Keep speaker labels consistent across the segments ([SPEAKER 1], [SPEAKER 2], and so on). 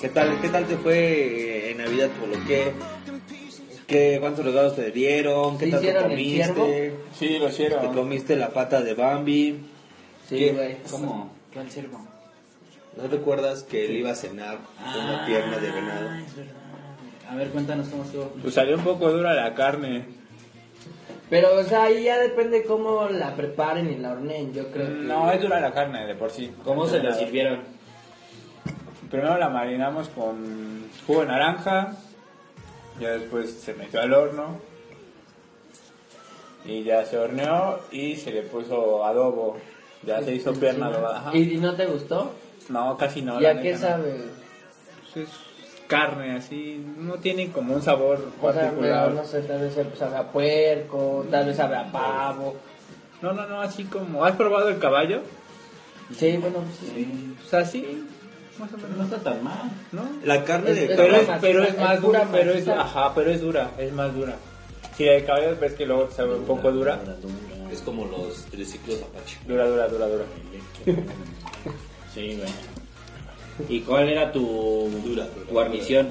[SPEAKER 1] ¿Qué tal, qué tal te fue eh, en Navidad por lo que? ¿Qué, ¿Cuántos regalos te dieron? ¿Qué
[SPEAKER 2] ¿Sí
[SPEAKER 1] tanto
[SPEAKER 2] hicieron el
[SPEAKER 1] comiste?
[SPEAKER 2] ciervo?
[SPEAKER 3] Sí, lo
[SPEAKER 1] ¿Te
[SPEAKER 3] hicieron.
[SPEAKER 1] comiste la pata de Bambi?
[SPEAKER 2] Sí,
[SPEAKER 1] ¿Qué?
[SPEAKER 2] güey.
[SPEAKER 3] ¿Cómo?
[SPEAKER 2] ¿Cuál sirvo?
[SPEAKER 1] ¿No recuerdas que él iba a cenar con una pierna de venado?
[SPEAKER 2] Ah, es verdad. A ver, cuéntanos cómo estuvo.
[SPEAKER 3] Pues salió un poco dura la carne.
[SPEAKER 2] Pero, o sea, ahí ya depende cómo la preparen y la horneen, yo creo. que-
[SPEAKER 3] No, es dura la carne de por sí.
[SPEAKER 4] ¿Cómo se la sirvieron?
[SPEAKER 3] Primero la marinamos con jugo de naranja, ya después se metió al horno y ya se horneó y se le puso adobo. Ya se hizo pierna adobada. Ajá.
[SPEAKER 2] ¿Y, y no te gustó?
[SPEAKER 3] No, casi no.
[SPEAKER 2] ¿Y
[SPEAKER 3] la
[SPEAKER 2] a qué
[SPEAKER 3] neta, no.
[SPEAKER 2] sabe?
[SPEAKER 3] Pues es carne así, no tiene como un sabor
[SPEAKER 2] O sea, me-
[SPEAKER 3] particular.
[SPEAKER 2] no sé, tal vez sabe a puerco, tal vez sabe a pavo.
[SPEAKER 3] no, no, no, así como. ¿Has probado el caballo?
[SPEAKER 2] Sí, bueno, pues sí.
[SPEAKER 3] Pues así, más o
[SPEAKER 4] No
[SPEAKER 3] menos,
[SPEAKER 4] está tan mal.
[SPEAKER 3] ¿no?
[SPEAKER 1] La carne
[SPEAKER 2] Es-
[SPEAKER 1] de
[SPEAKER 2] es
[SPEAKER 3] pero es,
[SPEAKER 1] caballo.
[SPEAKER 3] pero es
[SPEAKER 2] Es
[SPEAKER 3] más
[SPEAKER 2] pura
[SPEAKER 3] dura, pero es,
[SPEAKER 2] maciza.
[SPEAKER 3] ajá, pero es dura, es más dura. Si la de caballos ves que luego se ve un poco dura,
[SPEAKER 1] Es como los triciclos Apache.
[SPEAKER 3] dura, dura, dura, dura.
[SPEAKER 4] Sí, güey. ¿Y cuál era tu guarnición?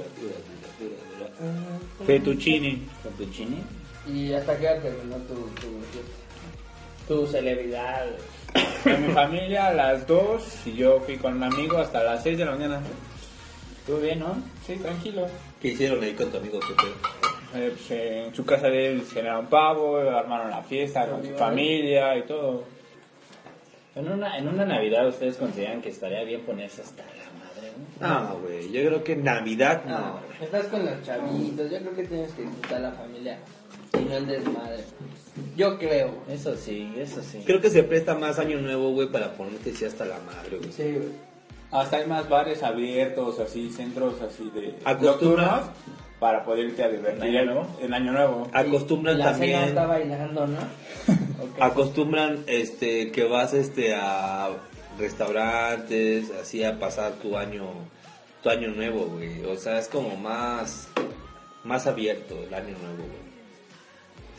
[SPEAKER 3] Fettuccine.
[SPEAKER 4] ¿Con tu chini?
[SPEAKER 2] ¿Y hasta qué hora terminó tu, tu, tu celebridad?
[SPEAKER 3] Con mi familia a las 2 y yo fui con un amigo hasta las 6 de la mañana.
[SPEAKER 4] Estuvo bien, ¿no?
[SPEAKER 3] Sí, tranquilo.
[SPEAKER 1] ¿Qué hicieron ahí con tu amigo Pepe?
[SPEAKER 3] Eh, pues, eh, en su casa de él cenaron pavo, armaron la fiesta con su familia y todo.
[SPEAKER 4] En una, en una Navidad ustedes consideran que estaría bien ponerse hasta la madre, güey.
[SPEAKER 1] Ah, güey, yo creo que Navidad no.
[SPEAKER 2] Estás con los chavitos, yo creo que tienes que disfrutar la familia y no el desmadre. Yo creo.
[SPEAKER 4] Eso sí, eso sí.
[SPEAKER 1] Creo que se presta más Año Nuevo, güey, para ponerte así hasta la madre, güey.
[SPEAKER 2] Sí, güey.
[SPEAKER 3] Hasta hay más bares abiertos, así, centros así de
[SPEAKER 1] Acostumbra.
[SPEAKER 3] nocturnos para poder irte a divertir
[SPEAKER 4] Ah, ¿En Año Nuevo?
[SPEAKER 3] en Año Nuevo.
[SPEAKER 1] Acostumbran
[SPEAKER 2] Y la
[SPEAKER 1] también- Ah.
[SPEAKER 2] cena está bailando, ¿no? Ok.
[SPEAKER 1] Acostumbran este que vas este a restaurantes, así a pasar tu año tu año nuevo, güey. O sea, es como más más abierto el año nuevo, güey.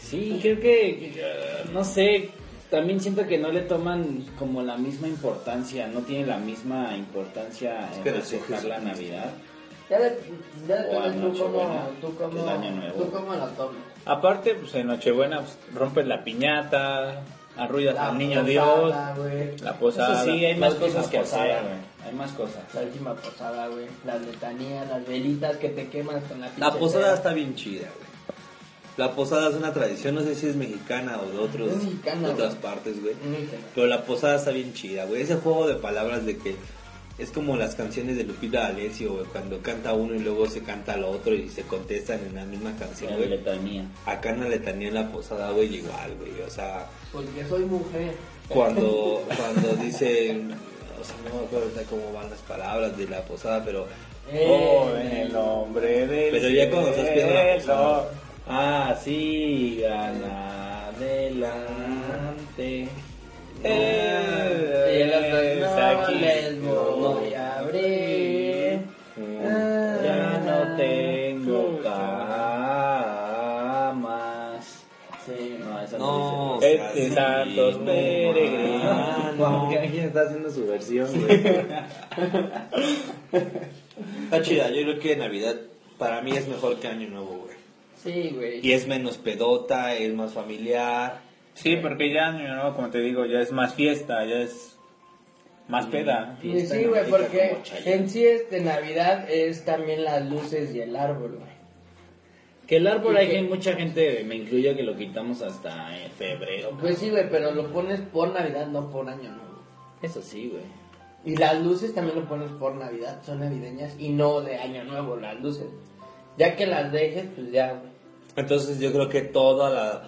[SPEAKER 4] Sí, creo que, eh, no sé, también siento que no le toman como la misma importancia, no tiene la misma importancia
[SPEAKER 1] Es
[SPEAKER 4] en
[SPEAKER 1] que era
[SPEAKER 4] festejar
[SPEAKER 1] Jesús.
[SPEAKER 4] la Navidad.
[SPEAKER 2] Ya, de- ya
[SPEAKER 4] O a
[SPEAKER 2] depende tú
[SPEAKER 4] Nochebuena,
[SPEAKER 2] cómo, tú cómo,
[SPEAKER 4] el Año Nuevo.
[SPEAKER 2] tú cómo lo tomas.
[SPEAKER 3] Aparte, pues en Nochebuena pues, rompes la piñata, arrullas
[SPEAKER 2] La
[SPEAKER 3] al niño Dios,
[SPEAKER 2] posada, güey.
[SPEAKER 3] la
[SPEAKER 4] Eso
[SPEAKER 3] posada.
[SPEAKER 4] sí, hay
[SPEAKER 2] La
[SPEAKER 4] más
[SPEAKER 2] última
[SPEAKER 4] cosas que
[SPEAKER 2] posada.
[SPEAKER 4] hacer, güey. Hay más cosas.
[SPEAKER 2] La última posada, güey. Las letanías, las velitas que te quemas con la
[SPEAKER 1] La
[SPEAKER 2] pinche
[SPEAKER 1] posada
[SPEAKER 2] cera.
[SPEAKER 1] está bien chida, güey. La posada es una tradición, no sé si es mexicana o de otros
[SPEAKER 2] Es mexicana,
[SPEAKER 1] de otras
[SPEAKER 2] güey.
[SPEAKER 1] partes, güey.
[SPEAKER 2] Ni te-
[SPEAKER 1] Pero la posada está bien chida, güey. Ese juego de palabras de que es como las canciones de Lupita D'Alessio, güey, cuando canta uno y luego se canta al otro y se contestan en la misma canción,
[SPEAKER 4] La
[SPEAKER 1] güey.
[SPEAKER 4] letanía.
[SPEAKER 1] Acá en la letanía en la posada, güey, igual, güey. O sea,
[SPEAKER 2] Porque soy mujer.
[SPEAKER 1] cuando, cuando dicen, o sea, no me acuerdo ahorita cómo van las palabras de la posada, pero
[SPEAKER 3] Oh, en
[SPEAKER 2] Eh,
[SPEAKER 3] el nombre del
[SPEAKER 1] Pero ya cuando estás pidiendo la posada.
[SPEAKER 4] Ah, sí, a la adelante.
[SPEAKER 2] Pues Y el otro,
[SPEAKER 3] Eh,
[SPEAKER 2] no
[SPEAKER 3] está aquí.
[SPEAKER 2] les voy a abrir. Ah,
[SPEAKER 4] Ya no tengo camas.
[SPEAKER 2] Sí,
[SPEAKER 4] No, esa
[SPEAKER 1] no,
[SPEAKER 4] no.
[SPEAKER 1] o
[SPEAKER 4] dice.
[SPEAKER 1] sea,
[SPEAKER 3] Este
[SPEAKER 1] sí,
[SPEAKER 3] santos
[SPEAKER 1] no,
[SPEAKER 3] peregrinos.
[SPEAKER 1] ah, no.
[SPEAKER 4] alguien está haciendo su versión, güey.
[SPEAKER 1] Está chida, yo creo que Navidad para mí es mejor que Año Nuevo, güey.
[SPEAKER 2] sí, güey.
[SPEAKER 1] Y es menos pedota, es más familiar.
[SPEAKER 3] Sí, porque ya, ¿no? como te digo, ya es más fiesta, ya es más peda.
[SPEAKER 2] Y
[SPEAKER 4] Fiesta
[SPEAKER 2] sí, güey,
[SPEAKER 4] navideña
[SPEAKER 2] porque
[SPEAKER 4] como Chayanne.
[SPEAKER 2] en sí este Navidad es también las luces y el árbol, güey.
[SPEAKER 4] Que el árbol hay
[SPEAKER 2] Y que-
[SPEAKER 4] que mucha gente, me incluyo, que lo quitamos hasta eh, febrero.
[SPEAKER 2] Pues sí, güey, pero lo pones por Navidad, no por Año Nuevo.
[SPEAKER 4] Eso sí, güey.
[SPEAKER 2] Y las luces también lo pones por Navidad, son navideñas y no de Año Nuevo las luces. Ya que las dejes, pues ya, güey.
[SPEAKER 1] Entonces yo creo que toda la,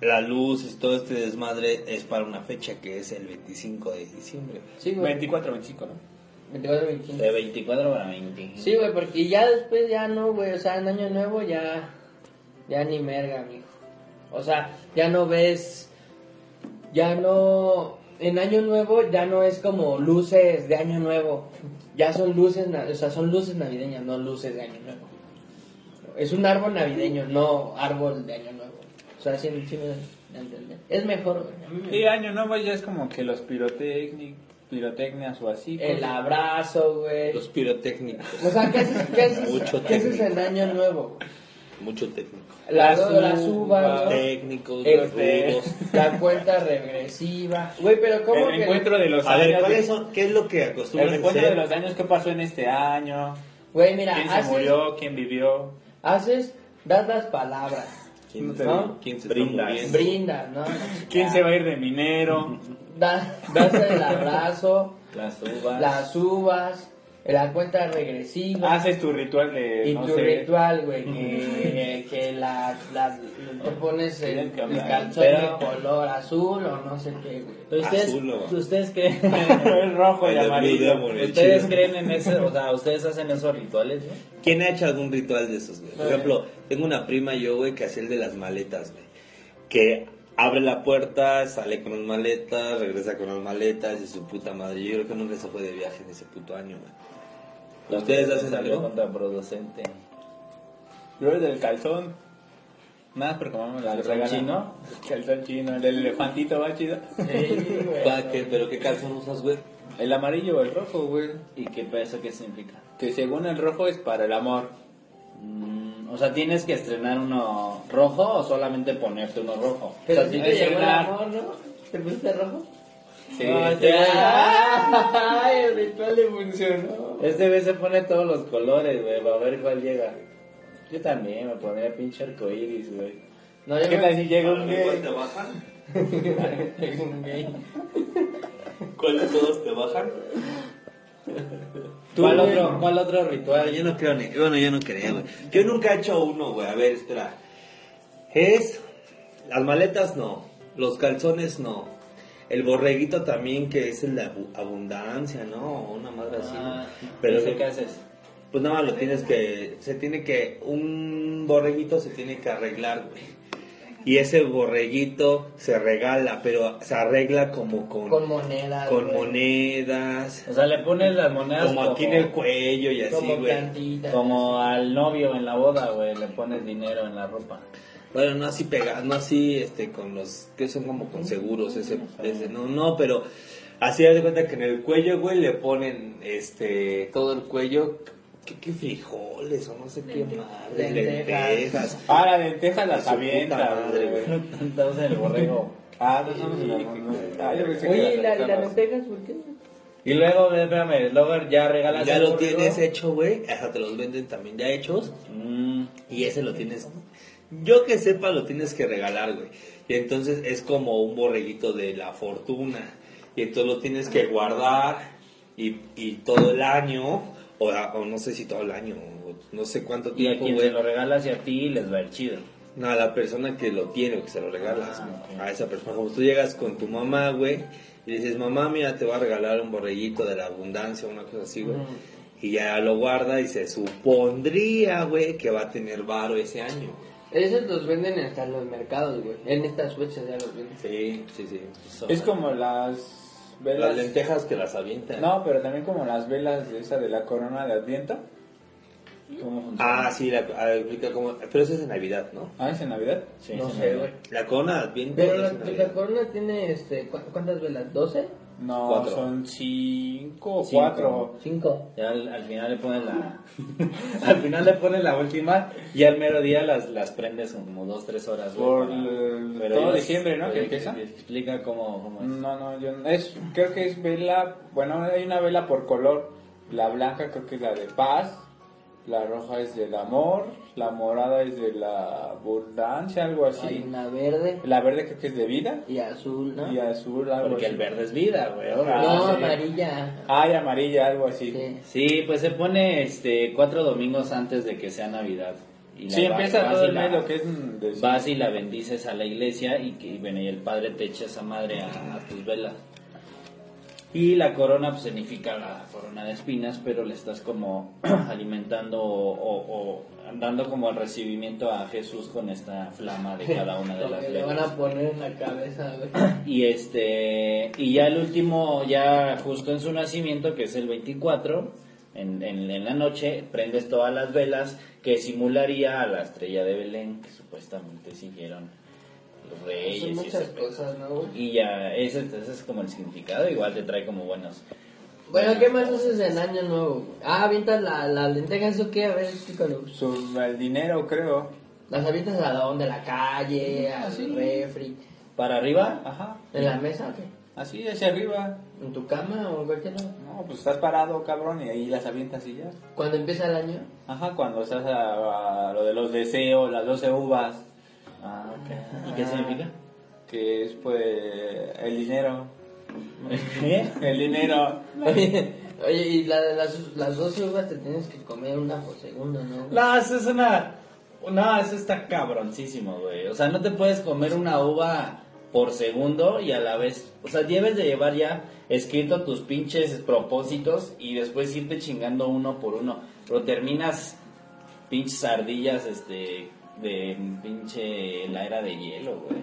[SPEAKER 1] la luz y todo este desmadre es para una fecha que es el 25 de diciembre.
[SPEAKER 2] Sí, güey.
[SPEAKER 3] 24, 25, ¿no?
[SPEAKER 2] 24, 25.
[SPEAKER 4] De 24 para 20.
[SPEAKER 2] Sí, güey, porque ya después ya no, güey, o sea, en año nuevo ya, ya ni merga, mijo. O sea, ya no ves, ya no, en año nuevo ya no es como luces de año nuevo, ya son luces, na- o sea, son luces navideñas, no luces de año nuevo. Es un árbol navideño, no árbol de año nuevo. O sea, sí, sí me da a entender. Es mejor, güey. a mí me-
[SPEAKER 3] Y Año Nuevo ya es como que los pirotécnicos. pirotecnias o así. pues,
[SPEAKER 2] El
[SPEAKER 3] cosas.
[SPEAKER 2] abrazo, güey.
[SPEAKER 1] Los pirotécnicos.
[SPEAKER 2] O sea, ¿qué haces, qué haces-
[SPEAKER 1] Mucho
[SPEAKER 2] qué haces en
[SPEAKER 1] técnico.
[SPEAKER 2] Año Nuevo? güey?
[SPEAKER 1] Mucho técnico.
[SPEAKER 2] Las,
[SPEAKER 3] Las
[SPEAKER 2] las
[SPEAKER 3] uvas,
[SPEAKER 2] uvas, ¿no?
[SPEAKER 1] Técnicos,
[SPEAKER 2] Este,
[SPEAKER 1] rudos.
[SPEAKER 2] la cuenta regresiva. Güey, pero ¿cómo
[SPEAKER 3] el
[SPEAKER 2] que-
[SPEAKER 3] encuentro de los
[SPEAKER 1] A ver,
[SPEAKER 3] años.
[SPEAKER 1] ¿cuáles son? ¿Qué es lo que
[SPEAKER 3] el
[SPEAKER 1] acostumbran
[SPEAKER 3] encuentro de
[SPEAKER 1] hacer?
[SPEAKER 3] los años, ¿qué pasó en este año?
[SPEAKER 2] Güey, mira,
[SPEAKER 3] ¿Quién se
[SPEAKER 2] haces,
[SPEAKER 3] murió? ¿Quién vivió?
[SPEAKER 2] haces, das las palabras,
[SPEAKER 1] ¿Quién,
[SPEAKER 2] ¿no?
[SPEAKER 1] quién se
[SPEAKER 3] Brindas.
[SPEAKER 1] está muriendo?
[SPEAKER 2] brindas, ¿no?
[SPEAKER 3] ¿Quién
[SPEAKER 2] Ya.
[SPEAKER 3] se va a ir de minero?
[SPEAKER 2] Da- das el abrazo,
[SPEAKER 4] Las uvas.
[SPEAKER 2] las uvas, la cuenta regresiva.
[SPEAKER 3] Haces tu ritual de,
[SPEAKER 2] y
[SPEAKER 3] Ah, no
[SPEAKER 2] tu
[SPEAKER 3] sé,
[SPEAKER 2] ritual, güey, que, eh, que la, la- te pones el,
[SPEAKER 3] Tienen que
[SPEAKER 2] el
[SPEAKER 3] hablar.
[SPEAKER 2] calzón
[SPEAKER 4] Pero-
[SPEAKER 2] de color azul o no sé qué, güey.
[SPEAKER 4] Pero ustedes,
[SPEAKER 1] Azul, ¿no?
[SPEAKER 4] ustedes creen,
[SPEAKER 3] el rojo y
[SPEAKER 1] El
[SPEAKER 3] amarillo.
[SPEAKER 1] amarillo, güey.
[SPEAKER 4] ustedes
[SPEAKER 1] chido.
[SPEAKER 4] creen en eso, o sea, ustedes hacen esos rituales, ¿no?
[SPEAKER 1] ¿Quién ha hecho algún ritual de esos, güey? Por ejemplo, tengo una prima yo, güey, que hacía el de las maletas, güey. Que abre la puerta, sale con las maletas, regresa con las maletas y su puta madre. Yo creo que nunca se fue de viaje en ese puto año, güey. ¿Ustedes hacen
[SPEAKER 4] algo
[SPEAKER 1] algo?
[SPEAKER 4] contraproducente.
[SPEAKER 3] Yo el del calzón. Nada, pero comamos la
[SPEAKER 4] ¿Calzón
[SPEAKER 3] regalan.
[SPEAKER 4] chino?
[SPEAKER 3] Calzón chino, el del elefantito va chido.
[SPEAKER 2] Sí, güey.
[SPEAKER 1] Pa, ¿qué- ¿Pero qué calzón usas, güey?
[SPEAKER 3] El amarillo o el rojo, güey.
[SPEAKER 4] ¿Y qué peso qué significa?
[SPEAKER 3] Que según el rojo es para el amor.
[SPEAKER 4] Mm, o sea, tienes que estrenar uno rojo o solamente ponerte uno rojo.
[SPEAKER 2] Pero
[SPEAKER 4] o sea,
[SPEAKER 2] si
[SPEAKER 4] tienes
[SPEAKER 2] te
[SPEAKER 4] que
[SPEAKER 2] llegó el
[SPEAKER 4] estrenar-
[SPEAKER 2] amor, ¿no? ¿Te pusiste rojo?
[SPEAKER 3] Sí.
[SPEAKER 2] No,
[SPEAKER 3] Sí.
[SPEAKER 2] este- ¡Ay, el ritual le funcionó!
[SPEAKER 4] Este güey se pone todos los colores, güey, va a ver cuál llega. Yo también me pondría pinche arcoiris, güey.
[SPEAKER 2] No, yo
[SPEAKER 3] ¿Qué
[SPEAKER 2] me-
[SPEAKER 3] tal si llega un gay?
[SPEAKER 1] te bajan?
[SPEAKER 2] tengo un gay.
[SPEAKER 1] ¿Cuál de todos te bajan?
[SPEAKER 2] Tú,
[SPEAKER 4] ¿Cuál
[SPEAKER 2] güey.
[SPEAKER 4] otro, ¿Cuál otro ritual?
[SPEAKER 1] yo no creo, ni- bueno, yo no creo, güey. Yo nunca he hecho uno, güey. A ver, espera. Es. Las maletas no. Los calzones no. El borreguito también, que es el de abu- abundancia, ¿no? O Una madre así.
[SPEAKER 4] Ah,
[SPEAKER 1] ¿no?
[SPEAKER 4] pero
[SPEAKER 1] Pero
[SPEAKER 4] ¿qué haces?
[SPEAKER 1] pues nada más lo tienes que. Se tiene que. Un borreguito se tiene que arreglar, güey. Y ese borreguito se regala, pero se arregla como con.
[SPEAKER 2] Con monedas.
[SPEAKER 1] con
[SPEAKER 2] güey.
[SPEAKER 1] monedas.
[SPEAKER 4] O sea, le pones las monedas
[SPEAKER 1] Como aquí en el cuello y así,
[SPEAKER 2] Como
[SPEAKER 1] güey.
[SPEAKER 2] plantitas.
[SPEAKER 4] Como al novio en la boda, güey, le pones dinero en la ropa.
[SPEAKER 1] Bueno, no así pegado, no así este, con los que son como con seguros, ese, ese, no, no, pero así haz de cuenta que en el cuello, güey, le ponen este, todo el cuello, que, que frijoles o no sé qué más,
[SPEAKER 2] Lentejas.
[SPEAKER 1] lentejas.
[SPEAKER 3] Ah, la lenteja la
[SPEAKER 1] Su puta
[SPEAKER 3] avienta,
[SPEAKER 1] madre,
[SPEAKER 3] güey.
[SPEAKER 1] güey.
[SPEAKER 4] Entonces el borrego.
[SPEAKER 3] Ah, no, no, no, no, no. Ah, yo pensé que
[SPEAKER 2] Oye, ¿y
[SPEAKER 3] era
[SPEAKER 2] la,
[SPEAKER 3] de
[SPEAKER 2] la
[SPEAKER 3] camas.
[SPEAKER 2] lentejas por qué?
[SPEAKER 4] Y luego, ve, espérame, luego ya regalas
[SPEAKER 1] Ya
[SPEAKER 4] el
[SPEAKER 1] lo
[SPEAKER 4] borrego.
[SPEAKER 1] tienes hecho, güey, hasta te los venden también ya hechos,
[SPEAKER 4] Mm,
[SPEAKER 1] y ese lo tienes, yo que sepa, lo tienes que regalar, güey. Y entonces es como un borreguito de la fortuna. Y entonces lo tienes que guardar y, y todo el año, o, la- o no sé si todo el año, o no sé cuánto
[SPEAKER 4] y a
[SPEAKER 1] tiempo,
[SPEAKER 4] quien
[SPEAKER 1] güey.
[SPEAKER 4] se lo regalas y a ti les va a ir chido.
[SPEAKER 1] No, a la persona que lo tiene o que se lo regalas,
[SPEAKER 4] Ah,
[SPEAKER 1] ¿no?
[SPEAKER 4] ok.
[SPEAKER 1] a esa persona. Como tú llegas con tu mamá, güey, y dices, mamá, mira, te va a regalar un borreguito de la abundancia, una cosa así, güey. Y ya lo guarda y se supondría, güey, que va a tener varo ese año.
[SPEAKER 2] Esos los venden hasta en los mercados, güey. En estas fechas ya los venden.
[SPEAKER 1] Sí, sí, sí.
[SPEAKER 3] Es como las
[SPEAKER 1] Las
[SPEAKER 3] velas.
[SPEAKER 1] lentejas que las avientan.
[SPEAKER 3] No, pero también como las velas de esa de la corona de Adviento.
[SPEAKER 4] ¿Cómo funciona?
[SPEAKER 1] Ah, sí, la, ah, explica cómo. Pero eso es en Navidad, ¿no?
[SPEAKER 3] Ah, es en Navidad.
[SPEAKER 4] Sí,
[SPEAKER 2] no
[SPEAKER 4] sí,
[SPEAKER 2] sé,
[SPEAKER 4] no.
[SPEAKER 2] güey.
[SPEAKER 1] La corona bien
[SPEAKER 2] Pero la, la corona tiene, este, ¿cu- ¿cuántas velas? ¿12?
[SPEAKER 3] No,
[SPEAKER 1] Cuatro.
[SPEAKER 3] son cinco o
[SPEAKER 4] Cinco.
[SPEAKER 3] cuatro.
[SPEAKER 2] ¿Cinco?
[SPEAKER 4] Ya al, al final le pones la. al final le pones la última y al mero día las, las prendes como dos, tres horas. güey,
[SPEAKER 3] Por
[SPEAKER 4] para-
[SPEAKER 3] el-
[SPEAKER 4] pero
[SPEAKER 3] todo
[SPEAKER 4] ya-
[SPEAKER 3] diciembre, ¿no?
[SPEAKER 4] pero
[SPEAKER 3] que
[SPEAKER 4] ya
[SPEAKER 3] empieza.
[SPEAKER 4] te- te Explica cómo, cómo
[SPEAKER 1] Mm,
[SPEAKER 4] es.
[SPEAKER 3] No, no, yo no- es, creo que es vela, bueno, hay una vela por color. La blanca creo que es la de paz, la roja es del amor, la morada es de la abundancia, algo
[SPEAKER 2] Hay
[SPEAKER 3] así.
[SPEAKER 2] una verde
[SPEAKER 3] La verde creo que es de vida
[SPEAKER 2] y azul, ¿no?
[SPEAKER 3] y azul, algo
[SPEAKER 4] Porque
[SPEAKER 3] así.
[SPEAKER 4] el
[SPEAKER 1] pues
[SPEAKER 4] verde es vida, güey.
[SPEAKER 3] Ah,
[SPEAKER 2] no,
[SPEAKER 4] sí.
[SPEAKER 2] amarilla.
[SPEAKER 3] Ah, y amarilla, algo así.
[SPEAKER 2] Sí.
[SPEAKER 4] Sí, pues se pone este cuatro domingos antes de que sea Navidad. Y la
[SPEAKER 3] Sí,
[SPEAKER 4] va-
[SPEAKER 3] empieza
[SPEAKER 4] vas
[SPEAKER 3] todo
[SPEAKER 4] y
[SPEAKER 3] el
[SPEAKER 4] la-
[SPEAKER 3] mes lo que es mm, de-
[SPEAKER 4] Vas y la bendices a la iglesia y, que, y bueno, y el padre te echa esa madre a, a tus velas. Y la corona pues, significa la corona de espinas, pero le estás como alimentando o, o- o dando como el recibimiento a Jesús con esta flama de cada una de
[SPEAKER 2] Lo
[SPEAKER 4] las
[SPEAKER 2] que le van
[SPEAKER 4] velas.
[SPEAKER 2] a poner en la cabeza, güey.
[SPEAKER 4] Y este y ya el último, ya justo en su nacimiento, que es el 24, en, en- en la noche, prendes todas las velas que simularía a la estrella de Belén, que supuestamente siguieron los reyes.
[SPEAKER 2] Son
[SPEAKER 4] y
[SPEAKER 2] muchas
[SPEAKER 4] ese pedo.
[SPEAKER 2] cosas, ¿no, güey?
[SPEAKER 4] Y ya, ese, ese es como el significado, igual te trae como buenos.
[SPEAKER 2] Bueno, ¿qué más haces en Año Nuevo? Ah, avientas la- las lentejas o qué? A ver, explícalo.
[SPEAKER 3] Su, el dinero, creo.
[SPEAKER 2] Las avientas a donde, a la calle, al refri,
[SPEAKER 4] Para arriba,
[SPEAKER 3] Ajá.
[SPEAKER 2] en la mesa o qué?
[SPEAKER 3] Así, hacia arriba.
[SPEAKER 2] ¿En tu cama o en cualquier lado?
[SPEAKER 3] No, pues estás parado, cabrón, y ahí las avientas y ya.
[SPEAKER 2] Cuando empieza el año,
[SPEAKER 3] Ajá, cuando estás a, a lo de los deseos, las 12 uvas,
[SPEAKER 4] Ah, ok. ¿Y qué significa?
[SPEAKER 3] que es pues el dinero.
[SPEAKER 4] ¿Eh?
[SPEAKER 3] El dinero.
[SPEAKER 2] oye, oye, y la, las, las 12 uvas te tienes que comer una por segundo, ¿no? güey?
[SPEAKER 4] No, eso es una. No, eso está cabroncísimo, güey. O sea, no te puedes comer una uva por segundo y a la vez. O sea, debes de llevar ya escrito tus pinches propósitos y después irte chingando uno por uno. Pero terminas pinches ardillas, este. De pinche la era de hielo, güey.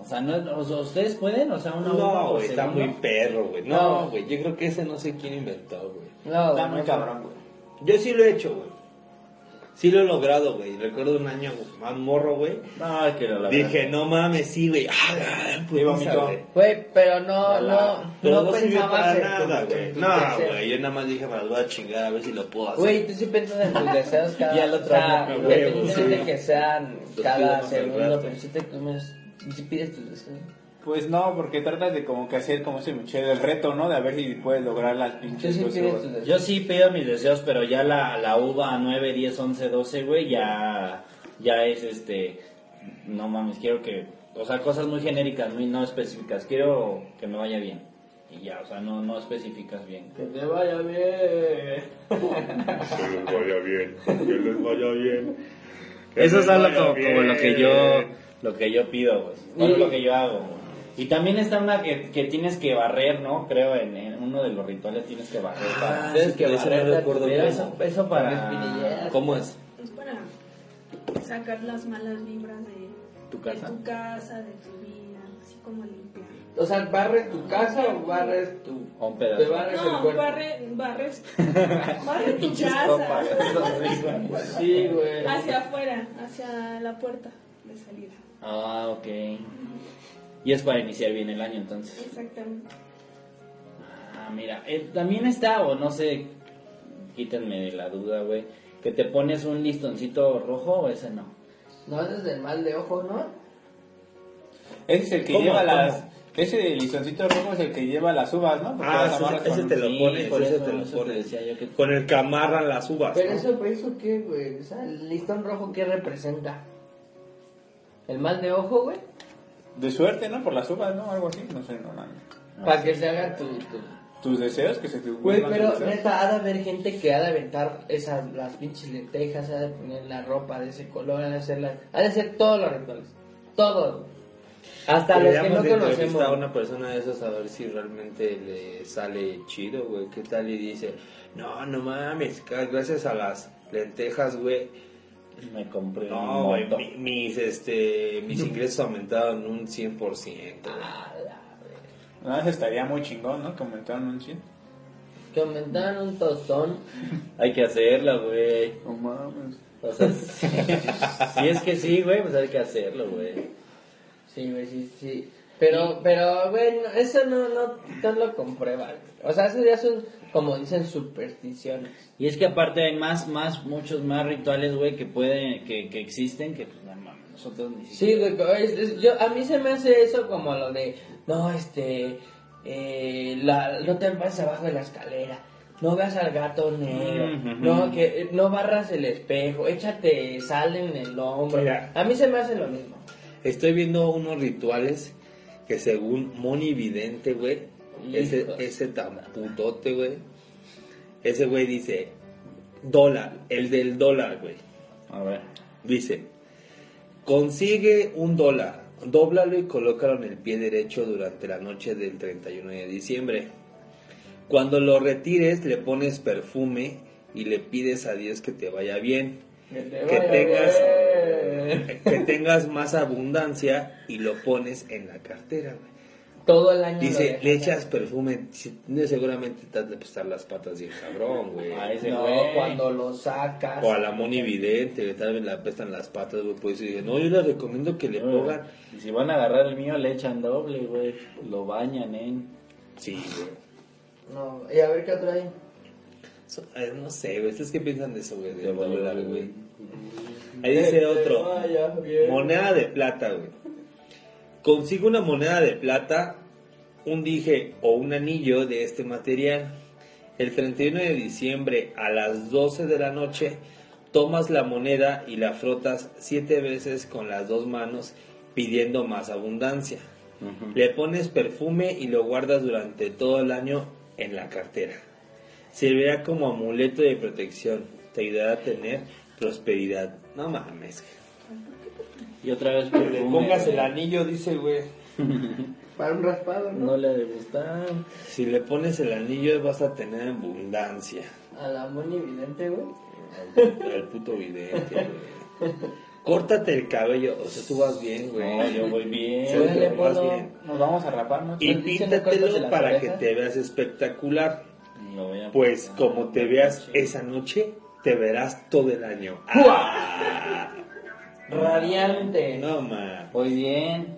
[SPEAKER 4] O sea, no, o sea, ¿ustedes pueden? O sea, una uva
[SPEAKER 1] No,
[SPEAKER 4] por
[SPEAKER 1] güey, está
[SPEAKER 4] segundo.
[SPEAKER 1] muy perro, güey. No, güey, yo creo que ese no sé quién inventó, güey.
[SPEAKER 2] No,
[SPEAKER 3] Está
[SPEAKER 2] güey,
[SPEAKER 3] muy
[SPEAKER 2] no.
[SPEAKER 3] cabrón, güey.
[SPEAKER 1] Yo sí lo he hecho, güey. Sí lo he logrado, güey. Recuerdo un año más morro, güey.
[SPEAKER 4] No, que la
[SPEAKER 1] Dije, no mames, sí, güey. Ah, pues,
[SPEAKER 3] vomitó.
[SPEAKER 1] güey.
[SPEAKER 2] Güey, pero no,
[SPEAKER 4] Ojalá.
[SPEAKER 2] no,
[SPEAKER 1] Pero
[SPEAKER 2] no
[SPEAKER 1] no, sirvió
[SPEAKER 2] pensabas
[SPEAKER 1] para
[SPEAKER 2] en tu-
[SPEAKER 1] nada,
[SPEAKER 2] en
[SPEAKER 1] güey.
[SPEAKER 2] tu
[SPEAKER 1] No,
[SPEAKER 2] deseo.
[SPEAKER 1] güey, yo nada más dije, me las voy a chingar a ver si lo puedo hacer.
[SPEAKER 2] Güey, tú sí piensas en tus deseos cada...
[SPEAKER 4] Y al otro
[SPEAKER 2] o sea,
[SPEAKER 4] año,
[SPEAKER 1] güey,
[SPEAKER 2] independientemente
[SPEAKER 1] sí.
[SPEAKER 2] que sean
[SPEAKER 1] Los
[SPEAKER 2] cada
[SPEAKER 1] pides más al
[SPEAKER 2] segundo,
[SPEAKER 1] rato.
[SPEAKER 2] pero si te comes... Si pides tus deseos.
[SPEAKER 3] Pues no, porque tratas de como que hacer como se me eché el reto, ¿no? De a ver si puedes lograr las
[SPEAKER 2] Tú
[SPEAKER 3] pinches
[SPEAKER 2] sí
[SPEAKER 3] 12
[SPEAKER 2] pides
[SPEAKER 3] uvas.
[SPEAKER 2] tus deseos.
[SPEAKER 4] Yo sí pido mis deseos, pero ya la, la uva 9, 10, 11, 12, güey, ya, ya es este. No mames, quiero que. O sea, cosas muy genéricas, muy no específicas. Quiero que me vaya bien. Y ya, o sea, no, no especificas bien.
[SPEAKER 2] Que te vaya bien.
[SPEAKER 1] Que les vaya bien, que les vaya bien.
[SPEAKER 4] Eso es algo como, como lo que yo lo que yo pido, güey. O
[SPEAKER 2] Y-
[SPEAKER 4] lo que yo hago, güey. Y también está una que, que tienes que barrer, ¿no? Creo en, en uno de los rituales tienes que barrer.
[SPEAKER 2] Ah,
[SPEAKER 4] para-
[SPEAKER 1] sí, pero ese no
[SPEAKER 2] barrer la
[SPEAKER 1] recuerdo
[SPEAKER 2] comida,
[SPEAKER 1] cómo.
[SPEAKER 2] eso-
[SPEAKER 4] eso
[SPEAKER 2] espinilleras.
[SPEAKER 4] para.
[SPEAKER 1] ¿Cómo es?
[SPEAKER 5] Es para sacar las malas vibras de
[SPEAKER 4] ¿Tu
[SPEAKER 5] de
[SPEAKER 4] casa?
[SPEAKER 5] tu casa, de tu vida, así como limpiar.
[SPEAKER 2] O sea, ¿barres tu casa o barres tu...
[SPEAKER 4] O un
[SPEAKER 2] Te
[SPEAKER 4] pedazo.
[SPEAKER 2] barres el
[SPEAKER 5] No,
[SPEAKER 2] cuerpo?
[SPEAKER 5] barre, barres, barre tu casa
[SPEAKER 2] Pues Sí, güey.
[SPEAKER 5] hacia afuera, hacia la puerta de salida.
[SPEAKER 4] Ah, ok. Y es para iniciar bien el año entonces.
[SPEAKER 5] Exactamente.
[SPEAKER 4] Ah, mira, eh, también está, o no sé, quítenme de la duda, güey, que te pones un listoncito rojo o ese no.
[SPEAKER 2] No haces del mal de ojo, ¿no?
[SPEAKER 3] Ese es el que
[SPEAKER 4] ¿Cómo?
[SPEAKER 3] lleva
[SPEAKER 4] ¿Cómo?
[SPEAKER 3] las. Ese listoncito rojo es el que lleva las uvas, ¿no? Porque
[SPEAKER 1] Ah,
[SPEAKER 3] las
[SPEAKER 1] ese-
[SPEAKER 3] amarras
[SPEAKER 1] ese
[SPEAKER 3] con-
[SPEAKER 1] te lo
[SPEAKER 4] Sí,
[SPEAKER 1] pones,
[SPEAKER 4] por
[SPEAKER 1] ese
[SPEAKER 4] eso,
[SPEAKER 1] te lo
[SPEAKER 4] eso te
[SPEAKER 1] pones.
[SPEAKER 4] decía yo que-
[SPEAKER 1] Con el que amarran las uvas.
[SPEAKER 2] Pero
[SPEAKER 1] ¿no?
[SPEAKER 2] eso, pero eso qué, güey. O sea, el listón rojo, ¿qué representa? ¿El mal de ojo, güey?
[SPEAKER 3] De suerte, ¿no? Por las uvas, ¿no? Algo así, no sé, no mames.
[SPEAKER 2] Para que se haga tu... tu-
[SPEAKER 3] Tus deseos que se te ocurran.
[SPEAKER 2] Güey, pero
[SPEAKER 3] tus deseos.
[SPEAKER 2] neta, ha de haber gente que ha de aventar esas, las pinches lentejas, ha de poner la ropa de ese color, ha de hacer, las- ha de hacer todos los rituales. Todos. Hasta los que
[SPEAKER 1] Deberíamos
[SPEAKER 2] no
[SPEAKER 1] de entrevistar
[SPEAKER 2] conocemos.
[SPEAKER 1] a una persona de esas a ver si realmente le sale chido, güey. ¿Qué tal? Y dice, no, no mames, ca- gracias a las lentejas, güey.
[SPEAKER 4] Me compré
[SPEAKER 1] No,
[SPEAKER 4] un
[SPEAKER 1] güey,
[SPEAKER 4] moto.
[SPEAKER 1] mi- mis, este, mis ingresos aumentaron un 100%. güey".
[SPEAKER 3] No, Ah, eso estaría muy chingón, ¿no? Que aumentaron un chin.
[SPEAKER 2] Que aumentaron un tostón.
[SPEAKER 4] Hay que hacerla, güey.
[SPEAKER 3] No mames.
[SPEAKER 4] O sea, si, si es que sí, güey, pues hay que hacerlo, güey.
[SPEAKER 2] Sí, güey, sí, sí. Pero, pero, güey, no, eso no, no, no lo comprueba. O sea, eso ya son, como dicen, supersticiones.
[SPEAKER 4] Y es que aparte hay más, más, muchos más rituales, güey, que pueden, que, que existen, que pues, no mames, nosotros ni
[SPEAKER 2] Sí,
[SPEAKER 4] siquiera.
[SPEAKER 2] güey, pero es- es- yo, a mí se me hace eso como lo de, no, este, eh, la, no te pases abajo de la escalera, no veas al gato negro,
[SPEAKER 4] Ujú.
[SPEAKER 2] no, que eh, no barras el espejo, échate sal en el hombro.
[SPEAKER 1] Mira.
[SPEAKER 2] A mí se me hace lo mismo.
[SPEAKER 1] Estoy viendo unos rituales que según Moni Vidente, güey, ese,
[SPEAKER 4] Hijos.
[SPEAKER 1] ese tan putote, güey. Ese güey dice, dólar, el del dólar, güey.
[SPEAKER 4] A ver.
[SPEAKER 1] Dice, consigue un dólar, dóblalo y colócalo en el pie derecho durante la noche del 31 de diciembre. Cuando lo retires le pones perfume y le pides a Dios que te vaya bien, Que tengas- que tengas más abundancia y lo pones en la cartera. güey.
[SPEAKER 2] Todo el año. lo
[SPEAKER 1] Dice,
[SPEAKER 2] dejas
[SPEAKER 1] le
[SPEAKER 2] así.
[SPEAKER 1] echas perfume, si- no, seguramente te has de pesar las patas bien cabrón, güey.
[SPEAKER 4] A ese
[SPEAKER 2] No,
[SPEAKER 4] güey.
[SPEAKER 2] cuando lo sacas.
[SPEAKER 1] O a la monividente, que tal vez le apestan las patas, güey. Pues dice, no, yo le recomiendo que le
[SPEAKER 4] Güey,
[SPEAKER 1] pongan.
[SPEAKER 4] Y si van a agarrar el mío, le echan doble, güey. Lo bañan, ¿eh?
[SPEAKER 1] Sí, güey.
[SPEAKER 2] No, y a ver qué trae.
[SPEAKER 1] So- eh, no sé, güey. ¿Ustedes qué piensan de eso, güey? De
[SPEAKER 4] De
[SPEAKER 1] volar,
[SPEAKER 4] volar,
[SPEAKER 1] güey. Ahí dice otro.
[SPEAKER 2] Vaya, bien.
[SPEAKER 1] Moneda de plata, güey. Consigo una moneda de plata, un dije o un anillo de este material. El 31 de diciembre a las 12 de la noche, tomas la moneda y la frotas siete veces con las dos manos pidiendo más abundancia. Le pones perfume y lo guardas durante todo el año en la cartera. Servirá como amuleto de protección. Te ayudará a tener prosperidad. No mames. güey.
[SPEAKER 4] Y otra vez pues,
[SPEAKER 1] Que
[SPEAKER 4] perfume.
[SPEAKER 1] le pongas
[SPEAKER 4] güey.
[SPEAKER 1] el anillo, dice, güey.
[SPEAKER 2] Para un raspado, ¿no?
[SPEAKER 4] No le ha de gustar.
[SPEAKER 1] Si le pones el anillo vas a tener abundancia.
[SPEAKER 2] A la Moni Vidente, güey.
[SPEAKER 1] El puto vidente, güey. Córtate el cabello, o sea, tú vas bien, güey.
[SPEAKER 4] No, yo voy bien.
[SPEAKER 1] Sí, güey,
[SPEAKER 2] Órale,
[SPEAKER 1] tú vas
[SPEAKER 2] Polo.
[SPEAKER 1] bien.
[SPEAKER 3] Nos vamos a rapar, ¿no?
[SPEAKER 1] Y
[SPEAKER 2] Pues dicen que córtate
[SPEAKER 1] píntatelo
[SPEAKER 2] las
[SPEAKER 1] para que
[SPEAKER 2] orejas.
[SPEAKER 1] te veas espectacular.
[SPEAKER 4] Lo voy a
[SPEAKER 1] Pues
[SPEAKER 4] poner.
[SPEAKER 1] como te veas esa noche, te verás todo el año. Ah,
[SPEAKER 2] Radiante.
[SPEAKER 1] No, ma.
[SPEAKER 4] Voy bien.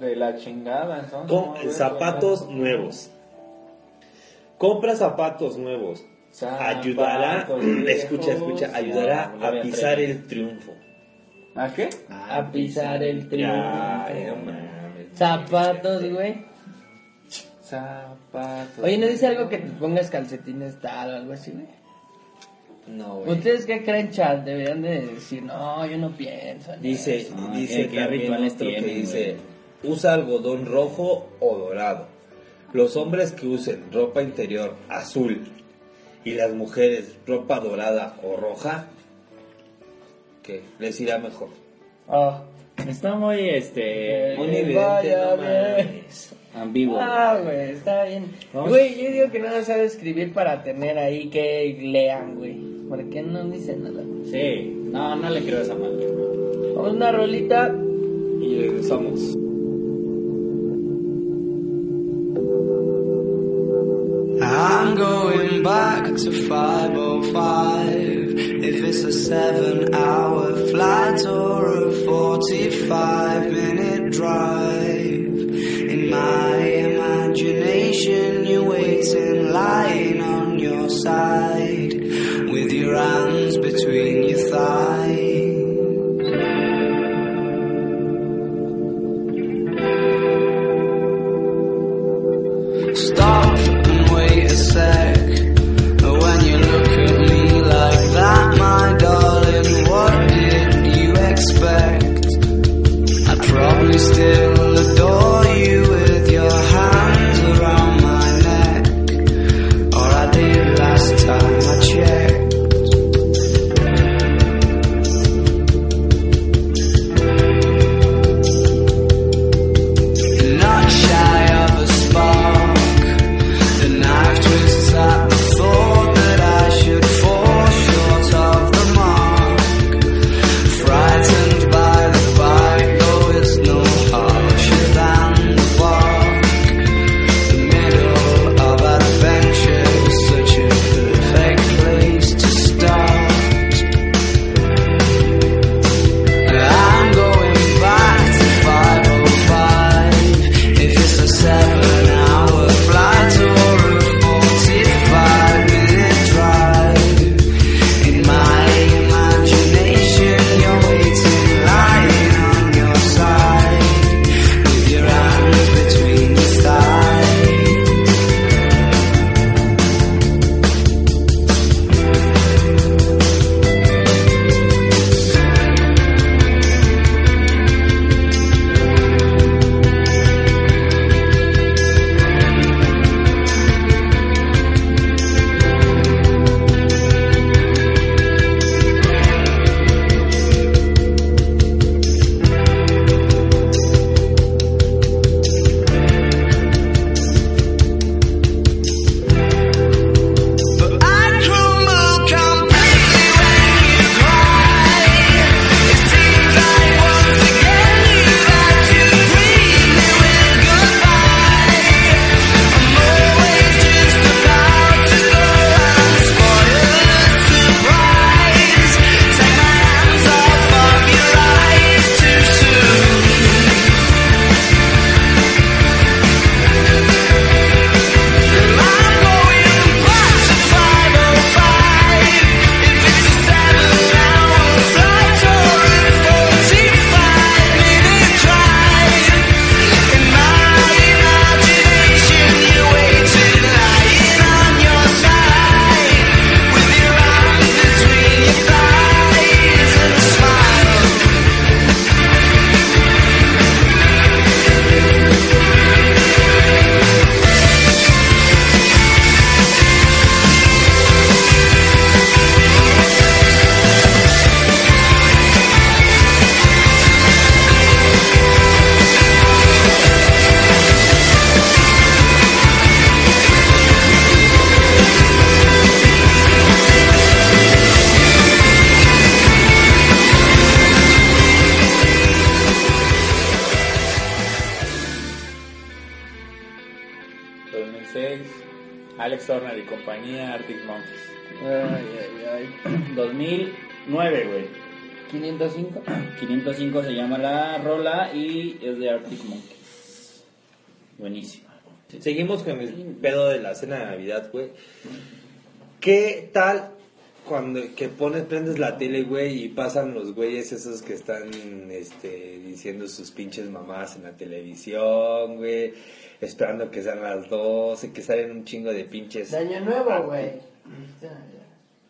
[SPEAKER 3] De la chingada, entonces.
[SPEAKER 1] Con
[SPEAKER 3] ¿no?
[SPEAKER 1] zapatos nuevos. Compra zapatos nuevos.
[SPEAKER 3] Zapatos
[SPEAKER 1] Ayudará,
[SPEAKER 3] viejos.
[SPEAKER 1] escucha, escucha, ayudará
[SPEAKER 4] No, no
[SPEAKER 1] a
[SPEAKER 4] había
[SPEAKER 1] pisar
[SPEAKER 4] tren.
[SPEAKER 1] el triunfo.
[SPEAKER 3] ¿A qué?
[SPEAKER 2] A pisar el
[SPEAKER 1] Ya, ya,
[SPEAKER 2] triunfo.
[SPEAKER 1] mames.
[SPEAKER 2] Zapatos, güey.
[SPEAKER 3] Zapatos.
[SPEAKER 2] Oye, ¿no dice algo que te pongas calcetines tal o algo así, güey?
[SPEAKER 1] No, güey.
[SPEAKER 2] ¿Ustedes qué creen, chat? Deberían de decir, no, yo no pienso. en
[SPEAKER 1] Dice,
[SPEAKER 2] eso.
[SPEAKER 4] Ah,
[SPEAKER 1] dice
[SPEAKER 4] ¿qué- qué
[SPEAKER 1] también
[SPEAKER 4] rituales
[SPEAKER 1] otro que
[SPEAKER 4] tienen,
[SPEAKER 1] dice, usa algodón rojo o dorado. Los hombres que usen ropa interior azul y las mujeres ropa dorada o roja, que les irá mejor.
[SPEAKER 2] Ah,
[SPEAKER 4] Está muy, este.
[SPEAKER 1] Muy
[SPEAKER 2] Que
[SPEAKER 1] evidente,
[SPEAKER 2] Eh, vaya
[SPEAKER 1] no
[SPEAKER 2] bien.
[SPEAKER 1] mames.
[SPEAKER 4] ambiguo.
[SPEAKER 2] Ah, güey, está bien.
[SPEAKER 1] Vamos.
[SPEAKER 2] Güey, yo digo que nada sabe escribir para tener ahí que lean, güey. ¿Por qué no dicen nada?
[SPEAKER 4] Sí. No, no le creo a esa madre.
[SPEAKER 2] Vamos una rolita.
[SPEAKER 1] Y regresamos.
[SPEAKER 6] I'm going back to 505. If it's a seven hour flight or a 45 minute drive. In my imagination, you're waiting, lying on your side. With your hands between your thighs. Stop and wait a sec. When you look at me like that, my darling, what did you expect? I'd probably still look
[SPEAKER 3] 2006, Alex Turner y compañía, Arctic Monkeys.
[SPEAKER 4] Ay, ay, ay. 2009, güey.
[SPEAKER 2] 505.
[SPEAKER 4] 505 se llama la rola y es de Arctic Monkeys. Buenísima.
[SPEAKER 1] Seguimos con el pedo de la cena de Navidad, güey. ¿Qué tal cuando que pones, prendes la tele, güey, y pasan los güeyes esos que están este, diciendo sus pinches mamás en la televisión, güey? Esperando que sean las 12, que salen un chingo de pinches.
[SPEAKER 2] Año nuevo, güey.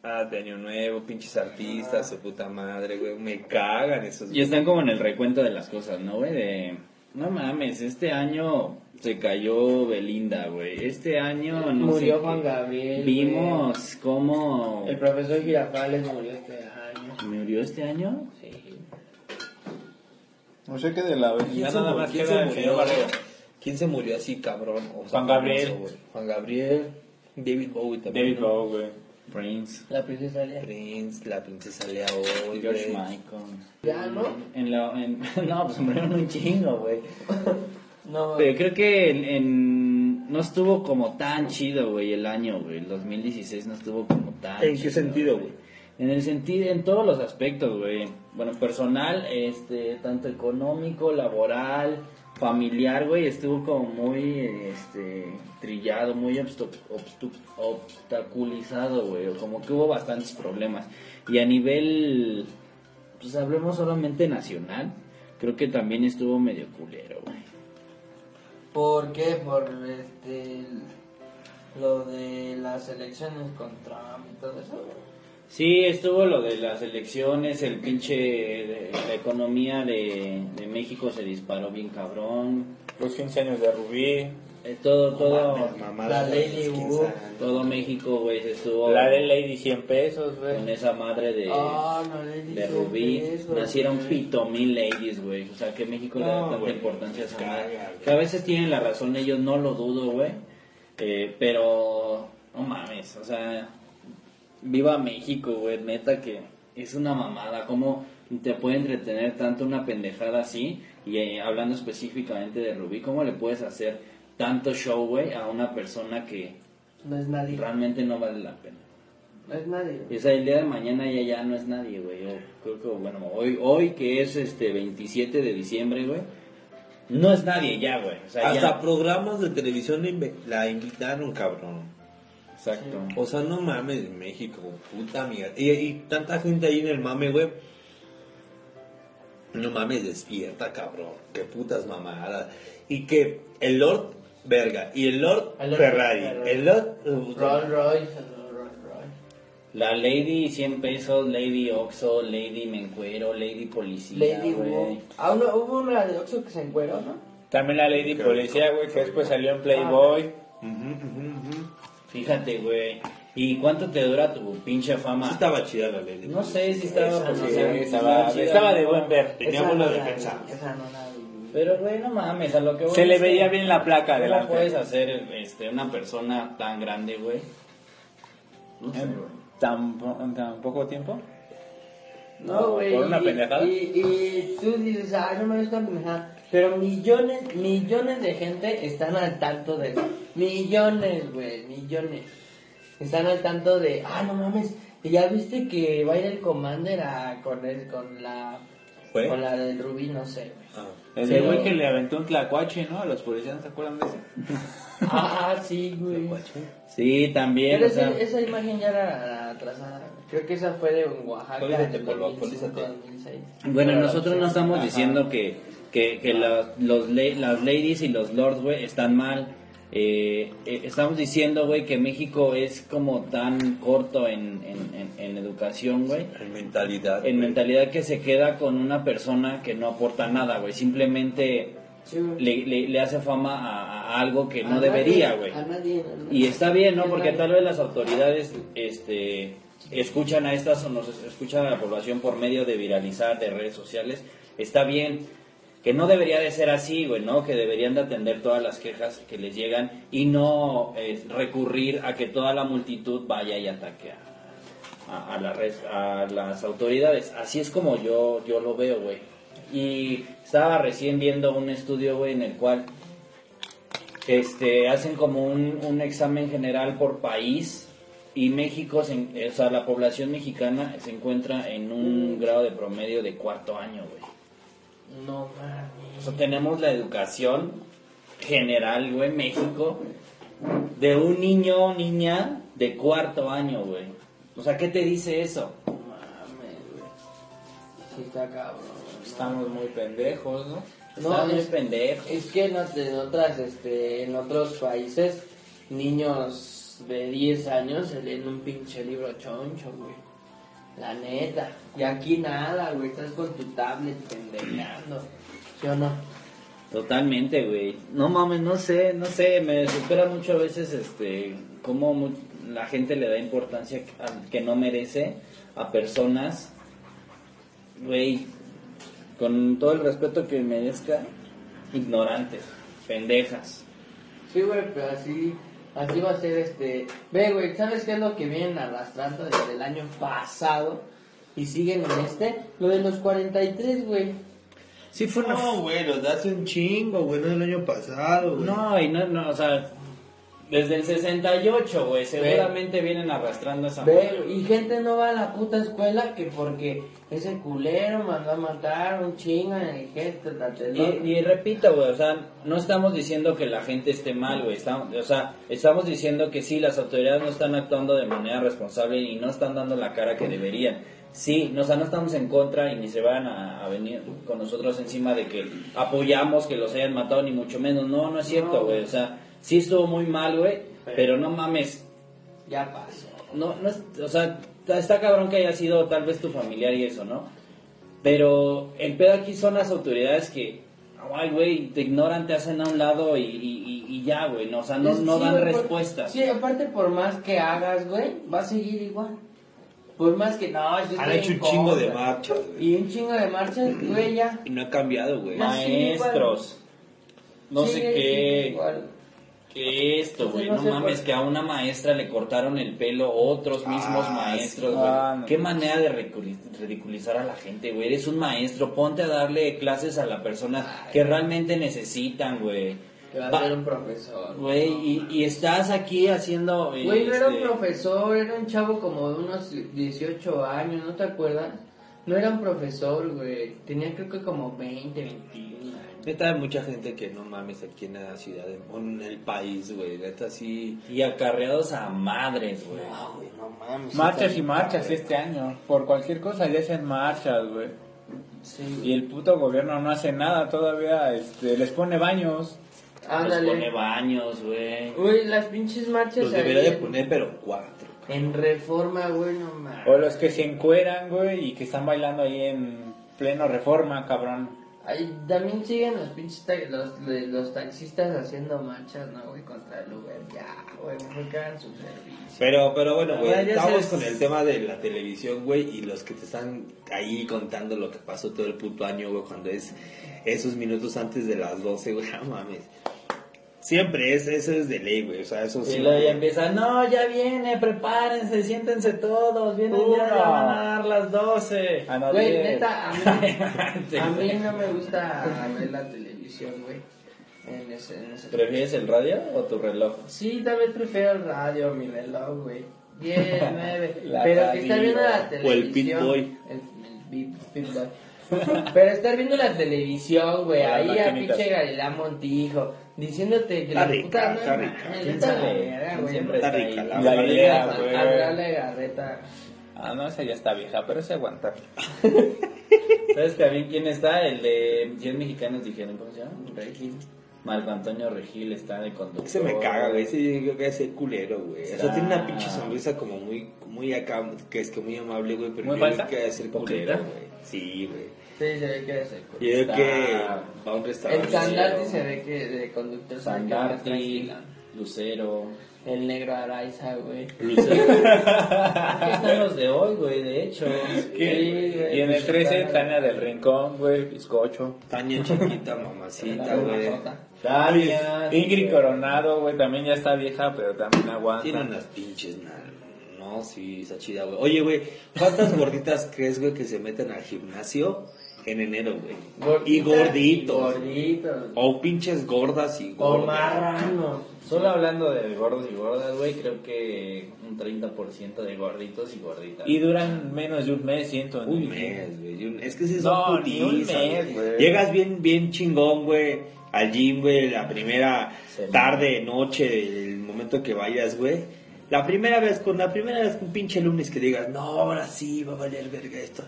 [SPEAKER 1] Ah, de Año Nuevo, pinches artistas, su puta madre, güey. Me cagan esos.
[SPEAKER 4] Y están como en el recuento de las cosas, ¿no, güey? De, no mames, este año se cayó Belinda, güey. Este año no
[SPEAKER 2] Murió
[SPEAKER 4] sé
[SPEAKER 2] Juan
[SPEAKER 4] qué.
[SPEAKER 2] Gabriel.
[SPEAKER 4] Vimos cómo
[SPEAKER 2] güey. El profesor Girafales murió este año.
[SPEAKER 4] murió este año.
[SPEAKER 2] Sí.
[SPEAKER 3] No sé qué de la vez.
[SPEAKER 1] Ya nada más queda el señor Barriga. ¿Quién se murió así, cabrón? O sea,
[SPEAKER 3] Juan Gabriel.
[SPEAKER 1] famoso, güey. Juan Gabriel. David Bowie también.
[SPEAKER 3] David
[SPEAKER 1] ¿no?
[SPEAKER 3] Bowie, güey.
[SPEAKER 4] Prince,
[SPEAKER 2] La princesa Lea.
[SPEAKER 1] Prince, la princesa Lea
[SPEAKER 2] Pues
[SPEAKER 1] hoy.
[SPEAKER 4] George Michael.
[SPEAKER 2] Ya, ¿no?
[SPEAKER 4] En la, en, no, pues murieron un chingo, güey.
[SPEAKER 2] No.
[SPEAKER 4] Pero creo que en, en- no estuvo como tan chido, güey, el año, güey. El 2016 no estuvo como tan
[SPEAKER 1] ¿En qué
[SPEAKER 4] chido,
[SPEAKER 1] sentido, güey?
[SPEAKER 4] En el sentido, en todos los aspectos, güey. Bueno, personal, este, tanto económico, laboral, familiar, güey, estuvo como muy, este, trillado, muy obstu- obstu- obstaculizado, güey. o Como que hubo bastantes problemas. Y a nivel pues hablemos solamente nacional, creo que también estuvo medio culero, güey.
[SPEAKER 2] ¿Por qué? Por este. Lo de las elecciones con Trump y todo eso.
[SPEAKER 4] Sí, estuvo lo de las elecciones, el pinche, de- la economía de, de México se disparó bien cabrón,
[SPEAKER 3] Los 15 años de Rubí.
[SPEAKER 4] Eh, todo, todo,
[SPEAKER 1] Mamada
[SPEAKER 2] La
[SPEAKER 1] de los
[SPEAKER 2] Lady
[SPEAKER 1] 15
[SPEAKER 2] Wu.
[SPEAKER 1] años.
[SPEAKER 4] todo México, güey, se estuvo
[SPEAKER 3] La de Lady 100 pesos,
[SPEAKER 4] con
[SPEAKER 3] güey.
[SPEAKER 4] esa madre de,
[SPEAKER 2] Ah, no le
[SPEAKER 4] de
[SPEAKER 2] dije
[SPEAKER 4] Rubí,
[SPEAKER 2] eso,
[SPEAKER 4] nacieron
[SPEAKER 2] güey.
[SPEAKER 4] pito mil ladies, güey, o sea, que México le da
[SPEAKER 1] No,
[SPEAKER 4] tanta
[SPEAKER 1] güey,
[SPEAKER 4] importancia a esa
[SPEAKER 1] caga,
[SPEAKER 4] madre.
[SPEAKER 1] güey.
[SPEAKER 4] Que a veces tienen la razón, ellos no lo dudo, güey, eh, pero, no mames, o sea... Viva México, güey, neta que es una mamada, cómo te puede entretener tanto una pendejada así, y eh, hablando específicamente de Rubí, cómo le puedes hacer tanto show, güey, a una persona que
[SPEAKER 2] No es nadie.
[SPEAKER 4] realmente no vale la pena.
[SPEAKER 2] No es nadie.
[SPEAKER 4] O sea, el día de mañana ya ya no es nadie, güey. Yo creo que, bueno, hoy, hoy que es este 27 de diciembre, güey, no es nadie ya, güey. O sea,
[SPEAKER 1] Hasta
[SPEAKER 4] ya-
[SPEAKER 1] programas de televisión la inve- la invitaron, cabrón.
[SPEAKER 4] Exacto.
[SPEAKER 1] O sea, no mames, México, puta mierda. Y, y tanta gente ahí en el mame, güey. No mames, despierta, cabrón. Qué putas mamadas. Y que el Lord, verga. Y el Lord,
[SPEAKER 2] El Lord
[SPEAKER 1] Ferrari.
[SPEAKER 2] Ferrari.
[SPEAKER 1] El Lord, uh,
[SPEAKER 2] Rolls Royce, no, Rolls Royce.
[SPEAKER 4] La Lady 100 pesos, Lady Oxo, Lady Mencuero, Lady Policía,
[SPEAKER 2] Lady
[SPEAKER 4] güey.
[SPEAKER 2] Wu. Ah, uno- hubo una de Oxxo que se encueró, ¿no?
[SPEAKER 3] También la Lady Policía, güey, que Ah, después salió en Playboy.
[SPEAKER 1] ujú, ujú, ujú.
[SPEAKER 4] Fíjate, güey. ¿Y cuánto te dura tu pinche
[SPEAKER 1] Sí
[SPEAKER 4] fama?
[SPEAKER 1] estaba chida la ley.
[SPEAKER 4] No sé si estaba...
[SPEAKER 2] Esa
[SPEAKER 4] pues,
[SPEAKER 2] no
[SPEAKER 4] o
[SPEAKER 3] Sí,
[SPEAKER 4] sea,
[SPEAKER 3] estaba,
[SPEAKER 4] chida,
[SPEAKER 3] estaba
[SPEAKER 4] ¿no?
[SPEAKER 3] de buen ver.
[SPEAKER 1] Teníamos
[SPEAKER 2] Esa no
[SPEAKER 1] la
[SPEAKER 2] la-
[SPEAKER 1] defensa.
[SPEAKER 2] Esa no la vi.
[SPEAKER 4] Pero, güey, no mames, a lo que voy
[SPEAKER 3] Se le
[SPEAKER 4] es que
[SPEAKER 3] veía bien la placa
[SPEAKER 4] ¿Cómo puedes
[SPEAKER 3] adelante.
[SPEAKER 4] hacer este, una persona tan grande, güey? No sé, güey.
[SPEAKER 3] ¿Tan, po- tan poco tiempo?
[SPEAKER 2] No, güey.
[SPEAKER 3] ¿Por una
[SPEAKER 2] y-
[SPEAKER 3] pendejada?
[SPEAKER 2] Y, y tú dices, ah, no me gusta pendejada. Pero millones, millones de gente están al tanto de eso. Millones, güey, millones. Están al tanto de, ah, no mames. ¿y ya viste que va a ir el Commander a, con, el, con la.
[SPEAKER 1] ¿Fue?
[SPEAKER 2] Con la del Rubí, no sé, güey.
[SPEAKER 1] Ah.
[SPEAKER 3] El
[SPEAKER 2] Sí,
[SPEAKER 3] güey
[SPEAKER 2] güey.
[SPEAKER 3] que le aventó un tlacuache, ¿no? A los policías, ¿no ¿se acuerdan de ese?
[SPEAKER 2] Ah, sí, güey.
[SPEAKER 4] Sí, también,
[SPEAKER 2] Pero
[SPEAKER 4] o sea,
[SPEAKER 2] esa, esa imagen ya era, era atrasada. Creo que esa fue de Oaxaca.
[SPEAKER 1] Actualízate,
[SPEAKER 2] en
[SPEAKER 1] Polo,
[SPEAKER 2] 2005,
[SPEAKER 1] actualízate.
[SPEAKER 2] 2006.
[SPEAKER 4] Bueno,
[SPEAKER 2] Pero,
[SPEAKER 4] nosotros
[SPEAKER 2] sí.
[SPEAKER 4] no estamos
[SPEAKER 3] Ajá.
[SPEAKER 4] diciendo que, que, que la- los, la- las ladies y los lords, güey, están mal. Eh, eh, estamos diciendo, güey, que México es como tan corto en, en, en, en educación, güey.
[SPEAKER 1] En mentalidad.
[SPEAKER 4] En
[SPEAKER 1] güey.
[SPEAKER 4] mentalidad que se queda con una persona que no aporta nada, güey. Simplemente
[SPEAKER 2] Sí, güey.
[SPEAKER 4] le, le, le hace fama a, a algo que
[SPEAKER 2] A
[SPEAKER 4] no
[SPEAKER 2] nadie,
[SPEAKER 4] debería, güey.
[SPEAKER 2] A nadie, a nadie.
[SPEAKER 4] Y está bien, ¿no?
[SPEAKER 2] Es
[SPEAKER 4] Porque
[SPEAKER 2] nadie.
[SPEAKER 4] tal vez las autoridades este, escuchan a estas o nos escuchan a la población por medio de viralizar, de redes sociales. Está bien, que no debería de ser así, güey, ¿no? Que deberían de atender todas las quejas que les llegan y no eh, recurrir a que toda la multitud vaya y ataque a, a, a la red- a las autoridades. Así es como yo, yo lo veo, güey. Y estaba recién viendo un estudio, güey, en el cual este, hacen como un, un examen general por país y México, se en- o sea, la población mexicana se encuentra en un grado de promedio de cuarto año, güey.
[SPEAKER 2] No mames.
[SPEAKER 4] O sea, tenemos la educación general, güey, México, de un niño o niña de cuarto año, güey. O sea, ¿qué te dice eso?
[SPEAKER 2] No mames, güey. Sí, está cabrón. güey, no.
[SPEAKER 3] Estamos muy pendejos, ¿no?
[SPEAKER 2] No,
[SPEAKER 4] No, es
[SPEAKER 2] es-
[SPEAKER 4] pendejo.
[SPEAKER 2] Es que en, ot- en otras, este, en otros países, niños de 10 años se leen un pinche libro choncho, güey. La neta. Y aquí nada, güey. Estás con tu tablet pendejando. ¿Sí o no?
[SPEAKER 4] Totalmente, güey. No mames, no sé, no sé, me desespera mucho a veces este cómo mu- la gente le da importancia a- que no merece a personas güey, con todo el respeto que merezca, ignorantes, pendejas.
[SPEAKER 2] Sí, güey, pero así, así va a ser este. Ve, güey, ¿sabes qué es lo que vienen arrastrando desde el año pasado? Y siguen en este. Lo de los 43, güey.
[SPEAKER 4] Sí fue
[SPEAKER 1] No, güey, los de hace un chingo, güey, no del año pasado, güey.
[SPEAKER 4] No, y no, no, o sea, desde el 68, güey, seguramente vienen arrastrando esa madre,
[SPEAKER 2] Ve,
[SPEAKER 4] güey.
[SPEAKER 2] y gente no va a la puta escuela que porque ese culero mandó a matar un chingo de gente,
[SPEAKER 4] Y,
[SPEAKER 2] tatelón.
[SPEAKER 4] y repito, güey, o sea, no estamos diciendo que la gente esté mal, güey. Estamos, o sea, estamos diciendo que sí, las autoridades no están actuando de manera responsable y no están dando la cara que deberían. Sí, no, o sea, no estamos en contra y ni se van a, a venir con nosotros encima de que apoyamos que los hayan matado, ni mucho menos. No, no es cierto,
[SPEAKER 2] No.
[SPEAKER 4] güey. O sea, sí estuvo muy mal, güey, pero no mames.
[SPEAKER 2] Ya pasó.
[SPEAKER 4] No, no es, o sea, está, está cabrón que haya sido tal vez tu familiar y eso, ¿no? Pero el pedo aquí son las autoridades que, ay, güey, te ignoran, te hacen a un lado y, y- y- y ya, güey, no, o sea, no,
[SPEAKER 2] Es-
[SPEAKER 4] no
[SPEAKER 2] sí,
[SPEAKER 4] dan
[SPEAKER 2] güey, por-
[SPEAKER 4] respuestas.
[SPEAKER 2] Sí, aparte por más que hagas, güey, va a seguir igual. Por más que no, yo
[SPEAKER 1] Han
[SPEAKER 2] estoy
[SPEAKER 1] hecho
[SPEAKER 2] en
[SPEAKER 1] un chingo de
[SPEAKER 2] contra.
[SPEAKER 1] marchas, güey.
[SPEAKER 2] Y un chingo de marchas, güey, ya.
[SPEAKER 1] Y no ha cambiado, güey.
[SPEAKER 5] No.
[SPEAKER 4] Maestros, no sé
[SPEAKER 2] Sigue
[SPEAKER 4] qué,
[SPEAKER 2] igual.
[SPEAKER 4] qué esto, güey,
[SPEAKER 2] Sí, no
[SPEAKER 4] no
[SPEAKER 2] sé
[SPEAKER 4] mames,
[SPEAKER 2] por-
[SPEAKER 4] que a una maestra le cortaron el pelo otros mismos
[SPEAKER 1] Ah,
[SPEAKER 4] maestros,
[SPEAKER 3] sí.
[SPEAKER 4] güey.
[SPEAKER 3] Ah, no.
[SPEAKER 4] Qué manera de reculi- ridiculizar a la gente, güey. Eres un maestro, ponte a darle clases a la persona que realmente necesitan, güey.
[SPEAKER 2] Que va
[SPEAKER 4] Va-
[SPEAKER 2] a ser un profesor.
[SPEAKER 4] Güey, y, y estás aquí haciendo... eh,
[SPEAKER 2] Güey, no era un
[SPEAKER 4] este,
[SPEAKER 2] profesor, era un chavo como de unos 18 años, ¿no te acuerdas? No era un profesor, güey. Tenía creo que como 20, 21 años.
[SPEAKER 1] Neta, hay mucha gente que no mames aquí en la ciudad, o en el país, güey. Neta, sí.
[SPEAKER 4] Y acarreados a madres, güey.
[SPEAKER 2] Ah, güey, no mames.
[SPEAKER 3] Marchas
[SPEAKER 2] está
[SPEAKER 3] y
[SPEAKER 2] bien,
[SPEAKER 3] marchas
[SPEAKER 2] cabrón.
[SPEAKER 3] este año. Por cualquier cosa ya hacen marchas, güey.
[SPEAKER 2] Sí.
[SPEAKER 3] Y el puto gobierno no hace nada todavía, este, les pone baños.
[SPEAKER 4] Les pone
[SPEAKER 2] Ándale.
[SPEAKER 4] baños, güey.
[SPEAKER 2] Güey, las pinches marchas
[SPEAKER 1] Los
[SPEAKER 2] ahí
[SPEAKER 1] debería de
[SPEAKER 2] en-
[SPEAKER 1] poner, pero cuatro.
[SPEAKER 2] en reforma, güey, no mames.
[SPEAKER 3] O los que se encueran, güey, y que están bailando ahí en pleno reforma, cabrón.
[SPEAKER 2] Ay, también siguen los pinches ta- los, de- los taxistas haciendo marchas, ¿no, güey? Contra el Uber. Ya, güey, mejor que hagan su servicio.
[SPEAKER 1] Pero, pero bueno, güey,
[SPEAKER 2] Ah, ya
[SPEAKER 1] estamos
[SPEAKER 2] sabes.
[SPEAKER 1] con el tema de la televisión, güey, y los que te están ahí contando lo que pasó todo el puto año, güey, cuando es esos minutos antes de las 12, güey, no mames. Siempre es, eso es de ley, güey, o sea, eso sí.
[SPEAKER 4] Y luego ya empieza, no, ya viene, prepárense, siéntense todos, vienen ya,
[SPEAKER 3] Uno.
[SPEAKER 4] ya van a dar las 12.
[SPEAKER 3] A Ah, no
[SPEAKER 2] Güey,
[SPEAKER 3] diez.
[SPEAKER 2] neta, a mí, a mí no me gusta ver la televisión, güey. En ese, en ese-
[SPEAKER 4] ¿Prefieres el radio o tu reloj?
[SPEAKER 2] Sí, tal vez prefiero el radio, mi reloj, güey. 10, 9.
[SPEAKER 3] La
[SPEAKER 2] Pero que estar
[SPEAKER 3] radio.
[SPEAKER 2] viendo la
[SPEAKER 1] O el Pit
[SPEAKER 2] televisión.
[SPEAKER 1] Boy.
[SPEAKER 2] El, el Pit- Pit Boy. Pero estar viendo la televisión, güey.
[SPEAKER 3] O las
[SPEAKER 2] Ahí a
[SPEAKER 3] maquinitas.
[SPEAKER 2] pinche Galilea Montijo. Diciéndote que
[SPEAKER 1] Está
[SPEAKER 2] la
[SPEAKER 1] rica,
[SPEAKER 2] puta
[SPEAKER 1] está
[SPEAKER 2] no
[SPEAKER 1] rica.
[SPEAKER 2] mames,
[SPEAKER 4] ¿Quién
[SPEAKER 2] vete a la
[SPEAKER 4] sabe?
[SPEAKER 2] verga,
[SPEAKER 4] ¿Quién
[SPEAKER 2] güey.
[SPEAKER 4] siempre
[SPEAKER 1] Está
[SPEAKER 4] está
[SPEAKER 1] rica
[SPEAKER 4] ahí?
[SPEAKER 1] la
[SPEAKER 3] La
[SPEAKER 1] madre.
[SPEAKER 3] idea,
[SPEAKER 2] A-
[SPEAKER 3] güey.
[SPEAKER 2] Hablarle garreta.
[SPEAKER 3] Ah, no, esa ya está vieja, pero se aguanta.
[SPEAKER 4] ¿Sabes también quién está? El de 100 mexicanos dijeron, ¿cómo se llama? Regil. Marco Antonio Regil está de conductor.
[SPEAKER 1] Ese me caga, güey, ese yo creo que es el culero, güey. O sea,
[SPEAKER 4] Ah.
[SPEAKER 1] tiene una pinche sonrisa como muy, muy acá, que es que muy amable, güey, pero
[SPEAKER 3] ¿Muy
[SPEAKER 1] yo creo
[SPEAKER 3] falsa?
[SPEAKER 1] que es el culero,
[SPEAKER 4] ¿Poquita?
[SPEAKER 1] güey. Sí, güey.
[SPEAKER 2] Sí, se ve que es el
[SPEAKER 1] Yo creo
[SPEAKER 4] Está-
[SPEAKER 1] que va a un restaurante.
[SPEAKER 2] El Sandarti se ve que de conductor se ve que más
[SPEAKER 4] Sandarti,
[SPEAKER 2] tranquila.
[SPEAKER 4] Lucero.
[SPEAKER 2] El negro Araiza, güey.
[SPEAKER 4] Lucero. Aquí están los de hoy, güey, de hecho.
[SPEAKER 2] Sí, güey.
[SPEAKER 3] Y en el 13, Tania del Rincón, güey, bizcocho.
[SPEAKER 1] Tania chiquita, mamacita, güey.
[SPEAKER 3] Tania.
[SPEAKER 4] Oye,
[SPEAKER 3] Ingrid Coronado, güey, también ya está vieja, pero también aguanta.
[SPEAKER 1] Tiene unas pinches nalgas. No, sí, está chida, güey. Oye, güey, ¿cuántas gorditas crees, güey, que se meten al gimnasio en enero, güey.
[SPEAKER 2] Gorditas
[SPEAKER 1] Y gorditos.
[SPEAKER 2] Gorditos.
[SPEAKER 1] O pinches gordas y
[SPEAKER 2] O
[SPEAKER 1] gordas.
[SPEAKER 2] marranos.
[SPEAKER 4] Solo hablando de gordos y gordas, güey, creo que un 30% de gorditos y gorditas.
[SPEAKER 7] Y duran menos de un mes, siento. ¿no?
[SPEAKER 1] Un mes, güey. y un- Es que sí son
[SPEAKER 7] No, ni un
[SPEAKER 1] putizas,
[SPEAKER 7] mes,
[SPEAKER 1] güey.
[SPEAKER 7] güey.
[SPEAKER 1] Llegas bien, bien chingón, güey. Al gym, güey, la primera
[SPEAKER 4] Semana.
[SPEAKER 1] tarde, noche, el momento que vayas, güey. La primera vez, con la primera vez, un pinche lunes que digas, no, ahora sí, va a valer verga esto.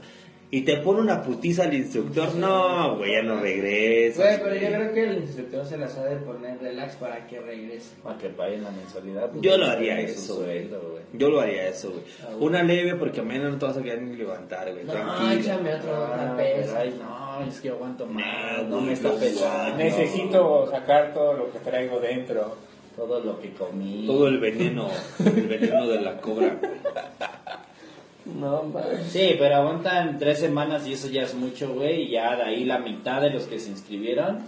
[SPEAKER 1] Y te pone una putiza al instructor, no, güey, ya no regresas.
[SPEAKER 2] Güey, pero yo
[SPEAKER 1] güey.
[SPEAKER 2] creo que el instructor se las ha de poner relax para que regrese.
[SPEAKER 4] Para que paguen la mensualidad. pues,
[SPEAKER 1] Yo lo haría
[SPEAKER 4] es un
[SPEAKER 1] eso,
[SPEAKER 4] sueldo, güey.
[SPEAKER 1] Yo lo haría eso, güey.
[SPEAKER 2] Ah, güey.
[SPEAKER 1] Una leve, porque menos no te vas a querer ni levantar, güey.
[SPEAKER 2] No,
[SPEAKER 1] Tranquilo.
[SPEAKER 2] échame otro
[SPEAKER 4] Ah,
[SPEAKER 2] una
[SPEAKER 4] pero,
[SPEAKER 2] pesa.
[SPEAKER 4] ay, no, es que aguanto más,
[SPEAKER 1] No,
[SPEAKER 4] no
[SPEAKER 1] güey,
[SPEAKER 4] me está
[SPEAKER 1] no,
[SPEAKER 7] Ah,
[SPEAKER 4] pesando.
[SPEAKER 3] Necesito sacar todo lo que traigo dentro.
[SPEAKER 4] Todo lo que comí.
[SPEAKER 1] Todo el veneno, el veneno de la cobra, güey.
[SPEAKER 2] No, mames.
[SPEAKER 4] Sí, pero aguantan tres semanas y eso ya es mucho, güey. Y ya de ahí la mitad de los que se inscribieron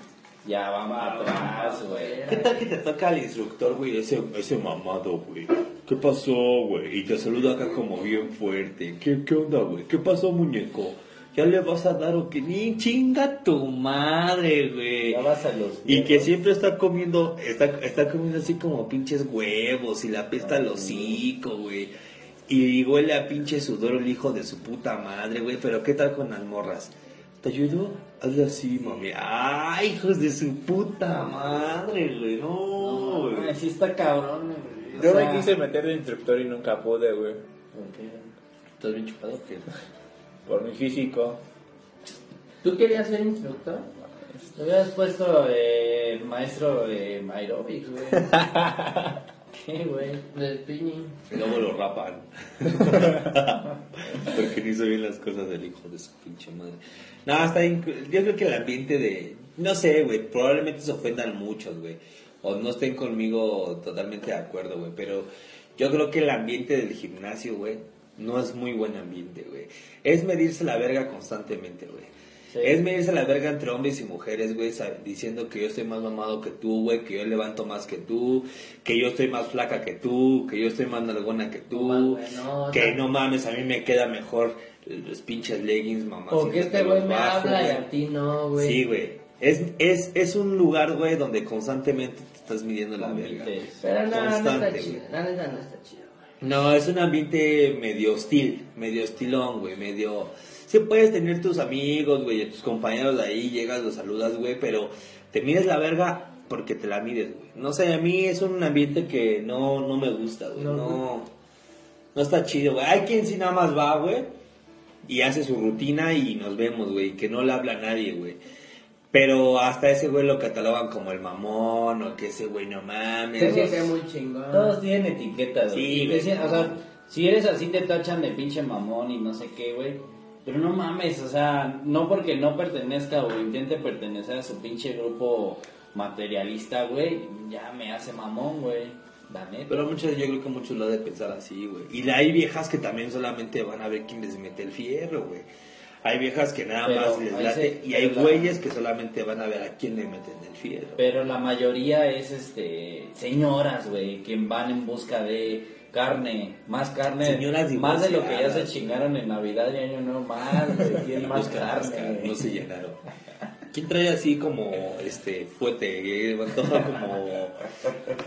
[SPEAKER 4] ya van para atrás, güey.
[SPEAKER 1] ¿Qué tal que te toca al instructor, güey? Ese, ese mamado, güey. ¿Qué pasó, güey? Y te saluda acá como bien fuerte. ¿Qué, qué onda, güey? ¿Qué pasó, muñeco? ¿Ya le vas a dar o qué? Ni chinga tu madre, güey.
[SPEAKER 4] Ya vas a los.
[SPEAKER 1] Y que siempre está comiendo, está, está comiendo así como pinches huevos y la pesta al hocico, güey. Y huele a pinche sudor el hijo de su puta madre, güey. Pero ¿qué tal con las morras? ¿Te ayudo? Hazle así, mami. ¡Ay, hijos de su puta madre, güey! No, güey.
[SPEAKER 4] Sí está cabrón, güey. O
[SPEAKER 7] Yo me
[SPEAKER 4] sea,
[SPEAKER 7] quise meter de instructor y nunca pude, güey.
[SPEAKER 4] ¿por qué?
[SPEAKER 1] ¿Estás bien chupado o qué?
[SPEAKER 7] Por mi físico.
[SPEAKER 2] ¿Tú querías ser instructor?
[SPEAKER 4] Pues, Te hubieras puesto eh, maestro de aeróbics, güey. ¿Qué, güey?
[SPEAKER 2] Del piñi.
[SPEAKER 1] Y Luego lo rapan. Porque no hizo bien las cosas del hijo de su pinche madre. No, está bien. cru- Yo creo que el ambiente de. No sé, güey. Probablemente se ofendan muchos, güey. O no estén conmigo totalmente de acuerdo, güey. Pero yo creo que el ambiente del gimnasio, güey, no es muy buen ambiente, güey. Es medirse la verga constantemente, güey.
[SPEAKER 4] Sí.
[SPEAKER 1] Es medirse la verga entre hombres y mujeres, güey, sab- diciendo que yo estoy más mamado que tú, güey, que yo levanto más que tú, que yo estoy más flaca que tú, que yo estoy más nalgona que
[SPEAKER 2] No
[SPEAKER 1] tú,
[SPEAKER 2] mames, no,
[SPEAKER 1] que
[SPEAKER 2] no.
[SPEAKER 1] no mames, a mí me queda mejor los pinches leggings, mamá.
[SPEAKER 2] Porque este güey me habla y a ti no, güey.
[SPEAKER 1] Sí, güey. Es, es, es un lugar, güey, donde constantemente te estás midiendo la verga.
[SPEAKER 4] Convites.
[SPEAKER 2] Pero no, no
[SPEAKER 1] Constante,
[SPEAKER 2] está
[SPEAKER 1] güey.
[SPEAKER 2] chido. La neta no está chido.
[SPEAKER 1] No, es un ambiente medio hostil, medio hostilón, güey, medio... Sí puedes tener tus amigos, güey, tus compañeros de ahí, llegas, los saludas, güey, pero te mides la verga porque te la mides, güey. No sé, a mí es un ambiente que no, no me gusta, güey. No,
[SPEAKER 2] No,
[SPEAKER 1] no, está chido, güey. Hay quien sí nada más va, güey, y hace su rutina y nos vemos, güey, que no le habla a nadie, güey. Pero hasta ese güey lo catalogan como el mamón o que ese güey no mames.
[SPEAKER 2] Se
[SPEAKER 1] o-
[SPEAKER 2] siente muy chingón.
[SPEAKER 4] Todos tienen etiquetas, güey.
[SPEAKER 1] Ah. Sí,
[SPEAKER 4] Y te
[SPEAKER 1] güey.
[SPEAKER 4] dicen, O sea, si eres así te tachan de pinche mamón y no sé qué, güey. Pero no mames, o sea, no porque no pertenezca o intente pertenecer a su pinche grupo materialista, güey, ya me hace mamón, güey. La neta.
[SPEAKER 1] Pero muchas, yo creo que muchos lo han de pensar así, güey. Y la- hay viejas que también solamente van a ver quién les mete el fierro, güey. Hay viejas que nada
[SPEAKER 4] Pero
[SPEAKER 1] más les
[SPEAKER 4] ahí
[SPEAKER 1] late.
[SPEAKER 4] se-
[SPEAKER 1] y hay
[SPEAKER 4] pero la-
[SPEAKER 1] güeyes que solamente van a ver a quién le meten el fierro.
[SPEAKER 4] Pero la mayoría es, este, señoras, güey, que van en busca de carne, más carne,
[SPEAKER 1] Señoras
[SPEAKER 4] más de lo que ya se
[SPEAKER 1] divorciadas,
[SPEAKER 4] chingaron en Navidad y Año Nuevo, más, güey,
[SPEAKER 1] Y
[SPEAKER 4] quieren más
[SPEAKER 1] buscan
[SPEAKER 4] carne,
[SPEAKER 1] más carne,
[SPEAKER 4] güey.
[SPEAKER 1] no se llenaron. ¿Quién trae así como este fuete? Que me antoja como.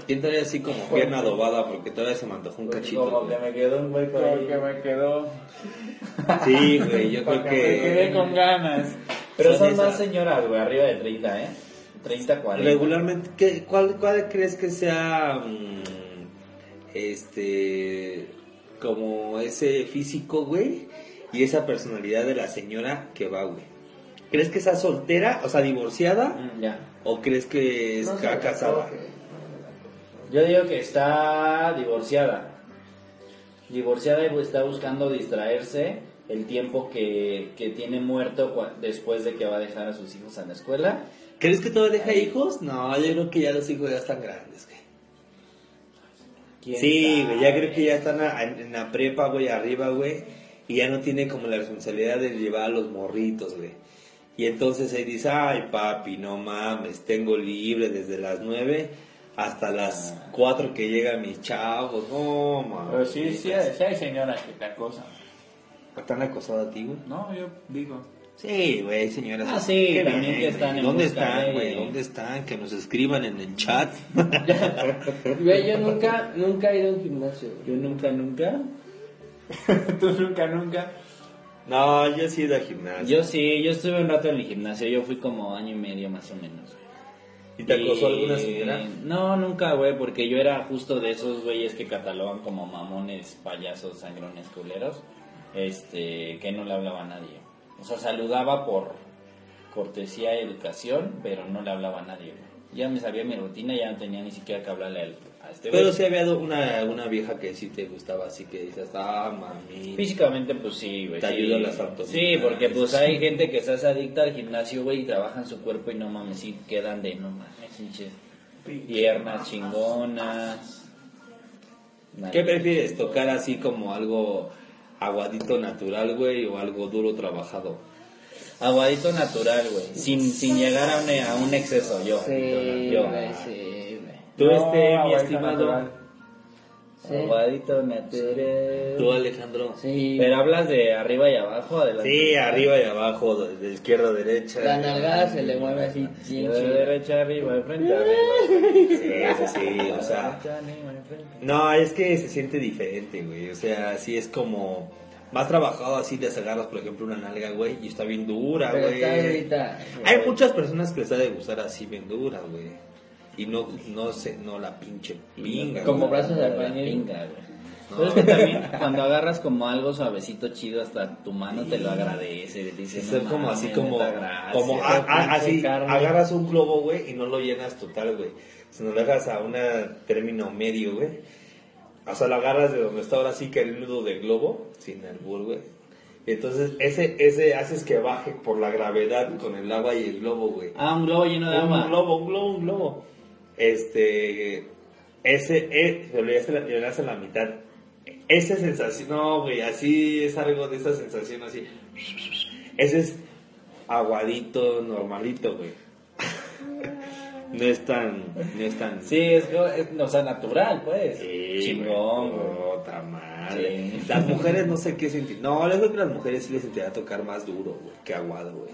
[SPEAKER 1] ¿Quién trae así como pierna adobada? Porque todavía se me antojó
[SPEAKER 4] Pues
[SPEAKER 1] un cachito.
[SPEAKER 4] Como que
[SPEAKER 1] güey.
[SPEAKER 4] me quedó un hueco ahí.
[SPEAKER 3] Porque me quedó.
[SPEAKER 1] Sí, güey, yo creo
[SPEAKER 3] Me quedé
[SPEAKER 1] que.
[SPEAKER 3] con ganas.
[SPEAKER 4] Pero
[SPEAKER 1] Son
[SPEAKER 4] son más
[SPEAKER 1] esas.
[SPEAKER 4] señoras, güey, arriba de 30, ¿eh? 30, 40.
[SPEAKER 1] Regularmente, ¿qué- cuál, ¿cuál crees que sea mm, este como ese físico, güey? Y esa personalidad de la señora que va, güey. ¿Crees que sea soltera, o sea, divorciada?
[SPEAKER 4] Mm, Ya.
[SPEAKER 1] ¿O crees que
[SPEAKER 2] No
[SPEAKER 1] está
[SPEAKER 2] se
[SPEAKER 1] casada?
[SPEAKER 2] recoge.
[SPEAKER 4] Yo digo que está divorciada. Divorciada y pues está buscando distraerse el tiempo que, que tiene muerto cua- después de que va a dejar a sus hijos a la escuela.
[SPEAKER 1] ¿Crees que todavía deja hijos? No, yo creo que ya los hijos ya están grandes, güey.
[SPEAKER 4] ¿Quién
[SPEAKER 1] Sí,
[SPEAKER 4] sabe?
[SPEAKER 1] güey, ya creo que ya están a- en, en la prepa, güey, arriba, güey. Y ya no tiene como la responsabilidad de llevar a los morritos, güey. Y entonces ahí dice, ay, papi, no mames, tengo libre desde las 9 hasta las
[SPEAKER 4] Ah.
[SPEAKER 1] 4 que llegan mis chavos. No,
[SPEAKER 3] Pero
[SPEAKER 1] mames.
[SPEAKER 3] sí, sí, sí hay señoras que te acosan.
[SPEAKER 1] ¿Están acosados a ti, güey?
[SPEAKER 3] No, yo digo.
[SPEAKER 1] Sí, güey, señoras.
[SPEAKER 4] Ah, sí,
[SPEAKER 1] Qué
[SPEAKER 4] también que
[SPEAKER 1] güey.
[SPEAKER 4] están en
[SPEAKER 1] ¿Dónde
[SPEAKER 4] busca
[SPEAKER 1] están,
[SPEAKER 4] de-
[SPEAKER 1] güey? ¿Dónde están? Que nos escriban en el chat.
[SPEAKER 2] Güey, yo nunca, nunca he ido a un gimnasio, güey.
[SPEAKER 4] Yo nunca, nunca.
[SPEAKER 3] Tú nunca, nunca.
[SPEAKER 1] no, yo sí he ido al gimnasio.
[SPEAKER 4] Yo sí, yo estuve un rato en el gimnasio, yo fui como año y medio más o menos. güey.
[SPEAKER 1] ¿Y te acosó alguna
[SPEAKER 4] Y-
[SPEAKER 1] señora?
[SPEAKER 4] No, nunca, güey, porque yo era justo de esos güeyes que catalogan como mamones, payasos, sangrones, culeros, este, que no le hablaba a nadie. O sea, saludaba por cortesía y educación, pero no le hablaba a nadie, güey. Ya me sabía mi rutina, ya no tenía ni siquiera que hablarle a, él, a este güey.
[SPEAKER 1] Pero sí había do- una, una vieja que sí te gustaba, así que dices, ah, mami.
[SPEAKER 4] Físicamente, pues sí, güey.
[SPEAKER 1] Te
[SPEAKER 4] sí.
[SPEAKER 1] ayuda las abdominales.
[SPEAKER 4] Sí, porque pues hay gente que se hace adicta al gimnasio, güey, y trabajan su cuerpo y no mames, sí quedan de no mames, pinches. Piernas chingonas.
[SPEAKER 1] ¿Qué
[SPEAKER 4] Nalgas
[SPEAKER 1] prefieres?
[SPEAKER 4] chingonas.
[SPEAKER 1] ¿Tocar así como algo aguadito natural, güey, o algo duro trabajado?
[SPEAKER 4] Aguadito natural, güey. Sin, sin llegar a un, e, a un exceso, yo.
[SPEAKER 2] Sí,
[SPEAKER 4] yo,
[SPEAKER 2] güey, sí, güey.
[SPEAKER 1] Tú,
[SPEAKER 3] No,
[SPEAKER 1] este, mi
[SPEAKER 3] aguanta
[SPEAKER 1] estimado.
[SPEAKER 3] natural.
[SPEAKER 2] Sí.
[SPEAKER 4] Aguadito natural.
[SPEAKER 1] Tú, Alejandro.
[SPEAKER 2] Sí.
[SPEAKER 4] Pero hablas de arriba y abajo, adelante.
[SPEAKER 1] Sí, arriba y abajo, de de izquierda a derecha.
[SPEAKER 2] La nalgada se le mueve así,
[SPEAKER 4] De
[SPEAKER 2] bien chida.
[SPEAKER 4] derecha arriba, de frente arriba.
[SPEAKER 1] Sí, sí, sí, o sea. No, es que se siente diferente, güey. O sea, sí es como más trabajado así de agarras, por ejemplo, una nalga, güey, y está bien dura,
[SPEAKER 2] Pero
[SPEAKER 1] güey.
[SPEAKER 2] está ahorita.
[SPEAKER 1] Hay muchas personas que les ha de gustar así bien dura, güey. Y no, no sé, no la pinche pinga. güey.
[SPEAKER 2] Como brazos de
[SPEAKER 4] La
[SPEAKER 2] albañil.
[SPEAKER 4] pinga, güey.
[SPEAKER 1] No.
[SPEAKER 4] Pero es que también cuando agarras como algo suavecito chido hasta tu mano te lo agradece, te dice,
[SPEAKER 1] Es
[SPEAKER 4] "No
[SPEAKER 1] como
[SPEAKER 4] mames,
[SPEAKER 1] así como,
[SPEAKER 4] neta, gracias".
[SPEAKER 1] como a- a-
[SPEAKER 4] Pinche
[SPEAKER 1] así,
[SPEAKER 4] carne.
[SPEAKER 1] agarras un globo, güey, y no lo llenas total, güey. Si no lo dejas a un término medio, güey. O sea, lo agarras de donde está ahora sí que el nudo del globo, sin albur, güey. Entonces, ese, ese haces que baje por la gravedad con el agua y el globo, güey.
[SPEAKER 4] Ah, un globo lleno de
[SPEAKER 1] un
[SPEAKER 4] agua.
[SPEAKER 1] globo, un globo, un globo. Este, ese, eh, pero ya se la, ya le hace la mitad. Esa sensación, no, güey, así es algo de esa sensación así. Ese es aguadito, normalito, güey. No es tan, no es tan.
[SPEAKER 4] Sí, es, es- o sea, natural, pues.
[SPEAKER 1] Sí,
[SPEAKER 4] Chingón,
[SPEAKER 1] güey,
[SPEAKER 4] güey.
[SPEAKER 1] puta madre.
[SPEAKER 4] Sí.
[SPEAKER 1] Las mujeres no sé qué sentir. No, yo creo que las mujeres sí les sentirá tocar más duro, güey, que aguado, güey.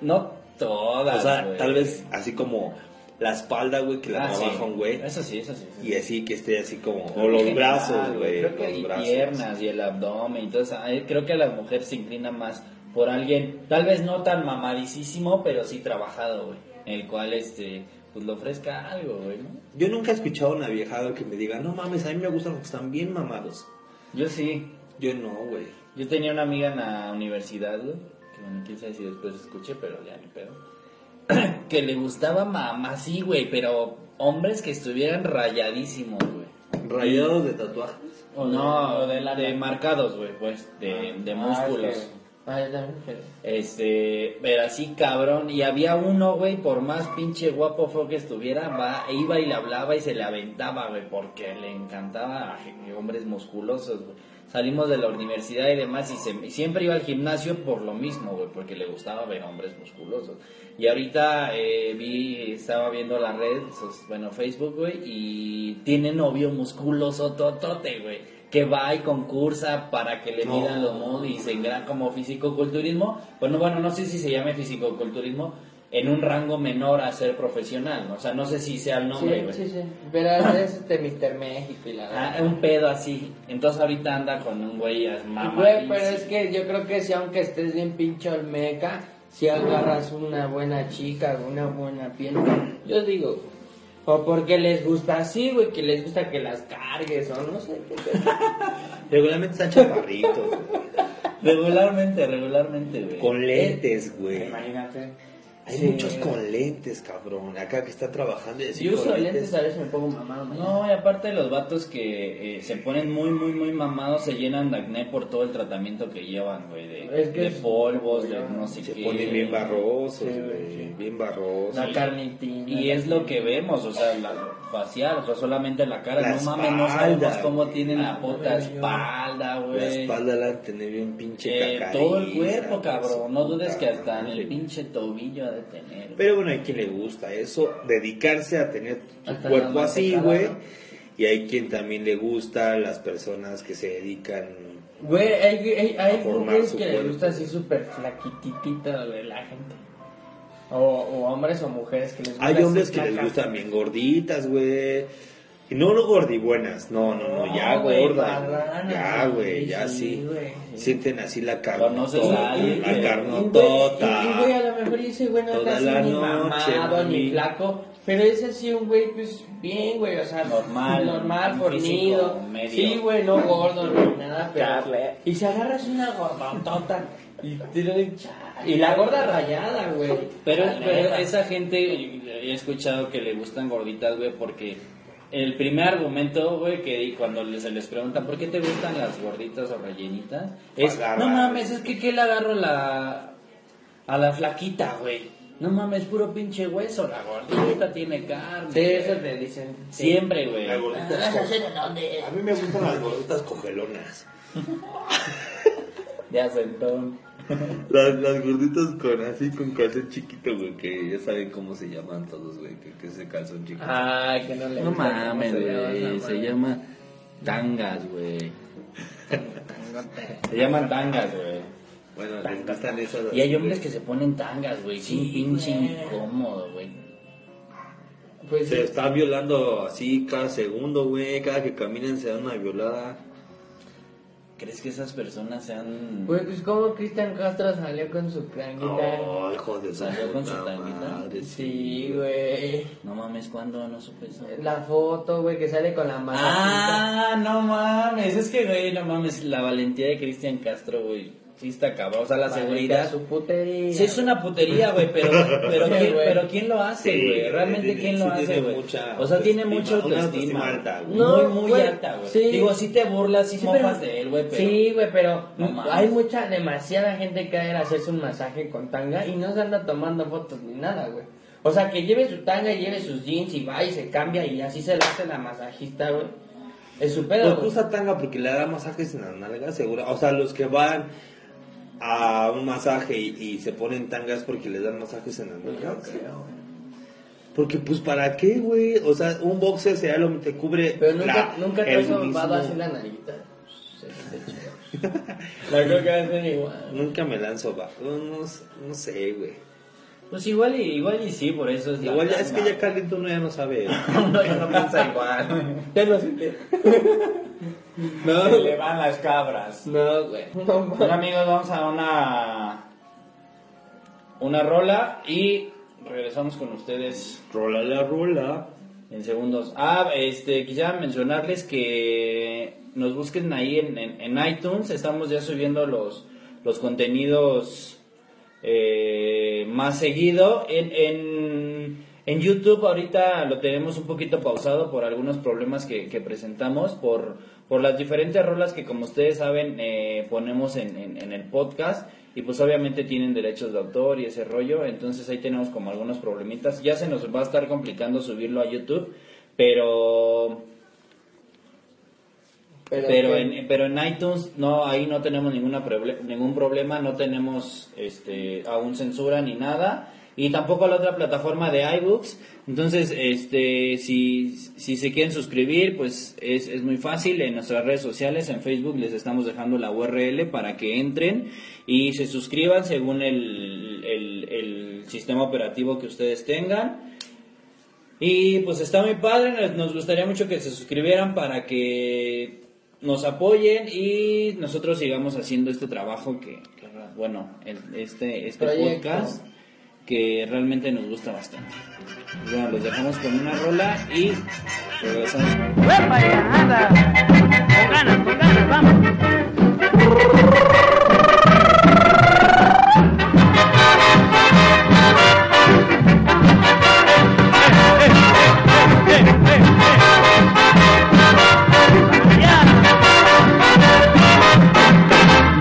[SPEAKER 4] No todas,
[SPEAKER 1] O sea,
[SPEAKER 4] güey.
[SPEAKER 1] tal vez así como la espalda, güey, que la
[SPEAKER 4] Ah, sí.
[SPEAKER 1] trabaja un güey.
[SPEAKER 4] Eso sí, eso sí. eso sí.
[SPEAKER 1] Y así que esté así como. O
[SPEAKER 4] Creo que
[SPEAKER 1] los
[SPEAKER 4] en
[SPEAKER 1] brazos,
[SPEAKER 4] general,
[SPEAKER 1] güey.
[SPEAKER 4] Creo que
[SPEAKER 1] Los
[SPEAKER 4] y
[SPEAKER 1] brazos.
[SPEAKER 4] piernas y el abdomen. Entonces, ay, creo que la mujer se inclina más por alguien, tal vez no tan mamadicísimo, pero sí trabajado, güey. El cual, este, pues le ofrezca algo, güey, ¿no?
[SPEAKER 1] Yo nunca he escuchado a una viejada que me diga, no mames, a mí me gustan los que están bien mamados.
[SPEAKER 4] Yo sí.
[SPEAKER 1] Yo no, güey.
[SPEAKER 4] Yo tenía una amiga en la universidad, güey, que bueno, quién sabe si después escuché, pero ya ni pedo. que le gustaba mamá, sí, güey, pero hombres que estuvieran rayadísimos, güey.
[SPEAKER 1] Rayados de tatuajes.
[SPEAKER 4] O no, de, marcados, güey, pues, de, de músculos.
[SPEAKER 3] Ah, ok.
[SPEAKER 2] Ah, yo también, pero-
[SPEAKER 4] Este, pero así cabrón. Y había uno, güey, por más pinche guapo fue que estuviera, va, iba y le hablaba y se le aventaba, güey, porque le encantaba a gen- hombres musculosos, güey. Salimos de la universidad y demás y se- siempre iba al gimnasio por lo mismo, güey, porque le gustaba ver hombres musculosos. Y ahorita eh, vi, estaba viendo la red, sos- bueno, Facebook, güey, y tiene novio musculoso totote, güey. Que va y concursa para que le
[SPEAKER 1] No.
[SPEAKER 4] midan los modos y se engrana como fisicoculturismo. Bueno, bueno, no sé si se llame fisicoculturismo en un rango menor a ser profesional, ¿no? O sea, no sé si sea el nombre, güey.
[SPEAKER 2] sí, sí, sí. Pero es este Mr. México y la
[SPEAKER 4] Ah, un pedo así. Entonces ahorita anda con un güey as-
[SPEAKER 2] Güey,
[SPEAKER 4] mamadísimo.
[SPEAKER 2] pero es que yo creo que si aunque estés bien pincho olmeca, si agarras una buena chica, una buena piel, yo digo, o porque les gusta así, güey, que les gusta que las cargues, o no sé qué. pedo.
[SPEAKER 1] Regularmente están chaparritos, güey.
[SPEAKER 4] Regularmente, regularmente, güey.
[SPEAKER 1] Con lentes, güey.
[SPEAKER 3] Imagínate.
[SPEAKER 1] Hay
[SPEAKER 2] Sí.
[SPEAKER 1] muchos con lentes, cabrón. Acá que está trabajando y así
[SPEAKER 2] Yo
[SPEAKER 1] con
[SPEAKER 2] uso lentes, a veces me pongo mamado. mañana.
[SPEAKER 4] No, y aparte los vatos que eh, se ponen muy, muy, muy mamados se llenan de acné por todo el tratamiento que llevan, güey. De,
[SPEAKER 2] Es que
[SPEAKER 4] de
[SPEAKER 2] es-
[SPEAKER 4] polvos, de no sé
[SPEAKER 1] Se
[SPEAKER 4] qué.
[SPEAKER 1] ponen bien barrosos,
[SPEAKER 2] Sí,
[SPEAKER 1] güey.
[SPEAKER 2] sí.
[SPEAKER 1] Bien barrosos.
[SPEAKER 2] La carnitina.
[SPEAKER 4] Y es lo que vemos, o sea, la facial, o sea, solamente la cara.
[SPEAKER 1] La
[SPEAKER 4] no mames, no sabemos
[SPEAKER 1] espalda,
[SPEAKER 4] cómo
[SPEAKER 1] güey.
[SPEAKER 4] tienen la
[SPEAKER 2] Ah,
[SPEAKER 4] puta
[SPEAKER 2] güey, yo-
[SPEAKER 4] espalda, güey.
[SPEAKER 1] La espalda la han tener bien pinche
[SPEAKER 4] Eh,
[SPEAKER 1] cacariza,
[SPEAKER 4] todo el cuerpo,
[SPEAKER 1] su
[SPEAKER 4] cabrón. No dudes
[SPEAKER 1] puta
[SPEAKER 4] que hasta en el
[SPEAKER 1] madre.
[SPEAKER 4] pinche tobillo ha de tener.
[SPEAKER 1] Pero bueno, hay quien le gusta eso, dedicarse a tener tu
[SPEAKER 2] Hasta la
[SPEAKER 1] cuerpo
[SPEAKER 2] mano
[SPEAKER 1] así,
[SPEAKER 2] pegada,
[SPEAKER 1] güey.
[SPEAKER 2] ¿no?
[SPEAKER 1] Y hay quien también le gusta las personas que se dedican
[SPEAKER 2] Güey, hay, hay, hay
[SPEAKER 1] A formar
[SPEAKER 2] mujeres
[SPEAKER 1] su
[SPEAKER 2] que les
[SPEAKER 1] cuerpo.
[SPEAKER 2] gusta así súper flaquititita de la gente. O, o hombres o mujeres que les gusta
[SPEAKER 1] Hay
[SPEAKER 2] así
[SPEAKER 1] hombres que les
[SPEAKER 2] flacas.
[SPEAKER 1] gustan bien gorditas, güey. Y no lo gordibuenas, no, no, no, ya
[SPEAKER 2] No, güey,
[SPEAKER 1] gorda.
[SPEAKER 2] marranas,
[SPEAKER 1] ya, güey,
[SPEAKER 2] sí,
[SPEAKER 1] ya
[SPEAKER 2] sí,
[SPEAKER 1] sí.
[SPEAKER 2] güey.
[SPEAKER 1] Sienten así la
[SPEAKER 4] Conoces
[SPEAKER 1] carnotota,
[SPEAKER 4] a alguien,
[SPEAKER 1] la
[SPEAKER 4] güey.
[SPEAKER 2] Y,
[SPEAKER 4] tota,
[SPEAKER 2] güey, y- y, güey,
[SPEAKER 1] carnotota.
[SPEAKER 2] a lo mejor ese güey no
[SPEAKER 1] Toda
[SPEAKER 2] está así
[SPEAKER 1] la
[SPEAKER 2] ni
[SPEAKER 1] noche,
[SPEAKER 2] mamado ni
[SPEAKER 1] mami.
[SPEAKER 2] flaco, pero es así un güey, pues bien, güey, o sea,
[SPEAKER 4] Normal,
[SPEAKER 2] normal,
[SPEAKER 4] un
[SPEAKER 2] fornido.
[SPEAKER 4] físico medio.
[SPEAKER 2] Sí, güey, no gordo ni nada, pero. Y si agarras una gordotota y te lo Y la gorda rayada, güey.
[SPEAKER 4] Pero,
[SPEAKER 2] La
[SPEAKER 4] pero
[SPEAKER 2] neta.
[SPEAKER 4] esa gente, he escuchado que le gustan gorditas, güey, porque el primer argumento, güey, que di- cuando le- se les preguntan por qué te gustan las gorditas o rellenitas, es,
[SPEAKER 1] Agarra,
[SPEAKER 4] no
[SPEAKER 1] güey.
[SPEAKER 4] mames, es que ¿qué le agarro la, a la flaquita, güey? No mames, puro pinche hueso, la gordita tiene carne.
[SPEAKER 2] Sí, eso
[SPEAKER 4] güey".
[SPEAKER 2] te dicen.
[SPEAKER 4] Siempre, güey.
[SPEAKER 1] La gordita es coge- A mí me gustan las gorditas cogelonas.
[SPEAKER 4] De acentón.
[SPEAKER 1] Las, las gorditas con así, con calzón chiquito, güey, que ya saben cómo se llaman todos, güey, que, que ese calzón chiquito.
[SPEAKER 2] Ay, que no le
[SPEAKER 4] No
[SPEAKER 2] gusta cómo
[SPEAKER 4] mames,
[SPEAKER 2] se llama esa
[SPEAKER 4] güey. Se
[SPEAKER 2] madre.
[SPEAKER 4] llama tangas, güey. Se llaman tangas, güey.
[SPEAKER 1] Bueno, les gustan esas.
[SPEAKER 4] Y hay hombres que se ponen tangas, güey. sin
[SPEAKER 2] Sí,
[SPEAKER 4] pinche
[SPEAKER 2] güey.
[SPEAKER 4] incómodo, güey.
[SPEAKER 2] Pues
[SPEAKER 1] Se está violando así cada segundo, güey, cada que caminen se dan una violada.
[SPEAKER 4] ¿Crees que esas personas sean.
[SPEAKER 2] Güey, pues como Cristian Castro salió con su planguita.
[SPEAKER 1] Oh, hijo de su
[SPEAKER 4] ¿Salió con su
[SPEAKER 1] puta
[SPEAKER 4] tanguita?
[SPEAKER 1] madre,
[SPEAKER 2] sí, güey.
[SPEAKER 4] No mames, ¿cuándo? No supe eso.
[SPEAKER 2] La foto, güey, que sale con la mano.
[SPEAKER 4] Ah, no mames. Es que, güey, no mames. La valentía de Cristian Castro, güey. Sí, está cabrón. O sea, la seguridad.
[SPEAKER 2] Su putería.
[SPEAKER 4] Sí, es una putería, güey, pero, pero,
[SPEAKER 2] Sí,
[SPEAKER 4] ¿quién,
[SPEAKER 2] güey.
[SPEAKER 4] pero ¿quién lo hace,
[SPEAKER 1] Sí,
[SPEAKER 4] güey? Realmente,
[SPEAKER 1] tiene-
[SPEAKER 4] ¿quién lo
[SPEAKER 1] sí
[SPEAKER 4] hace,
[SPEAKER 1] tiene
[SPEAKER 4] güey?
[SPEAKER 1] mucha
[SPEAKER 4] O sea, tiene
[SPEAKER 1] autoestima,
[SPEAKER 4] mucha
[SPEAKER 1] una
[SPEAKER 4] autoestima.
[SPEAKER 1] autoestima alta, güey.
[SPEAKER 4] muy,
[SPEAKER 2] No,
[SPEAKER 4] muy
[SPEAKER 2] güey,
[SPEAKER 4] alta, güey.
[SPEAKER 2] sí.
[SPEAKER 4] Digo, sí te burlas, sí,
[SPEAKER 2] Sí,
[SPEAKER 4] mojas
[SPEAKER 2] pero-
[SPEAKER 4] de él, güey, pero...
[SPEAKER 2] Sí, güey, pero
[SPEAKER 4] No mames.
[SPEAKER 2] hay mucha, demasiada gente que va a ir a hacerse un masaje con tanga y no se anda tomando fotos ni nada, güey. O sea, que lleve su tanga y lleve sus jeans y va y se cambia y así se la hace la masajista, güey. Es su pedo,
[SPEAKER 1] Pues
[SPEAKER 2] güey.
[SPEAKER 1] usa tanga porque le da masajes en las nalgas, seguro. O sea, los que van a un masaje y, y se ponen tangas porque les dan masajes en las nalgas. Porque, pues, ¿para qué, güey? O sea, un boxer se lo te cubre.
[SPEAKER 2] Pero nunca,
[SPEAKER 1] la-
[SPEAKER 2] nunca te
[SPEAKER 1] el
[SPEAKER 2] has sobado
[SPEAKER 1] mismo-
[SPEAKER 2] así la narita. Se te echa. La creo que va a ser igual.
[SPEAKER 1] Nunca me la han sobado. No, no sé, güey.
[SPEAKER 4] Pues igual y, igual y sí, por eso es la
[SPEAKER 1] Igual ya es que
[SPEAKER 4] tanga,
[SPEAKER 1] ya Carlito uno ya no sabe.
[SPEAKER 4] güey. Uno ya no piensa igual.
[SPEAKER 2] Ya no sé.
[SPEAKER 3] Se le van las cabras.
[SPEAKER 2] No, güey. No, mames.
[SPEAKER 4] Bueno, amigos, vamos a una... Una rola y regresamos con ustedes
[SPEAKER 1] Rola la rola.
[SPEAKER 4] en segundos. Ah, este, quisiera mencionarles que nos busquen ahí en, en- en iTunes. Estamos ya subiendo los, los contenidos eh, más seguido. En, en, en YouTube ahorita lo tenemos un poquito pausado por algunos problemas que, que presentamos, por, por las diferentes rolas que como ustedes saben eh, ponemos en, en- en el podcast. Y pues obviamente tienen derechos de autor y ese rollo, entonces ahí tenemos como algunos problemitas. Ya se nos va a estar complicando subirlo a YouTube, pero pero
[SPEAKER 2] qué.
[SPEAKER 4] en, pero en iTunes no ahí no tenemos ninguna proble- ningún problema no tenemos este aún censura ni nada y tampoco la otra plataforma de iBooks entonces este si, si se quieren suscribir pues es, es muy fácil en nuestras redes sociales en Facebook les estamos dejando la URL para que entren y se suscriban según el, el, el sistema operativo que ustedes tengan y pues está muy padre, nos, nos gustaría mucho que se suscribieran para que nos apoyen y nosotros sigamos haciendo este trabajo que, que ra- bueno, el- este, este
[SPEAKER 2] Proyecto.
[SPEAKER 4] podcast que realmente nos gusta bastante. Bueno, los dejamos con una rola y regresamos.
[SPEAKER 8] ¡Huepa, ya! ¡Anda! Con ganas, con ganas, vamos.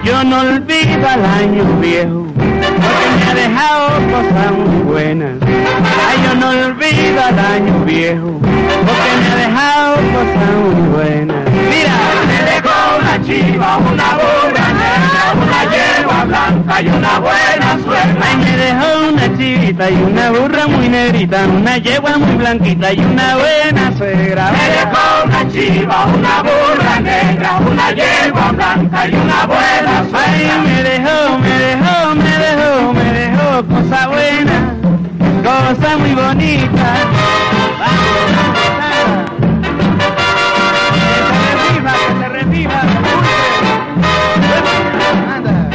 [SPEAKER 8] Yo no olvido al año viejo, porque me ha dejado cosas muy buenas. Ay, yo no olvido al año viejo, porque me ha dejado cosas muy buenas. Mira, me dejó una chiva, una burra, negra, una yegua blanca y una buena suegra. Ay, me dejó una chivita y una burra muy negrita, una yegua muy blanquita y una buena suegra. Me dejó una chiva, una burra negra, una yegua blanca y una buena suegra. Ay, me dejó, me dejó, me dejó, me dejó cosa buena, cosa muy bonita. Vamos a gozar. Que se reviva, que se reviva. Anda.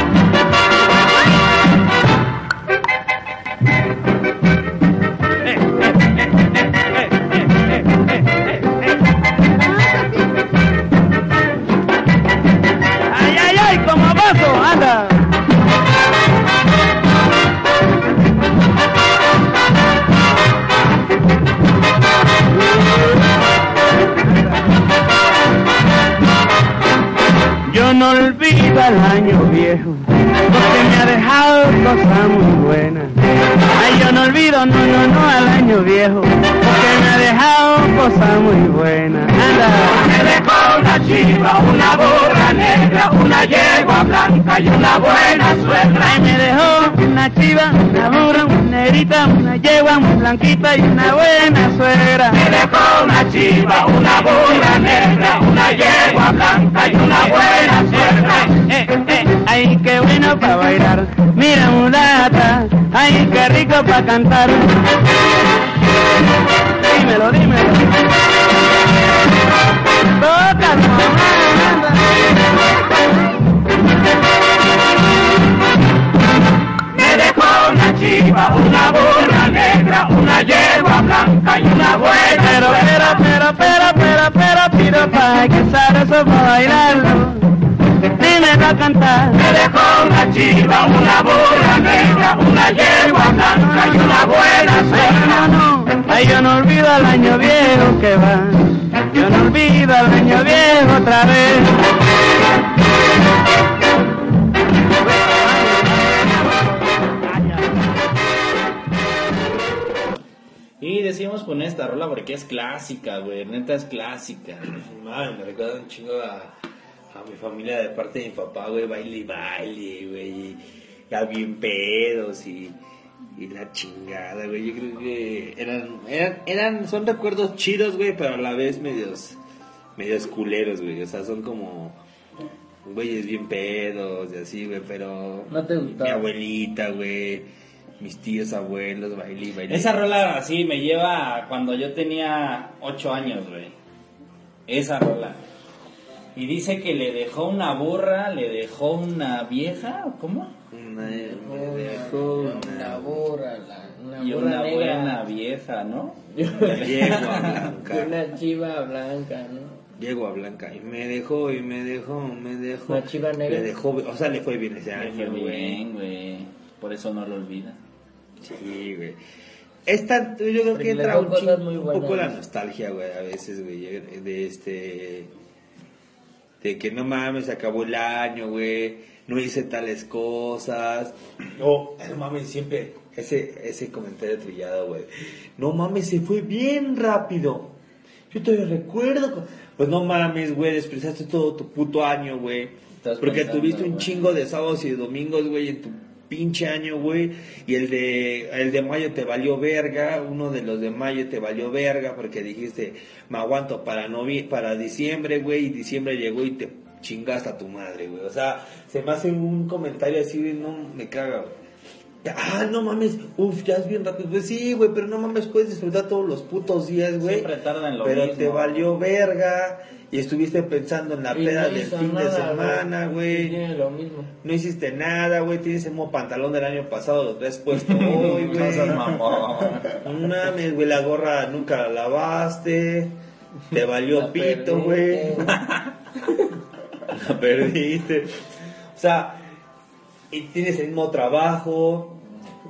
[SPEAKER 8] Ay, ay, ay, como vaso, anda. Yo no olvido el año viejo, porque me ha dejado cosas muy buenas. Ay, yo no olvido, no, no, no, al año viejo, porque me ha dejado cosas muy buenas. Anda. Me dejó una chiva, una burra negra, una yegua blanca y una buena suegra. Ay, me dejó una chiva, una burra, una negrita, una yegua, muy blanquita y una buena suegra. Me dejó una chiva, una burra negra, una yegua blanca y una buena suegra. Eh, eh, eh, ay, qué bueno para bailar. Mira, mulata, ay, qué rico para cantar. Dímelo, dímelo. Toca, mamá, me dejó una chiva, una burra negra, una yegua blanca y una buena. Pero, pero, pero, pero, pero, pero, pido para que sabroso para bailarlo. Dime a cantar. Me dejó una chiva, una burra negra, una yegua blanca y una buena suegra. No, no, ay, yo no olvido al año viejo que va. Yo no olvido al año viejo otra vez.
[SPEAKER 4] Y decíamos con esta rola porque es clásica, güey. Neta es clásica.
[SPEAKER 1] Madre, me recuerda un chingo a, a mi familia de parte de mi papá, güey, baile y baile, güey, y ya bien pedos y, y la chingada, güey. Yo creo que eran, eran, eran, son recuerdos chidos, güey, pero a la vez medios, medios culeros, güey. O sea, son como güeyes bien pedos y así, güey, pero
[SPEAKER 2] No te
[SPEAKER 1] mi
[SPEAKER 2] gustaba.
[SPEAKER 1] abuelita, güey, mis tíos, abuelos, baile y baile.
[SPEAKER 4] Esa rola así me lleva a cuando yo tenía 8 años, güey. Esa rola. Y dice que le dejó una burra, le dejó una vieja, ¿o ¿cómo?
[SPEAKER 1] Una- me dejó
[SPEAKER 2] Una, una
[SPEAKER 1] una
[SPEAKER 2] burra, la, una
[SPEAKER 4] y
[SPEAKER 2] burra
[SPEAKER 4] una
[SPEAKER 2] negra.
[SPEAKER 4] buena vieja, ¿no?
[SPEAKER 1] yegua
[SPEAKER 2] Y
[SPEAKER 1] blanca.
[SPEAKER 2] una chiva blanca, ¿no?
[SPEAKER 1] Yegua blanca. Y me dejó, y me dejó, me dejó.
[SPEAKER 2] Una chiva negra.
[SPEAKER 1] Le dejó, o sea, le fue bien ese
[SPEAKER 4] Le
[SPEAKER 1] año,
[SPEAKER 4] fue
[SPEAKER 1] güey.
[SPEAKER 4] bien, güey. Por eso no lo olvida.
[SPEAKER 1] Sí, güey. Esta, yo creo
[SPEAKER 2] Porque
[SPEAKER 1] que
[SPEAKER 2] le
[SPEAKER 1] entra
[SPEAKER 2] dejó
[SPEAKER 1] un,
[SPEAKER 2] cosas
[SPEAKER 1] chin-
[SPEAKER 2] muy
[SPEAKER 1] un
[SPEAKER 2] buenas.
[SPEAKER 1] poco la nostalgia, güey, a veces, güey, de este... De que no mames, se acabó el año, güey, no hice tales cosas. No, no mames, siempre ese, ese comentario trillado, güey. No mames, se fue bien rápido. Yo todavía recuerdo. cu- Pues no mames, güey, despreciaste todo tu puto año, güey.
[SPEAKER 4] Estás
[SPEAKER 1] Porque
[SPEAKER 4] pensando,
[SPEAKER 1] tuviste un
[SPEAKER 4] güey.
[SPEAKER 1] chingo de sábados y de domingos, güey, en tu pinche año, güey. Y el de, el de mayo te valió verga, uno de los de mayo te valió verga porque dijiste, me aguanto para, novi para diciembre, güey, y diciembre llegó y te chingaste a tu madre, güey. O sea, se me hace un comentario así, güey, no me caga, güey. Ah, no mames, uf, ya es bien rápido. Pues sí, güey, pero no mames, puedes disfrutar todos los putos días, güey.
[SPEAKER 4] Siempre tarda en lo
[SPEAKER 1] Pero
[SPEAKER 4] mismo.
[SPEAKER 1] te valió verga y estuviste pensando en la
[SPEAKER 2] Y
[SPEAKER 1] peda
[SPEAKER 2] no
[SPEAKER 1] del
[SPEAKER 2] hizo
[SPEAKER 1] fin de
[SPEAKER 2] nada,
[SPEAKER 1] semana,
[SPEAKER 2] Y
[SPEAKER 1] güey.
[SPEAKER 2] tiene lo mismo.
[SPEAKER 1] No hiciste nada, güey. Tienes el mismo pantalón del año pasado, lo traes puesto hoy,
[SPEAKER 4] No
[SPEAKER 1] güey.
[SPEAKER 4] seas mamón.
[SPEAKER 1] No mames, güey, la gorra nunca la lavaste. Te valió
[SPEAKER 2] La eh.
[SPEAKER 1] pito, güey.
[SPEAKER 2] perdiste.
[SPEAKER 1] La perdiste. O sea, y tienes el mismo trabajo,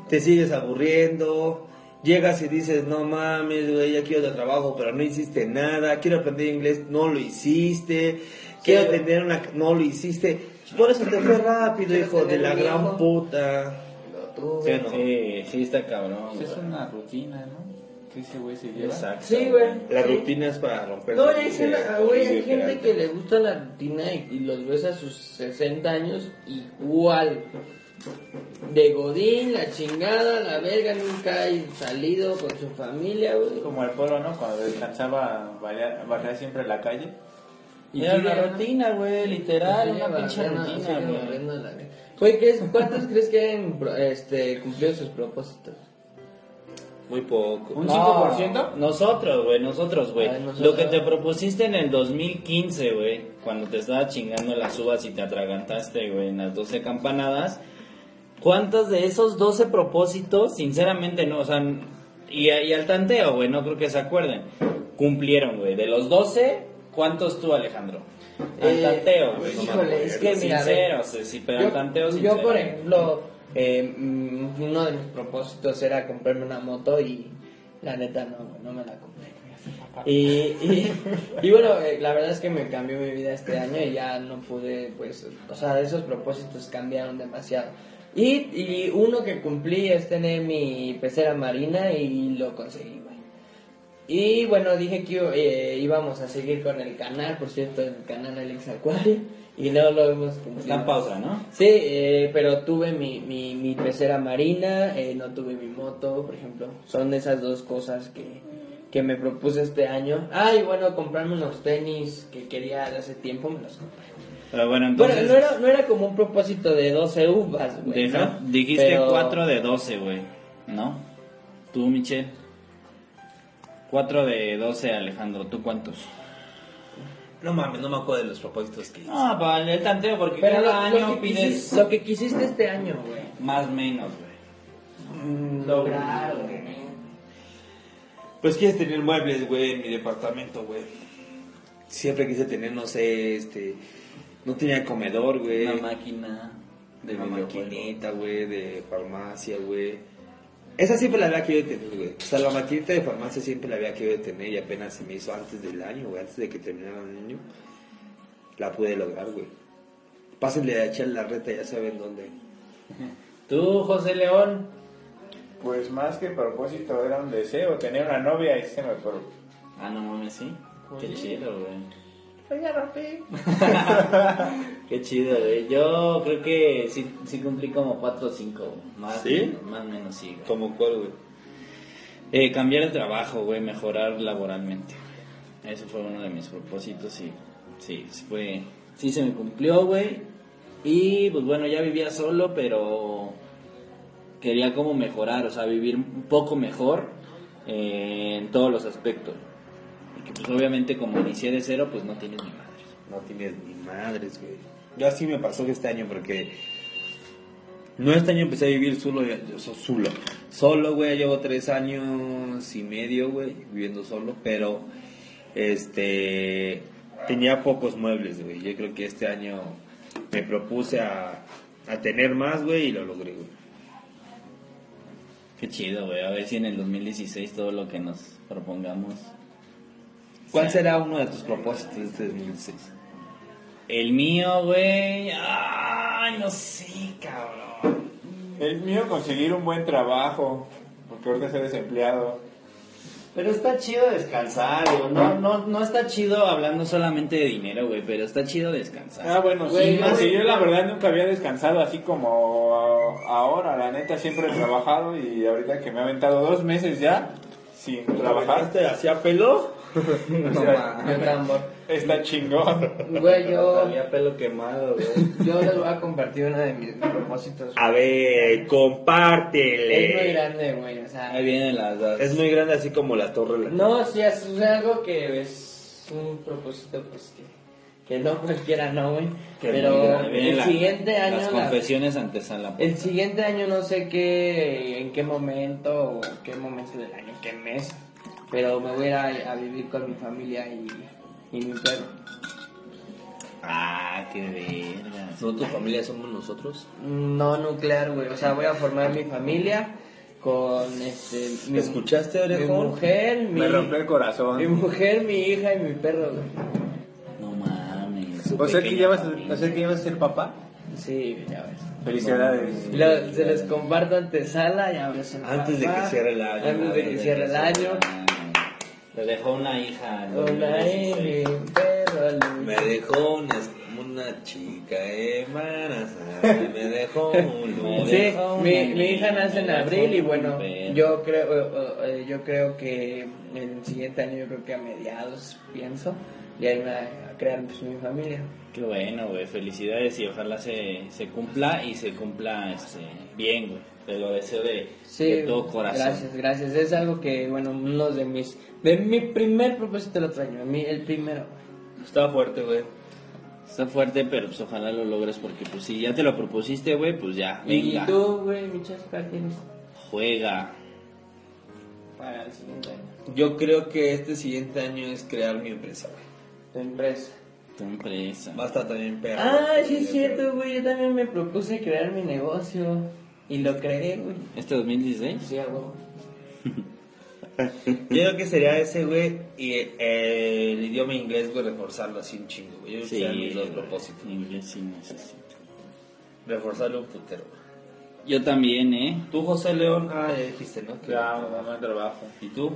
[SPEAKER 1] te sigues aburriendo, llegas y dices, no mames, güey, ya quiero otro trabajo, pero no hiciste nada, quiero aprender inglés, no lo hiciste, quiero
[SPEAKER 2] güey.
[SPEAKER 1] tener una, no lo hiciste. Por eso te fue rápido,
[SPEAKER 2] Quiero
[SPEAKER 1] hijo de
[SPEAKER 2] tener
[SPEAKER 1] la
[SPEAKER 2] un
[SPEAKER 1] gran
[SPEAKER 2] hijo.
[SPEAKER 1] puta.
[SPEAKER 2] Lo tuve.
[SPEAKER 1] ¿Sí o no?
[SPEAKER 4] Sí, sí está cabrón,
[SPEAKER 3] Pues
[SPEAKER 4] güey.
[SPEAKER 3] es una rutina, ¿no? que ese güey se lleva.
[SPEAKER 7] Exacto.
[SPEAKER 2] Sí, güey.
[SPEAKER 1] Las
[SPEAKER 2] Sí.
[SPEAKER 1] rutinas para romper.
[SPEAKER 2] No, y hay, gente- ah, güey, hay
[SPEAKER 1] Sí,
[SPEAKER 2] gente
[SPEAKER 1] literal.
[SPEAKER 2] que le gusta la rutina y, y los ves a sus 60 años igual. De Godín, la chingada, la verga, nunca ha salido con su familia, güey.
[SPEAKER 7] Como el pueblo, ¿no? Cuando descansaba, barría barría siempre la calle.
[SPEAKER 2] Y
[SPEAKER 4] Era
[SPEAKER 2] sigue,
[SPEAKER 4] una
[SPEAKER 2] ¿no?
[SPEAKER 4] rutina, güey, literal,
[SPEAKER 2] Sigue
[SPEAKER 4] una pinche
[SPEAKER 2] barriendo,
[SPEAKER 4] rutina,
[SPEAKER 2] sigue
[SPEAKER 4] güey.
[SPEAKER 2] barriendo la verga. Güey, ¿qué es- ¿cuántos crees que han pro- este, cumplido sus propósitos?
[SPEAKER 1] Muy poco.
[SPEAKER 7] ¿Un
[SPEAKER 4] No,
[SPEAKER 7] 5%?
[SPEAKER 4] Nosotros, güey, nosotros, güey.
[SPEAKER 2] Ay, nosotros.
[SPEAKER 4] Lo que te propusiste en el 2015, güey, cuando te estaba chingando las uvas y te atragantaste, güey, en las 12 campanadas. ¿Cuántos de esos 12 propósitos, sinceramente, no, o sea, y, y al tanteo, güey, no creo que se acuerden, cumplieron, güey? De los 12, ¿cuántos tú, Alejandro? Al
[SPEAKER 2] Eh,
[SPEAKER 4] tanteo, güey.
[SPEAKER 2] híjole, es que mira, a ver,
[SPEAKER 4] sinceros, sí, pero al tanteo sincero.
[SPEAKER 2] yo, por ejemplo, eh, mm, uno de mis propósitos era comprarme una moto y la neta no, güey, no me la compré. Y, y- y bueno, eh, la verdad es que me cambió mi vida este año y ya no pude, pues, o sea, esos propósitos cambiaron demasiado. Y, y uno que cumplí es tener mi pecera marina y lo conseguí, güey. Y bueno, dije que eh, íbamos a seguir con el canal, por cierto, el canal Alex Acuario, y no lo hemos
[SPEAKER 4] Está
[SPEAKER 2] cumplido.
[SPEAKER 4] en pausa, ¿no?
[SPEAKER 2] Sí, eh, pero tuve mi, mi, mi pecera marina, eh, no tuve mi moto, por ejemplo. Son esas dos cosas que, que me propuse este año. Ah, y bueno, comprarme unos tenis que quería de hace tiempo, me los compré.
[SPEAKER 4] Pero bueno,
[SPEAKER 2] Bueno,
[SPEAKER 4] entonces...
[SPEAKER 2] no era, no era como un propósito de 12 uvas, güey.
[SPEAKER 4] Deja-
[SPEAKER 2] ¿no?
[SPEAKER 4] dijiste
[SPEAKER 2] Pero-
[SPEAKER 4] 4 de 12, güey. ¿No? Tú, Michelle. 4 de 12, Alejandro. ¿Tú cuántos?
[SPEAKER 1] No mames, no me acuerdo de los propósitos que hice.
[SPEAKER 4] No, para el tanteo, porque
[SPEAKER 2] Pero lo,
[SPEAKER 4] cada
[SPEAKER 2] lo
[SPEAKER 4] año
[SPEAKER 2] que
[SPEAKER 4] pides
[SPEAKER 2] quisiste, lo que quisiste este año, güey.
[SPEAKER 4] más menos, güey.
[SPEAKER 2] Lograr, güey.
[SPEAKER 1] Pues quieres tener muebles, güey, en mi departamento, güey. Siempre quise tener, no sé, este. No tenía comedor, güey.
[SPEAKER 4] Una máquina
[SPEAKER 1] de
[SPEAKER 4] una
[SPEAKER 1] una
[SPEAKER 4] videojuego.
[SPEAKER 1] maquinita, güey, de farmacia, güey. Esa siempre la había querido tener, güey. O sea, la maquinita de farmacia siempre la había querido tener y apenas se me hizo antes del año, güey, antes de que terminara el año. La pude lograr, güey. Pásenle a echar la reta, ya saben dónde.
[SPEAKER 4] Tú, José León.
[SPEAKER 7] Pues más que propósito, era un deseo. Tenía una novia y se me por...
[SPEAKER 4] Ah, no mames, sí. Qué chido, güey. Qué chido, güey. Yo creo que sí, sí cumplí como 4 o 5. Más,
[SPEAKER 1] ¿Sí?
[SPEAKER 4] menos, más menos, sí, güey.
[SPEAKER 1] Como cuál, güey.
[SPEAKER 4] Eh, cambiar de trabajo, güey, mejorar laboralmente. güey. Eso fue uno de mis propósitos y sí, sí fue, sí se me cumplió, güey. Y pues bueno, ya vivía solo, pero quería como mejorar, o sea, vivir un poco mejor eh, en todos los aspectos. Porque pues obviamente como inicié de cero, pues no tienes ni madre.
[SPEAKER 1] No tienes ni madres, güey. Yo así me pasó este año porque. No este año empecé a vivir solo, yo soy solo. Solo, güey, llevo tres años y medio, güey, viviendo solo, pero. Este. Tenía pocos muebles, güey. Yo creo que este año me propuse a, a tener más, güey, y lo logré, güey.
[SPEAKER 4] Qué chido, güey. A ver si en el 2016 todo lo que nos propongamos.
[SPEAKER 1] ¿Cuál será uno de tus propósitos de este 2016?
[SPEAKER 4] El mío, güey. Ay, no sé, cabrón.
[SPEAKER 7] El mío conseguir un buen trabajo, porque ahorita ser desempleado.
[SPEAKER 4] Pero está chido descansar, güey. No, no, no está chido hablando solamente de dinero, güey, pero está chido descansar.
[SPEAKER 7] Ah, bueno,
[SPEAKER 2] Güey,
[SPEAKER 7] sí,
[SPEAKER 2] yo-
[SPEAKER 7] porque yo la verdad nunca había descansado así como a- ahora, la neta siempre he trabajado y ahorita que me ha aventado dos meses ya sin trabajar,
[SPEAKER 1] hacia pelo?
[SPEAKER 7] o sea,
[SPEAKER 2] Yo Ah, tambor.
[SPEAKER 7] está chingón.
[SPEAKER 2] Güey, yo,
[SPEAKER 1] pelo quemado, güey.
[SPEAKER 2] yo les voy a compartir uno de mis propósitos.
[SPEAKER 1] A ver, compártele.
[SPEAKER 2] Es muy grande, güey, o sea...
[SPEAKER 4] Ahí vienen
[SPEAKER 7] ah.
[SPEAKER 4] las dos.
[SPEAKER 1] Es muy grande así como la torre.
[SPEAKER 2] No, sí, es es algo que es un propósito, pues que, que no cualquiera no, güey.
[SPEAKER 4] Que
[SPEAKER 2] Pero
[SPEAKER 4] vienen- vienen
[SPEAKER 2] el
[SPEAKER 4] la-
[SPEAKER 2] siguiente año.
[SPEAKER 4] Las
[SPEAKER 2] la-
[SPEAKER 4] confesiones ante San La
[SPEAKER 2] el siguiente año no sé qué, en qué momento, o qué momento del año, qué mes. Pero me voy a ir a, a vivir con mi familia y, y mi perro.
[SPEAKER 4] Ah, qué verga.
[SPEAKER 1] ¿No tu familia somos nosotros?
[SPEAKER 2] No nuclear, güey. O sea, voy a formar mi familia con este. Mi,
[SPEAKER 1] ¿Escuchaste,
[SPEAKER 2] mi
[SPEAKER 1] orejón?
[SPEAKER 2] mujer, mi,
[SPEAKER 7] Me rompió el
[SPEAKER 2] mi
[SPEAKER 7] corazón.
[SPEAKER 2] mujer, mi hija y mi perro, güey.
[SPEAKER 4] No mames.
[SPEAKER 7] O sea que
[SPEAKER 4] pequeña
[SPEAKER 7] ya vas a,
[SPEAKER 4] familia.
[SPEAKER 7] o sea que ya vas a ser papá.
[SPEAKER 2] Sí, ya ves.
[SPEAKER 7] Felicidades.
[SPEAKER 2] Y lo- se les comparto antesala y abracen a
[SPEAKER 1] Antes de
[SPEAKER 2] papá.
[SPEAKER 1] que cierre el año.
[SPEAKER 2] Antes de que cierre el año.
[SPEAKER 4] Le dejó una hija. en
[SPEAKER 2] Hola,
[SPEAKER 4] 2016.
[SPEAKER 2] Emi, perro, Luis.
[SPEAKER 1] Me dejó una, una chica embarazada, me dejó un
[SPEAKER 4] Me
[SPEAKER 1] lugar.
[SPEAKER 2] Sí,
[SPEAKER 4] dejó una
[SPEAKER 2] mi, mi hija
[SPEAKER 4] niña,
[SPEAKER 2] nace en
[SPEAKER 4] me dejó
[SPEAKER 2] abril y
[SPEAKER 4] un
[SPEAKER 2] bueno,
[SPEAKER 4] perro.
[SPEAKER 2] yo creo, eh, eh, yo creo que el siguiente año, yo creo que a mediados, pienso, y ahí me va a crear pues, mi familia.
[SPEAKER 4] Qué bueno, güey. Felicidades y ojalá se, se cumpla y se cumpla este, bien, güey. Te lo deseo de,
[SPEAKER 2] Sí,
[SPEAKER 4] de todo corazón.
[SPEAKER 2] gracias, gracias. Es algo que, bueno, uno de mis, de mi primer propósito lo traigo, mi, el primero.
[SPEAKER 1] Está fuerte, güey.
[SPEAKER 4] Está fuerte, pero pues ojalá lo logres porque pues si ya te lo propusiste, güey, pues ya, venga.
[SPEAKER 2] Y tú, güey, muchas tienes
[SPEAKER 4] Juega.
[SPEAKER 2] para el siguiente año.
[SPEAKER 1] Yo creo que este siguiente año es crear mi empresa, güey.
[SPEAKER 2] Tu empresa.
[SPEAKER 4] Tu empresa.
[SPEAKER 1] Va a estar también perro.
[SPEAKER 2] Ah, sí es cierto, güey, yo también me propuse crear mi negocio y lo creé, güey.
[SPEAKER 4] ¿Este 2016?
[SPEAKER 2] Sí, a huevo.
[SPEAKER 1] Yo creo que sería ese, güey, y eh, el idioma inglés, güey, reforzarlo así un chingo, güey. Yo creo que serían mis dos
[SPEAKER 4] güey,
[SPEAKER 1] propósitos.
[SPEAKER 4] inglés sí necesito.
[SPEAKER 1] Reforzarlo un putero, güey.
[SPEAKER 4] Yo también, ¿eh?
[SPEAKER 1] Tú, José León, ah, ya dijiste, ¿no? Que-
[SPEAKER 7] Ya, mamá, trabajo.
[SPEAKER 1] ¿Y tú?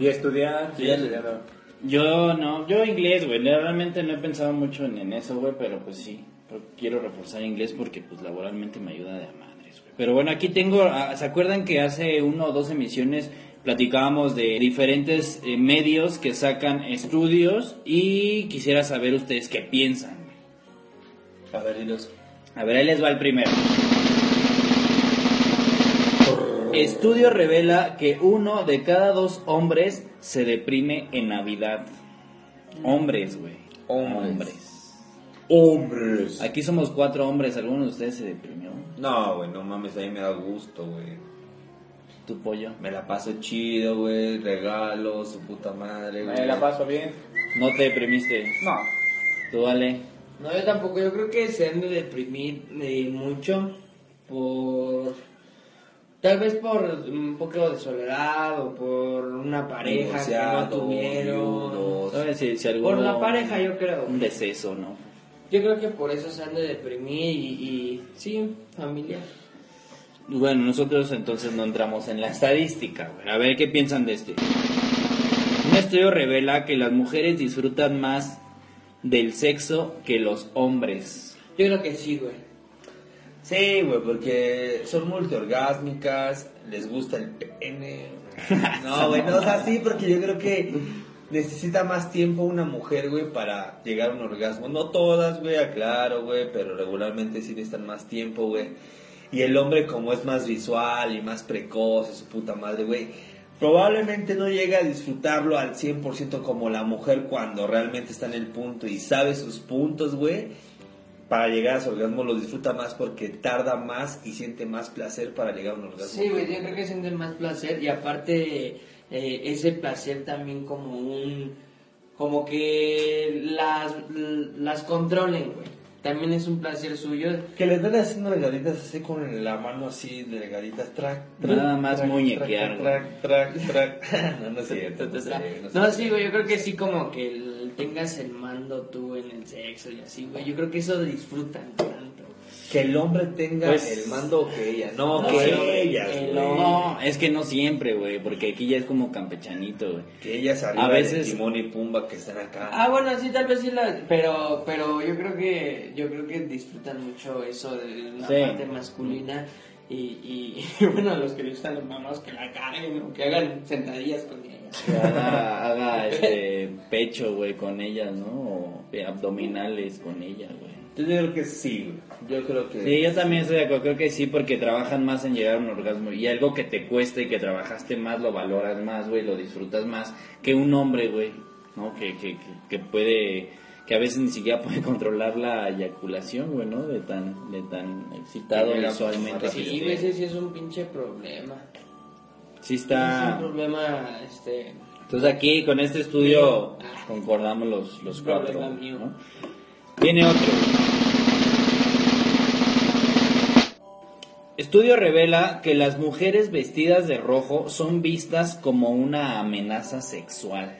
[SPEAKER 7] Y estudiar, sí,
[SPEAKER 4] Sí.
[SPEAKER 7] estudiando.
[SPEAKER 4] Yo no, yo inglés, güey. Realmente no he pensado mucho en, en eso, güey, pero pues sí. Pero Quiero reforzar inglés porque pues laboralmente me ayuda de a madres, güey. Pero bueno, aquí tengo, ah, ¿se acuerdan que hace uno o dos emisiones platicábamos de diferentes eh, medios que sacan estudios y quisiera saber ustedes qué piensan? güey?
[SPEAKER 1] A ver, dilos.
[SPEAKER 4] A ver, ahí les va el primero. Estudio revela que uno de cada dos hombres se deprime en Navidad. Hombres, güey.
[SPEAKER 1] Hombres.
[SPEAKER 7] Hombres.
[SPEAKER 4] Aquí somos cuatro hombres. ¿Alguno de ustedes se deprimió?
[SPEAKER 1] No, güey, no mames, ahí me da gusto, güey.
[SPEAKER 4] Tu pollo.
[SPEAKER 1] Me la paso chido, güey, regalo, su puta madre, güey.
[SPEAKER 7] Me la paso bien.
[SPEAKER 4] No te deprimiste.
[SPEAKER 7] No.
[SPEAKER 4] Tú, Ale.
[SPEAKER 2] No, yo tampoco. Yo creo que se han de deprimir eh, mucho por. Tal vez por un poco de soledad o por una pareja que
[SPEAKER 1] Divorciado,
[SPEAKER 2] no tuvieron.
[SPEAKER 1] viudos.
[SPEAKER 4] A ver si, si alguno-
[SPEAKER 2] Por la pareja, yo creo.
[SPEAKER 4] Un deceso, ¿no?
[SPEAKER 2] Yo creo que por eso se han de deprimir y. y- sí, familia.
[SPEAKER 4] Bueno, nosotros entonces no entramos en la estadística. güey. A ver qué piensan de este. Un estudio revela que las mujeres disfrutan más del sexo que los hombres.
[SPEAKER 2] Yo creo que sí, güey.
[SPEAKER 1] Sí, güey, porque son multiorgásmicas, les gusta el pene. No, güey, no, o sea, sí, porque yo creo que necesita más tiempo una mujer, güey, para llegar a un orgasmo. No todas, güey, aclaro, güey, pero regularmente sí necesitan más tiempo, güey. Y el hombre, como es más visual y más precoz, y su puta madre, güey, probablemente no llega a disfrutarlo al 100% como la mujer cuando realmente está en el punto y sabe sus puntos, güey para llegar a su orgasmo lo disfruta más porque tarda más y siente más placer para llegar a un orgasmo.
[SPEAKER 2] Sí, güey, yo creo que sienten más placer y aparte eh, ese placer también como un... como que las, las controlen, güey. También es un placer suyo.
[SPEAKER 1] Que les den haciendo delgaditas así con la mano así delgaditas, track, track,
[SPEAKER 4] Nada más
[SPEAKER 1] track,
[SPEAKER 4] muñequear,
[SPEAKER 1] track, track, track, track. No, no es cierto, no es cierto, no
[SPEAKER 2] No,
[SPEAKER 1] es
[SPEAKER 2] sí, güey, yo creo que sí como que el- tengas el mando tú en el sexo y así, güey. Yo creo que eso disfrutan tanto.
[SPEAKER 1] cierto. Que el hombre tenga
[SPEAKER 4] Pues-
[SPEAKER 1] el mando que ella, no,
[SPEAKER 2] No,
[SPEAKER 1] que
[SPEAKER 2] sí,
[SPEAKER 1] ellas,
[SPEAKER 2] el
[SPEAKER 1] güey.
[SPEAKER 2] hombre.
[SPEAKER 4] No, es que no siempre, güey, porque aquí ya es como campechanito, güey.
[SPEAKER 1] Que ellas arriba
[SPEAKER 4] A veces-
[SPEAKER 1] de Timón y Pumba que están acá.
[SPEAKER 2] Ah, bueno, sí, tal vez sí la... Pero, pero yo creo que yo creo que disfrutan mucho eso de la
[SPEAKER 4] Sí.
[SPEAKER 2] parte masculina. Y, y bueno, los que les gustan los mamás que la carguen o que hagan sentadillas con ella.
[SPEAKER 4] Que haga, haga, este pecho, güey, con ellas, ¿no? O eh, abdominales con ellas, güey.
[SPEAKER 1] Entonces yo creo que sí, güey. yo creo que...
[SPEAKER 4] Sí, yo también estoy de acuerdo, creo que sí, porque trabajan más en llegar a un orgasmo y algo que te cuesta y que trabajaste más, lo valoras más, güey, lo disfrutas más que un hombre, güey, ¿no? Que, que, que, que puede, que a veces ni siquiera puede controlar la eyaculación, güey, ¿no? De tan, de tan excitado
[SPEAKER 1] Que llega
[SPEAKER 4] visualmente.
[SPEAKER 1] más
[SPEAKER 2] Sí,
[SPEAKER 1] rápido.
[SPEAKER 4] Sí,
[SPEAKER 2] güey, sí, sí es un pinche problema. Es
[SPEAKER 4] está...
[SPEAKER 2] un problema, este...
[SPEAKER 4] Entonces aquí, con este estudio, concordamos los, los cuatro,
[SPEAKER 2] Problema mío.
[SPEAKER 4] ¿no? Viene otro. Estudio revela que las mujeres vestidas de rojo son vistas como una amenaza sexual.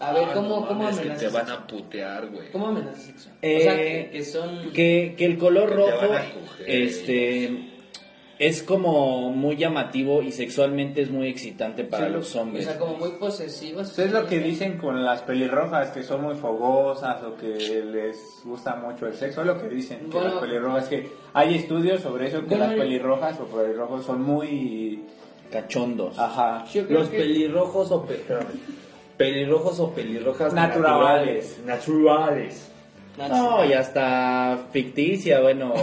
[SPEAKER 2] A ver,
[SPEAKER 1] Ah,
[SPEAKER 2] ¿cómo,
[SPEAKER 1] no
[SPEAKER 2] cómo
[SPEAKER 1] mames, que
[SPEAKER 2] amenazas?
[SPEAKER 1] te van a putear, güey.
[SPEAKER 2] ¿Cómo amenazas sexual? o
[SPEAKER 4] Eh,
[SPEAKER 2] sea, que, que son...
[SPEAKER 4] que, que el color
[SPEAKER 1] Que te
[SPEAKER 4] rojo
[SPEAKER 1] van a coger.
[SPEAKER 4] este es como muy llamativo y sexualmente es muy excitante para
[SPEAKER 2] sí,
[SPEAKER 4] los hombres.
[SPEAKER 2] O sea, como muy posesivas.
[SPEAKER 7] Eso es lo que dicen con las pelirrojas, que son muy fogosas o que les gusta mucho el sexo. Es lo que dicen, que las
[SPEAKER 2] Bueno.
[SPEAKER 7] pelirrojas, que hay estudios sobre eso, que
[SPEAKER 2] Bueno,
[SPEAKER 7] las
[SPEAKER 2] yo-
[SPEAKER 7] pelirrojas o pelirrojos son muy...
[SPEAKER 4] Cachondos.
[SPEAKER 7] Ajá.
[SPEAKER 2] Yo creo
[SPEAKER 4] Los
[SPEAKER 2] que-
[SPEAKER 4] pelirrojos o pe- pelirrojos o pelirrojas
[SPEAKER 7] Naturales.
[SPEAKER 4] naturales. No, y hasta ficticia, bueno,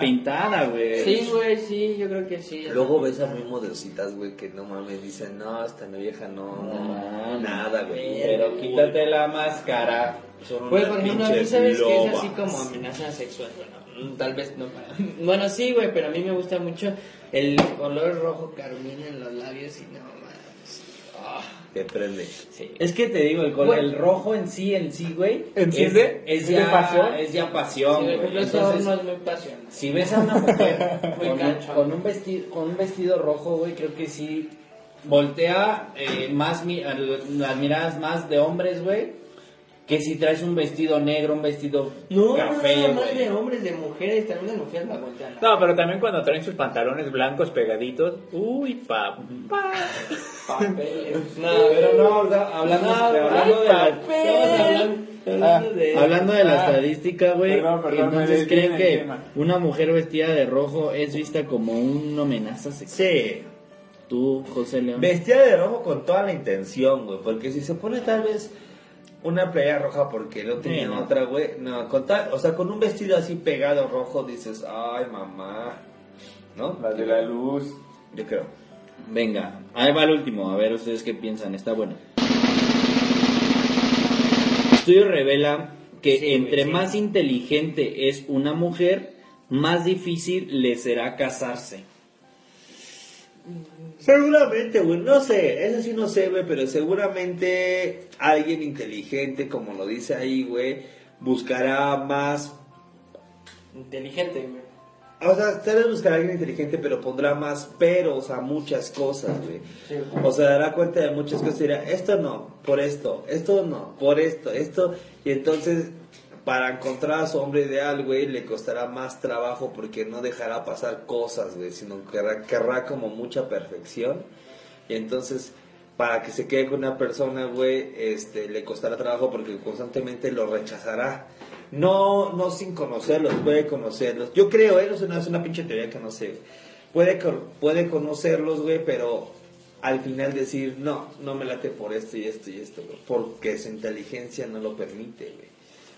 [SPEAKER 4] pintada, güey.
[SPEAKER 2] Sí, güey, sí, yo creo que sí.
[SPEAKER 1] Luego ves a muy modositas, güey, que no mames, dicen, no, esta no vieja, no, no, nada, güey.
[SPEAKER 4] Pero quítate la máscara.
[SPEAKER 1] Son
[SPEAKER 2] Güey,
[SPEAKER 1] una
[SPEAKER 2] por ejemplo, Pues, a
[SPEAKER 1] pinche
[SPEAKER 2] mí sabes que es
[SPEAKER 1] loba.
[SPEAKER 2] así como amenaza sexual. Bueno, mm, tal vez no para. Bueno, sí, güey, pero a mí me gusta mucho el color rojo carmina en los labios y no mames. Ah,
[SPEAKER 1] Te prende.
[SPEAKER 2] sí.
[SPEAKER 4] Es que te digo, el, col-
[SPEAKER 2] Güey.
[SPEAKER 4] el rojo en sí, en sí, güey.
[SPEAKER 7] ¿Enciende?
[SPEAKER 4] Es, es
[SPEAKER 7] ¿Es de
[SPEAKER 4] ya
[SPEAKER 7] pasión?
[SPEAKER 4] pasión. Es ya
[SPEAKER 2] Sí,
[SPEAKER 4] pasión,
[SPEAKER 2] güey, por
[SPEAKER 4] güey.
[SPEAKER 2] ejemplo, eso
[SPEAKER 4] Entonces,
[SPEAKER 2] no es muy pasional.
[SPEAKER 4] si ves a una mujer
[SPEAKER 2] Muy
[SPEAKER 4] con, un,
[SPEAKER 2] canchón.
[SPEAKER 4] con un vestido, con un vestido rojo, güey, creo que sí voltea eh, más mi- a las miradas más de hombres, güey, que si traes un vestido negro, un vestido
[SPEAKER 2] No,
[SPEAKER 4] café,
[SPEAKER 2] no, no, más
[SPEAKER 4] güey.
[SPEAKER 2] de hombres, de mujeres, también las mujeres la voltean.
[SPEAKER 7] No, pero también cuando traen sus pantalones blancos pegaditos, uy, papá.
[SPEAKER 2] Papeles. No,
[SPEAKER 4] Pero no, o sea, hablando,
[SPEAKER 2] No, Ah.
[SPEAKER 4] hablando de la-
[SPEAKER 2] papel.
[SPEAKER 4] estamos hablando-
[SPEAKER 2] hablando de-
[SPEAKER 4] Hablando de la
[SPEAKER 7] Ah,
[SPEAKER 4] estadística, güey,
[SPEAKER 7] perdón, perdón, me
[SPEAKER 4] entonces
[SPEAKER 7] desvié
[SPEAKER 4] creen
[SPEAKER 7] del
[SPEAKER 4] que
[SPEAKER 7] tema.
[SPEAKER 4] una mujer vestida de rojo es vista como una amenaza sexual.
[SPEAKER 1] Sí,
[SPEAKER 4] Tú, José León.
[SPEAKER 1] vestida de rojo con toda la intención, güey, porque si se pone tal vez una playa roja porque no tenía
[SPEAKER 4] no.
[SPEAKER 1] otra, güey, no, con tal, o sea, con un vestido así pegado rojo dices, ay, mamá, ¿no?
[SPEAKER 7] La de la luz.
[SPEAKER 1] Yo creo.
[SPEAKER 4] Venga, ahí va el último, a ver ustedes qué piensan, está bueno. Estudio revela que
[SPEAKER 2] Sí, güey,
[SPEAKER 4] entre
[SPEAKER 2] sí.
[SPEAKER 4] más inteligente es una mujer, más difícil le será casarse.
[SPEAKER 1] Seguramente, güey, no sé, eso sí no sé, güey, pero seguramente alguien inteligente, como lo dice ahí, güey, buscará más
[SPEAKER 2] Inteligente, güey.
[SPEAKER 1] O sea, tal vez buscará a alguien inteligente, pero pondrá más peros a muchas cosas, güey.
[SPEAKER 2] Sí.
[SPEAKER 1] O sea, dará cuenta de muchas cosas y dirá, esto no, por esto, esto no, por esto, esto. Y entonces, para encontrar a su hombre ideal, güey, le costará más trabajo porque no dejará pasar cosas, güey, sino que querrá, querrá como mucha perfección. Y entonces, para que se quede con una persona, güey, este, le costará trabajo porque constantemente lo rechazará. No, no sin conocerlos, puede conocerlos. Yo creo, ¿eh? es una, es una pinche teoría que no sé. Puede, co- puede conocerlos, güey, pero al final decir, no, no me late por esto y esto y esto, güey, porque su inteligencia no lo permite, güey.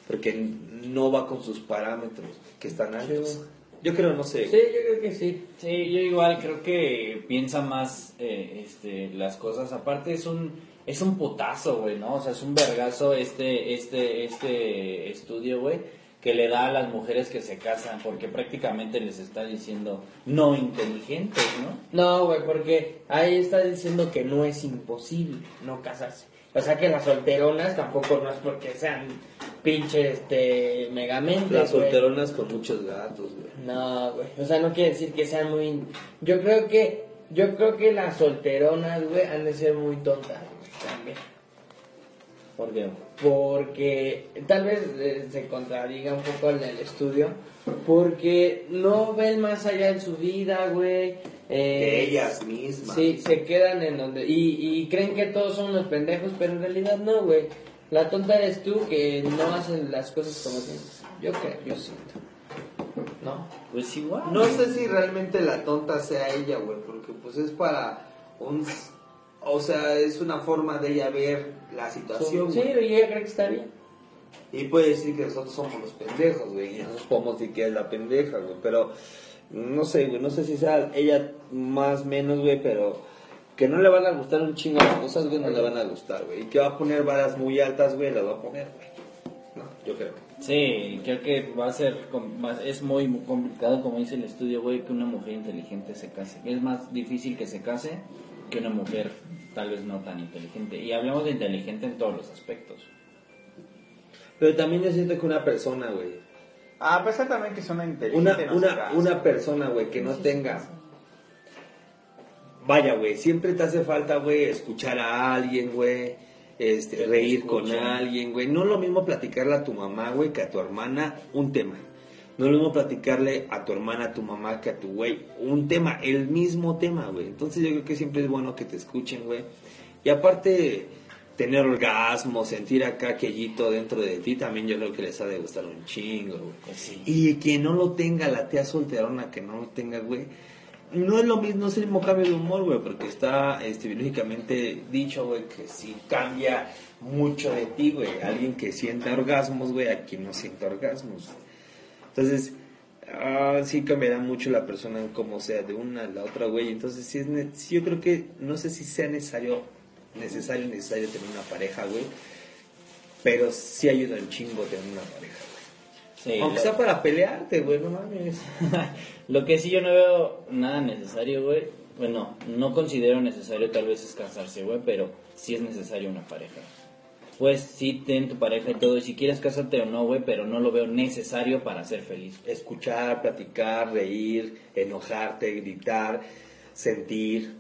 [SPEAKER 1] Porque no va con sus parámetros, que están altos. Yo creo, no sé.
[SPEAKER 2] Sí, yo creo que sí.
[SPEAKER 4] Sí, yo igual creo que piensa más eh, este, las cosas. Aparte es un es un putazo, güey, ¿no? O sea, es un vergazo este este este estudio, güey, que le da a las mujeres que se casan porque prácticamente les está diciendo no inteligentes, ¿no?
[SPEAKER 2] No, güey, porque ahí está diciendo que no es imposible no casarse. O sea que las solteronas tampoco no es porque sean pinche este megamente.
[SPEAKER 1] Las solteronas con muchos gatos, güey.
[SPEAKER 2] No, güey. O sea, no quiere decir que sean muy. Yo creo que yo creo que las solteronas, güey, han de ser muy tontas güey, también.
[SPEAKER 4] ¿Por qué?
[SPEAKER 2] porque tal vez eh, se contradiga un poco en el estudio, porque no ven más allá en su vida, güey. eh,
[SPEAKER 1] De ellas mismas.
[SPEAKER 2] Sí, se quedan en donde... Y, y creen que todos son unos pendejos, pero en realidad no, güey. La tonta eres tú que no haces las cosas como tienes. Yo creo, yo siento. ¿No?
[SPEAKER 4] Pues igual.
[SPEAKER 1] No sé si realmente la tonta sea ella, güey, porque pues es para un... O sea, es una forma de ella ver la situación,
[SPEAKER 2] Sí,
[SPEAKER 1] güey.
[SPEAKER 2] yo creo que está bien.
[SPEAKER 1] Y puede decir que nosotros somos los pendejos, güey, y nosotros podemos decir que es la pendeja, güey, pero... No sé, güey, no sé si sea ella más menos, güey, pero... Que no le van a gustar un chingo las cosas, güey, no le van a gustar, güey. Y que va a poner varas muy altas, güey, las va a poner, güey. No, yo creo que...
[SPEAKER 4] Sí, creo que va a ser com- va- es muy complicado como dice el estudio, güey, que una mujer inteligente se case. Es más difícil que se case que una mujer tal vez no tan inteligente. Y hablamos de inteligente en todos los aspectos.
[SPEAKER 1] Pero también yo siento que una persona, güey,
[SPEAKER 7] A pesar Ah, también que son
[SPEAKER 1] una,
[SPEAKER 7] inteligentes. no se
[SPEAKER 1] una,
[SPEAKER 7] casan.
[SPEAKER 1] una persona, güey, que no tenga. Vaya, güey, siempre te hace falta, güey, escuchar a alguien, güey. este, reír con alguien, güey. No es lo mismo platicarle a tu mamá, güey, que a tu hermana un tema. No es lo mismo platicarle a tu hermana, a tu mamá, que a tu güey un tema, el mismo tema, güey. Entonces yo creo que siempre es bueno que te escuchen, güey. Y aparte, tener orgasmo, sentir acá aquellito dentro de ti, también yo creo que les ha de gustar un chingo, güey. Y quien no lo tenga, la tía solterona que no lo tenga, güey, no es lo mismo, no es el mismo cambio de humor, güey, porque está este, biológicamente dicho, güey, que sí cambia mucho de ti, güey. Alguien que sienta orgasmos, güey, a quien no sienta orgasmos. Entonces, ah, sí cambiará mucho la persona en cómo sea de una a la otra, güey. Entonces, sí es ne- sí, yo creo que, no sé si sea necesario, necesario, necesario tener una pareja, güey. Pero sí ayuda un chingo tener una pareja, güey.
[SPEAKER 4] Sí,
[SPEAKER 1] Aunque
[SPEAKER 4] lo-
[SPEAKER 1] sea para pelearte, güey, no mames.
[SPEAKER 4] Lo que sí yo no veo nada necesario, güey. Bueno, no considero necesario tal vez es casarse, güey, pero sí es necesario una pareja. Pues sí, ten tu pareja y todo, y si quieres casarte o no, güey, pero no lo veo necesario para ser feliz.
[SPEAKER 1] Escuchar, platicar, reír, enojarte, gritar, sentir,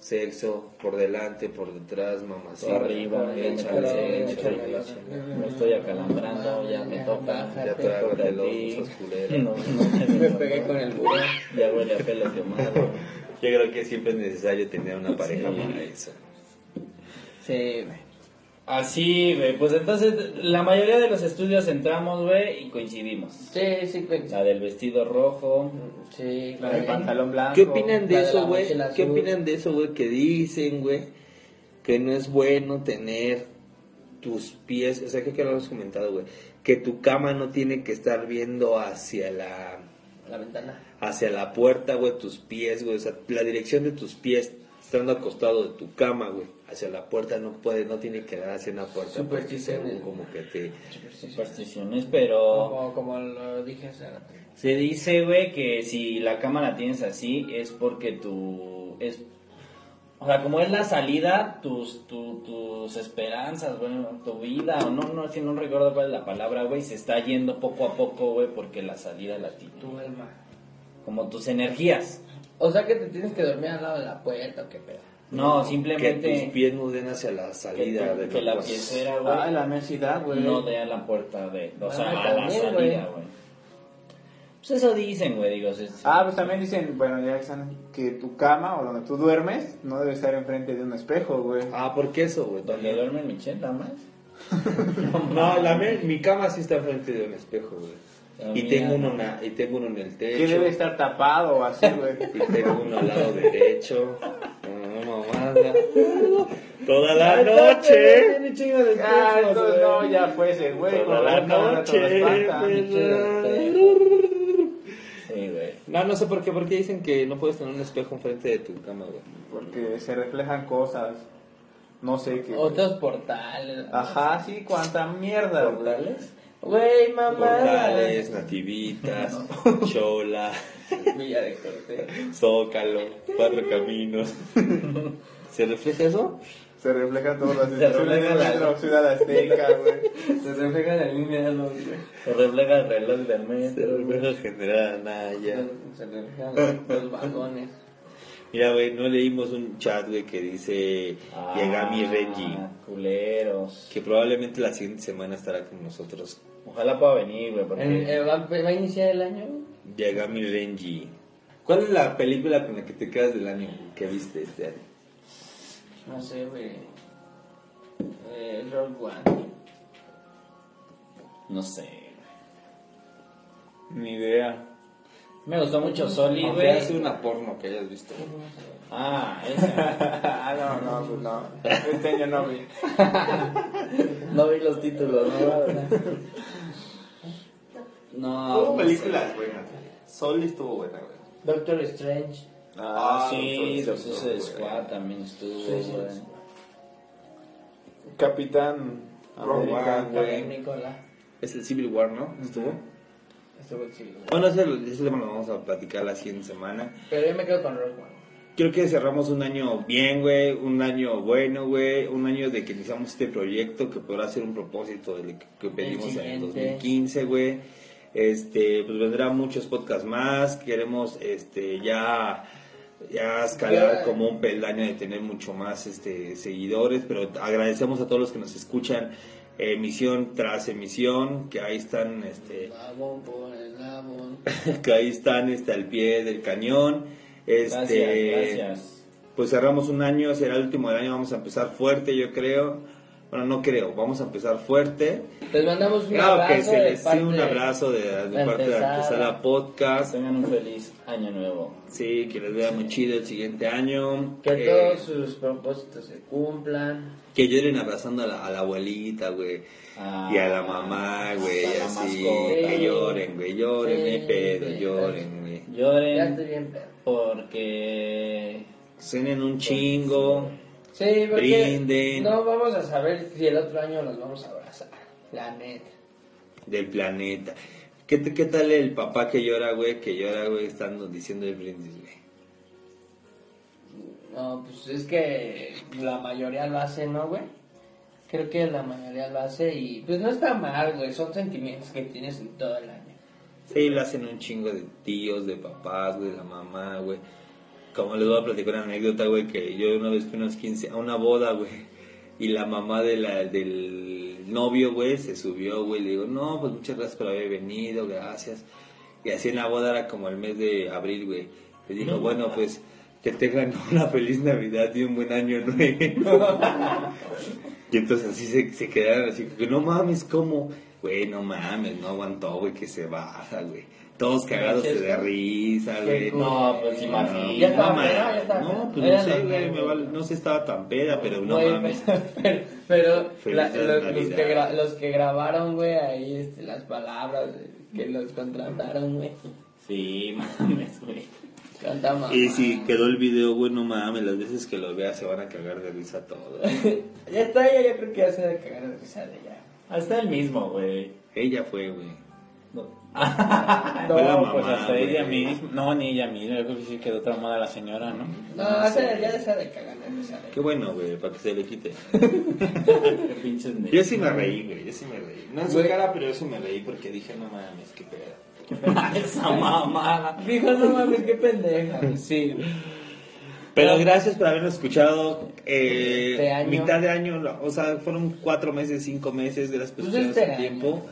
[SPEAKER 1] sexo, por delante, por detrás, mamacita.
[SPEAKER 4] Arriba, échale,
[SPEAKER 1] échale,
[SPEAKER 4] échale,
[SPEAKER 1] échale.
[SPEAKER 4] échale. Me estoy acalambrando, ya me toca.
[SPEAKER 1] Ya te hago de los ojos culeros.
[SPEAKER 4] No, no,
[SPEAKER 2] Me pegué con el buró.
[SPEAKER 4] Ya huele a pelo quemado.
[SPEAKER 1] Yo creo que siempre es necesario tener una pareja
[SPEAKER 4] Sí.
[SPEAKER 1] para eso.
[SPEAKER 2] Sí, güey.
[SPEAKER 4] Así, güey, pues entonces la mayoría de los estudios entramos, güey, y coincidimos.
[SPEAKER 2] Sí, sí, güey.
[SPEAKER 4] La del vestido rojo,
[SPEAKER 2] Sí,
[SPEAKER 7] La del
[SPEAKER 2] güey.
[SPEAKER 7] pantalón blanco.
[SPEAKER 1] ¿Qué opinan de
[SPEAKER 2] la de la
[SPEAKER 1] eso, güey?
[SPEAKER 2] mochila
[SPEAKER 1] ¿Qué
[SPEAKER 2] azul.
[SPEAKER 1] opinan de eso, güey? Que dicen, güey, que no es bueno tener tus pies, o sea, creo que lo hemos comentado, güey, que tu cama no tiene que estar viendo hacia la
[SPEAKER 2] La ventana.
[SPEAKER 1] hacia la puerta, güey, tus pies, güey, o sea, la dirección de tus pies estando acostado de tu cama, güey, hacia la puerta no puede, no tiene que dar hacia una puerta porque
[SPEAKER 2] Supersticiones.
[SPEAKER 4] eh.
[SPEAKER 1] según como que te
[SPEAKER 4] supersticiones, pero...
[SPEAKER 2] Como, como lo dije hace rato.
[SPEAKER 4] Se dice, güey, que si la cámara tienes así es porque tu... Es, o sea, como es la salida, tus, tu- tus esperanzas, bueno, tu vida, o no, no, si no recuerdo cuál es la palabra, güey, se está yendo poco a poco, güey, porque la salida la tiene.
[SPEAKER 2] Tu alma.
[SPEAKER 4] Como tus energías.
[SPEAKER 2] O sea que te tienes que dormir al lado de la puerta, o qué pedo.
[SPEAKER 4] No,
[SPEAKER 1] que
[SPEAKER 4] simplemente...
[SPEAKER 1] tus pies no den hacia la salida
[SPEAKER 4] que,
[SPEAKER 1] de
[SPEAKER 4] que la
[SPEAKER 1] puerta.
[SPEAKER 4] piecera, güey,
[SPEAKER 7] Ah, la mensidad, güey.
[SPEAKER 4] no dé a la puerta de... O
[SPEAKER 2] Ah,
[SPEAKER 4] sea, a la
[SPEAKER 2] también,
[SPEAKER 4] salida, güey. Pues eso dicen, güey, digo, es-
[SPEAKER 7] Ah, pues también dicen, bueno, ya que están- que tu cama o donde tú duermes no debe estar enfrente de un espejo, güey.
[SPEAKER 1] Ah, ¿por qué eso, güey?
[SPEAKER 4] donde duerme Michelle, nada más.
[SPEAKER 1] No, la me- mi cama sí está frente de un espejo, güey.
[SPEAKER 4] La
[SPEAKER 1] Y
[SPEAKER 4] mía
[SPEAKER 1] tengo uno
[SPEAKER 4] no.
[SPEAKER 1] na- y tengo uno en el
[SPEAKER 7] Que
[SPEAKER 1] techo.
[SPEAKER 7] debe estar tapado o así, güey.
[SPEAKER 1] Y tengo uno al lado derecho. No, mamada. Toda la noche.
[SPEAKER 7] ah, entonces no, ya fue ese, güey.
[SPEAKER 1] Toda
[SPEAKER 7] con
[SPEAKER 1] la
[SPEAKER 7] cama no te lo
[SPEAKER 1] noche.
[SPEAKER 7] espanta.
[SPEAKER 4] Sí, güey.
[SPEAKER 1] No, no sé por qué, porque dicen que no puedes tener un espejo enfrente de tu cama, güey.
[SPEAKER 7] Porque se reflejan cosas. No sé qué. güey.
[SPEAKER 2] Otros portales.
[SPEAKER 3] Ah,
[SPEAKER 7] Ajá, sí, cuánta mierda, güey.
[SPEAKER 2] Güey, mamá.
[SPEAKER 1] Portales, nativitas, chola,
[SPEAKER 2] Villa de Cortés.
[SPEAKER 1] zócalo, cuatro caminos. ¿Se refleja eso?
[SPEAKER 7] Se reflejan todas las
[SPEAKER 4] Se
[SPEAKER 7] estaciones
[SPEAKER 4] refleja
[SPEAKER 7] de
[SPEAKER 4] la-
[SPEAKER 7] metro, Ciudad Azteca, güey.
[SPEAKER 2] Se refleja la línea de los, güey.
[SPEAKER 4] Se refleja el reloj del
[SPEAKER 1] Se
[SPEAKER 4] metro. güey.
[SPEAKER 1] refleja general Anaya.
[SPEAKER 2] Se reflejan los, los vagones.
[SPEAKER 1] Mira, güey, no leímos un chat, güey, que dice
[SPEAKER 4] Ah,
[SPEAKER 1] Yagami Reggie,
[SPEAKER 4] Culeros.
[SPEAKER 1] que probablemente la siguiente semana estará con nosotros.
[SPEAKER 4] Ojalá pueda venir, güey, porque...
[SPEAKER 2] Eh, eh, va, va a iniciar el año?
[SPEAKER 1] Yagami Renji. ¿Cuál es la película con la que te quedas del año que viste este año?
[SPEAKER 2] No sé, güey. Eh, Rogue One.
[SPEAKER 4] No sé. güey.
[SPEAKER 7] Ni idea.
[SPEAKER 4] Me gustó mucho Soli,
[SPEAKER 1] Aunque
[SPEAKER 4] güey.
[SPEAKER 1] haya sido una porno que hayas visto.
[SPEAKER 4] Ah, esa.
[SPEAKER 7] ah, no, no, pues no. Este año no vi.
[SPEAKER 4] no vi los títulos, ¿no? no. no
[SPEAKER 1] películas buenas. Sol estuvo buena, güey.
[SPEAKER 2] Doctor Strange.
[SPEAKER 4] sé. Ah, sí,
[SPEAKER 1] sí,
[SPEAKER 4] los
[SPEAKER 1] sí,
[SPEAKER 4] Suicide
[SPEAKER 1] sí,
[SPEAKER 4] Squad también estuvo, güey.
[SPEAKER 7] Capitán
[SPEAKER 1] Rogue
[SPEAKER 7] América.
[SPEAKER 1] One,
[SPEAKER 2] También
[SPEAKER 1] güey.
[SPEAKER 2] Nicola.
[SPEAKER 1] Es el Civil War, ¿no? Estuvo.
[SPEAKER 2] Estuvo chido. güey.
[SPEAKER 1] Bueno, eso, eso lo vamos a platicar la siguiente semana.
[SPEAKER 2] Pero yo me quedo con Rogue One.
[SPEAKER 1] Creo que cerramos un año bien, güey, un año bueno, güey, un año de que iniciamos este proyecto que podrá ser un propósito del que- que pedimos en el
[SPEAKER 2] siguiente.
[SPEAKER 1] 2015, güey. Este, pues vendrán muchos podcasts más, queremos este ya ya escalar como un peldaño de tener mucho más este, seguidores, pero agradecemos a todos los que nos escuchan eh, emisión tras emisión, que ahí están este,
[SPEAKER 2] Labón por el labón.
[SPEAKER 1] que ahí están este, al pie del cañón. Este,
[SPEAKER 4] Gracias, gracias.
[SPEAKER 1] Pues cerramos un año, será el último del año, vamos a empezar fuerte, yo creo. Bueno, no creo, vamos a empezar fuerte.
[SPEAKER 2] Les mandamos un
[SPEAKER 1] Claro
[SPEAKER 2] abrazo.
[SPEAKER 1] que se
[SPEAKER 2] de
[SPEAKER 1] les sí,
[SPEAKER 2] parte-
[SPEAKER 1] un abrazo de, de
[SPEAKER 2] de
[SPEAKER 1] parte de
[SPEAKER 2] Antesala.
[SPEAKER 1] Antesala Podcast.
[SPEAKER 4] Tengan un feliz año nuevo.
[SPEAKER 1] Sí, que les vea muy chido el siguiente año.
[SPEAKER 2] Que
[SPEAKER 1] Eh,
[SPEAKER 2] todos sus propósitos se cumplan.
[SPEAKER 1] que lloren abrazando a la, a la abuelita, güey.
[SPEAKER 4] Ah,
[SPEAKER 1] Y a la mamá, güey,
[SPEAKER 4] a la
[SPEAKER 1] así.
[SPEAKER 4] mascota.
[SPEAKER 1] Que lloren, güey, lloren,
[SPEAKER 2] Sí,
[SPEAKER 1] no hay pedo,
[SPEAKER 2] sí,
[SPEAKER 1] lloren, güey.
[SPEAKER 2] Ya estoy
[SPEAKER 4] Lloren
[SPEAKER 2] bien, pero.
[SPEAKER 4] porque
[SPEAKER 1] Cenen un chingo.
[SPEAKER 2] Sí, porque
[SPEAKER 1] Brinden.
[SPEAKER 2] no vamos a saber si el otro año los vamos a abrazar. La neta.
[SPEAKER 1] del planeta. ¿Qué, t- ¿Qué tal el papá que llora, güey? Que llora, güey, estando diciendo el brindis, güey.
[SPEAKER 2] No, pues es que la mayoría lo hace, ¿no, güey? Creo que la mayoría lo hace y pues no está mal, güey. Son sentimientos que tienes en todo el año.
[SPEAKER 1] Sí, lo hacen un chingo de tíos, de papás, güey, de la mamá, güey. Como les voy a platicar una anécdota, güey, que yo una vez fui a unos 15, a una boda, güey. Y la mamá de la, del novio, güey, se subió, güey. Le digo, no, pues muchas gracias por haber venido, gracias. Y así en la boda era como el mes de abril, güey. Le digo, bueno, pues que tengan una feliz Navidad y un buen año nuevo. Y entonces así se, se quedaron así, que no mames, ¿cómo? Güey, no mames, no aguantó, güey, que se baja, güey. Todos cagados de risa, güey.
[SPEAKER 4] No, pues
[SPEAKER 1] no,
[SPEAKER 4] imagínate.
[SPEAKER 2] Ya estaba
[SPEAKER 1] no, mames.
[SPEAKER 2] peda, ya estaba
[SPEAKER 1] No,
[SPEAKER 2] peda.
[SPEAKER 1] pues
[SPEAKER 2] Era
[SPEAKER 1] no sé,
[SPEAKER 2] la
[SPEAKER 1] güey,
[SPEAKER 2] peda.
[SPEAKER 1] me vale- no sé, estaba tan peda, pero no
[SPEAKER 2] Güey,
[SPEAKER 1] mames.
[SPEAKER 2] Pero, pero
[SPEAKER 1] Feliz
[SPEAKER 2] la- lo- los,
[SPEAKER 1] Navidad.
[SPEAKER 2] que gra- los que grabaron, güey, ahí este, las palabras eh, que los contrataron, güey.
[SPEAKER 4] sí, mames, güey.
[SPEAKER 2] Canta mamá.
[SPEAKER 1] Y si quedó el video, güey, no mames, las veces que lo veas se van a cagar de risa todos.
[SPEAKER 2] ya está, ella yo creo que ya se debe cagar de risa de ella.
[SPEAKER 4] Hasta el mismo, güey.
[SPEAKER 1] Ella fue, güey.
[SPEAKER 7] No,
[SPEAKER 1] Ah, Fue la
[SPEAKER 7] pues
[SPEAKER 1] mamá,
[SPEAKER 7] hasta
[SPEAKER 1] güey.
[SPEAKER 7] ella misma. No, ni ella misma. Yo creo que sí quedó traumada la señora, ¿no?
[SPEAKER 2] No, ya se ya se debe cagar de risa de ella.
[SPEAKER 1] Qué bueno, güey, para que se le quite.
[SPEAKER 4] Qué pinches ne-
[SPEAKER 1] Yo sí me reí, güey, yo sí me reí. No en su
[SPEAKER 2] Güey.
[SPEAKER 1] cara, pero yo sí me reí porque dije, no mames, qué pedo.
[SPEAKER 4] Esa mamada.
[SPEAKER 2] Dijo, no mames, qué pendeja. Sí.
[SPEAKER 1] Pero gracias por habernos escuchado. eh,
[SPEAKER 2] Este año.
[SPEAKER 1] Mitad de año, la- o sea, fueron cuatro meses, cinco meses, gracias por
[SPEAKER 2] Pues
[SPEAKER 1] escucharnos
[SPEAKER 2] este
[SPEAKER 1] el tiempo.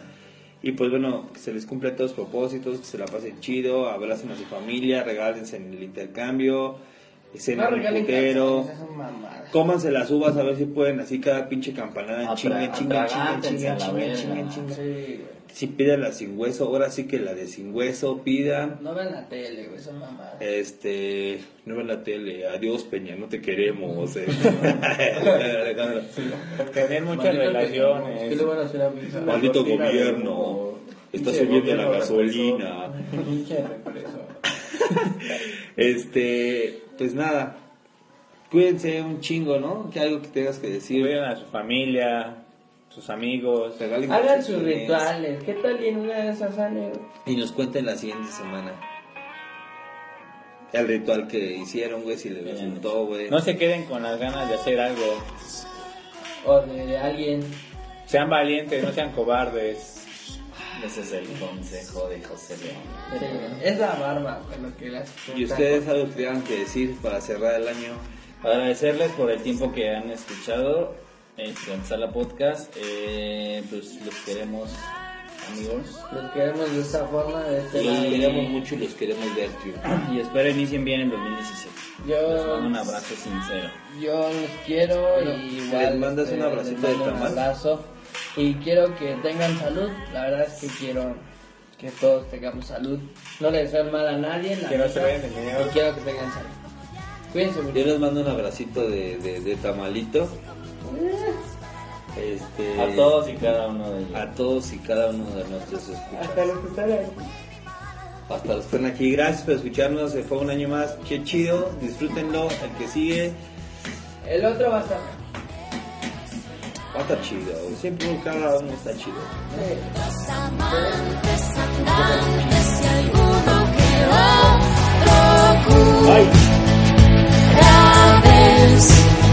[SPEAKER 1] Y pues bueno, que se les cumplan todos los propósitos, que se la pasen chido, abracen a su familia, regálense en el intercambio, cenen en
[SPEAKER 2] No
[SPEAKER 1] el
[SPEAKER 2] regalen
[SPEAKER 1] putero,
[SPEAKER 2] canciones, esas mamadas.
[SPEAKER 1] cómanse las uvas a ver si pueden, así cada pinche campanada,
[SPEAKER 4] Atra-
[SPEAKER 1] chinga, chinga, chinga,
[SPEAKER 4] atragántense a
[SPEAKER 1] chinga,
[SPEAKER 4] la
[SPEAKER 1] chinga, chinga,
[SPEAKER 4] verga.
[SPEAKER 2] Sí,
[SPEAKER 1] chinga.
[SPEAKER 2] güey.
[SPEAKER 1] Si pidan la sin hueso, ahora sí que la de sin hueso pidan.
[SPEAKER 2] No ven la tele, güey, son mamadas.
[SPEAKER 1] Este, no ven la tele, adiós Peña, no te queremos. eh. Alejandro,
[SPEAKER 7] Tener muchas
[SPEAKER 2] Maldito que- ¿Qué le
[SPEAKER 7] relaciones.
[SPEAKER 2] van a hacer a mi hija?
[SPEAKER 1] Maldito
[SPEAKER 7] cortina de
[SPEAKER 1] gobierno,
[SPEAKER 7] humo.
[SPEAKER 1] está
[SPEAKER 7] Pinche
[SPEAKER 1] subiendo la
[SPEAKER 7] gobierno
[SPEAKER 1] gasolina.
[SPEAKER 7] Pinche represo.
[SPEAKER 1] Este, pues nada, cuídense un chingo, ¿no? Que algo que tengas que decir.
[SPEAKER 7] Cuiden a su familia, sus amigos.
[SPEAKER 1] Regalen
[SPEAKER 2] Hagan sus
[SPEAKER 1] canciones
[SPEAKER 2] rituales. ¿Qué tal y en una de esas sale, güey?
[SPEAKER 1] Y nos cuenten la siguiente semana. El ritual que hicieron, güey, si les resultó, güey.
[SPEAKER 7] eh, No se queden con las ganas de hacer algo.
[SPEAKER 2] O de alguien.
[SPEAKER 7] Sean valientes, no sean cobardes.
[SPEAKER 4] Ese es el consejo de José León.
[SPEAKER 2] Sí, es la barba, güey, lo que las.
[SPEAKER 1] Y ustedes algo que tengan que decir para cerrar el año.
[SPEAKER 4] Agradecerles por el tiempo que han escuchado este, en Sala Podcast. Eh, pues los queremos, amigos.
[SPEAKER 2] Los queremos de esta forma, de este
[SPEAKER 1] Los
[SPEAKER 2] lado.
[SPEAKER 1] queremos mucho y los queremos ver, tío.
[SPEAKER 4] Y espero inicien bien el 2017. Les
[SPEAKER 2] Yo,
[SPEAKER 4] mando un abrazo sincero.
[SPEAKER 2] yo los quiero y igual.
[SPEAKER 1] les mandas
[SPEAKER 2] este,
[SPEAKER 1] un abracito
[SPEAKER 2] les mando
[SPEAKER 1] de
[SPEAKER 2] un
[SPEAKER 1] tamal.
[SPEAKER 2] abrazo. Y quiero que tengan salud. La verdad es que quiero que todos tengamos salud. No les deseo el mal a nadie. La
[SPEAKER 7] Que no se
[SPEAKER 2] neta.
[SPEAKER 7] vayan de miedo.
[SPEAKER 2] Y quiero que tengan salud. Cuídense mucho.
[SPEAKER 1] Yo les mando un abracito de, de, de tamalito. Este,
[SPEAKER 4] A todos y cada uno de ellos.
[SPEAKER 1] a todos y cada uno de nuestros escuchas.
[SPEAKER 2] Hasta los que están ahí.
[SPEAKER 1] Hasta los que están aquí. Gracias por escucharnos. Se fue un año más. Qué chido. Disfrútenlo. El que sigue
[SPEAKER 2] El otro va a estar.
[SPEAKER 1] va a estar chido. Siempre cada uno está chido.
[SPEAKER 9] Los amantes andantes y alguno que otro cura vez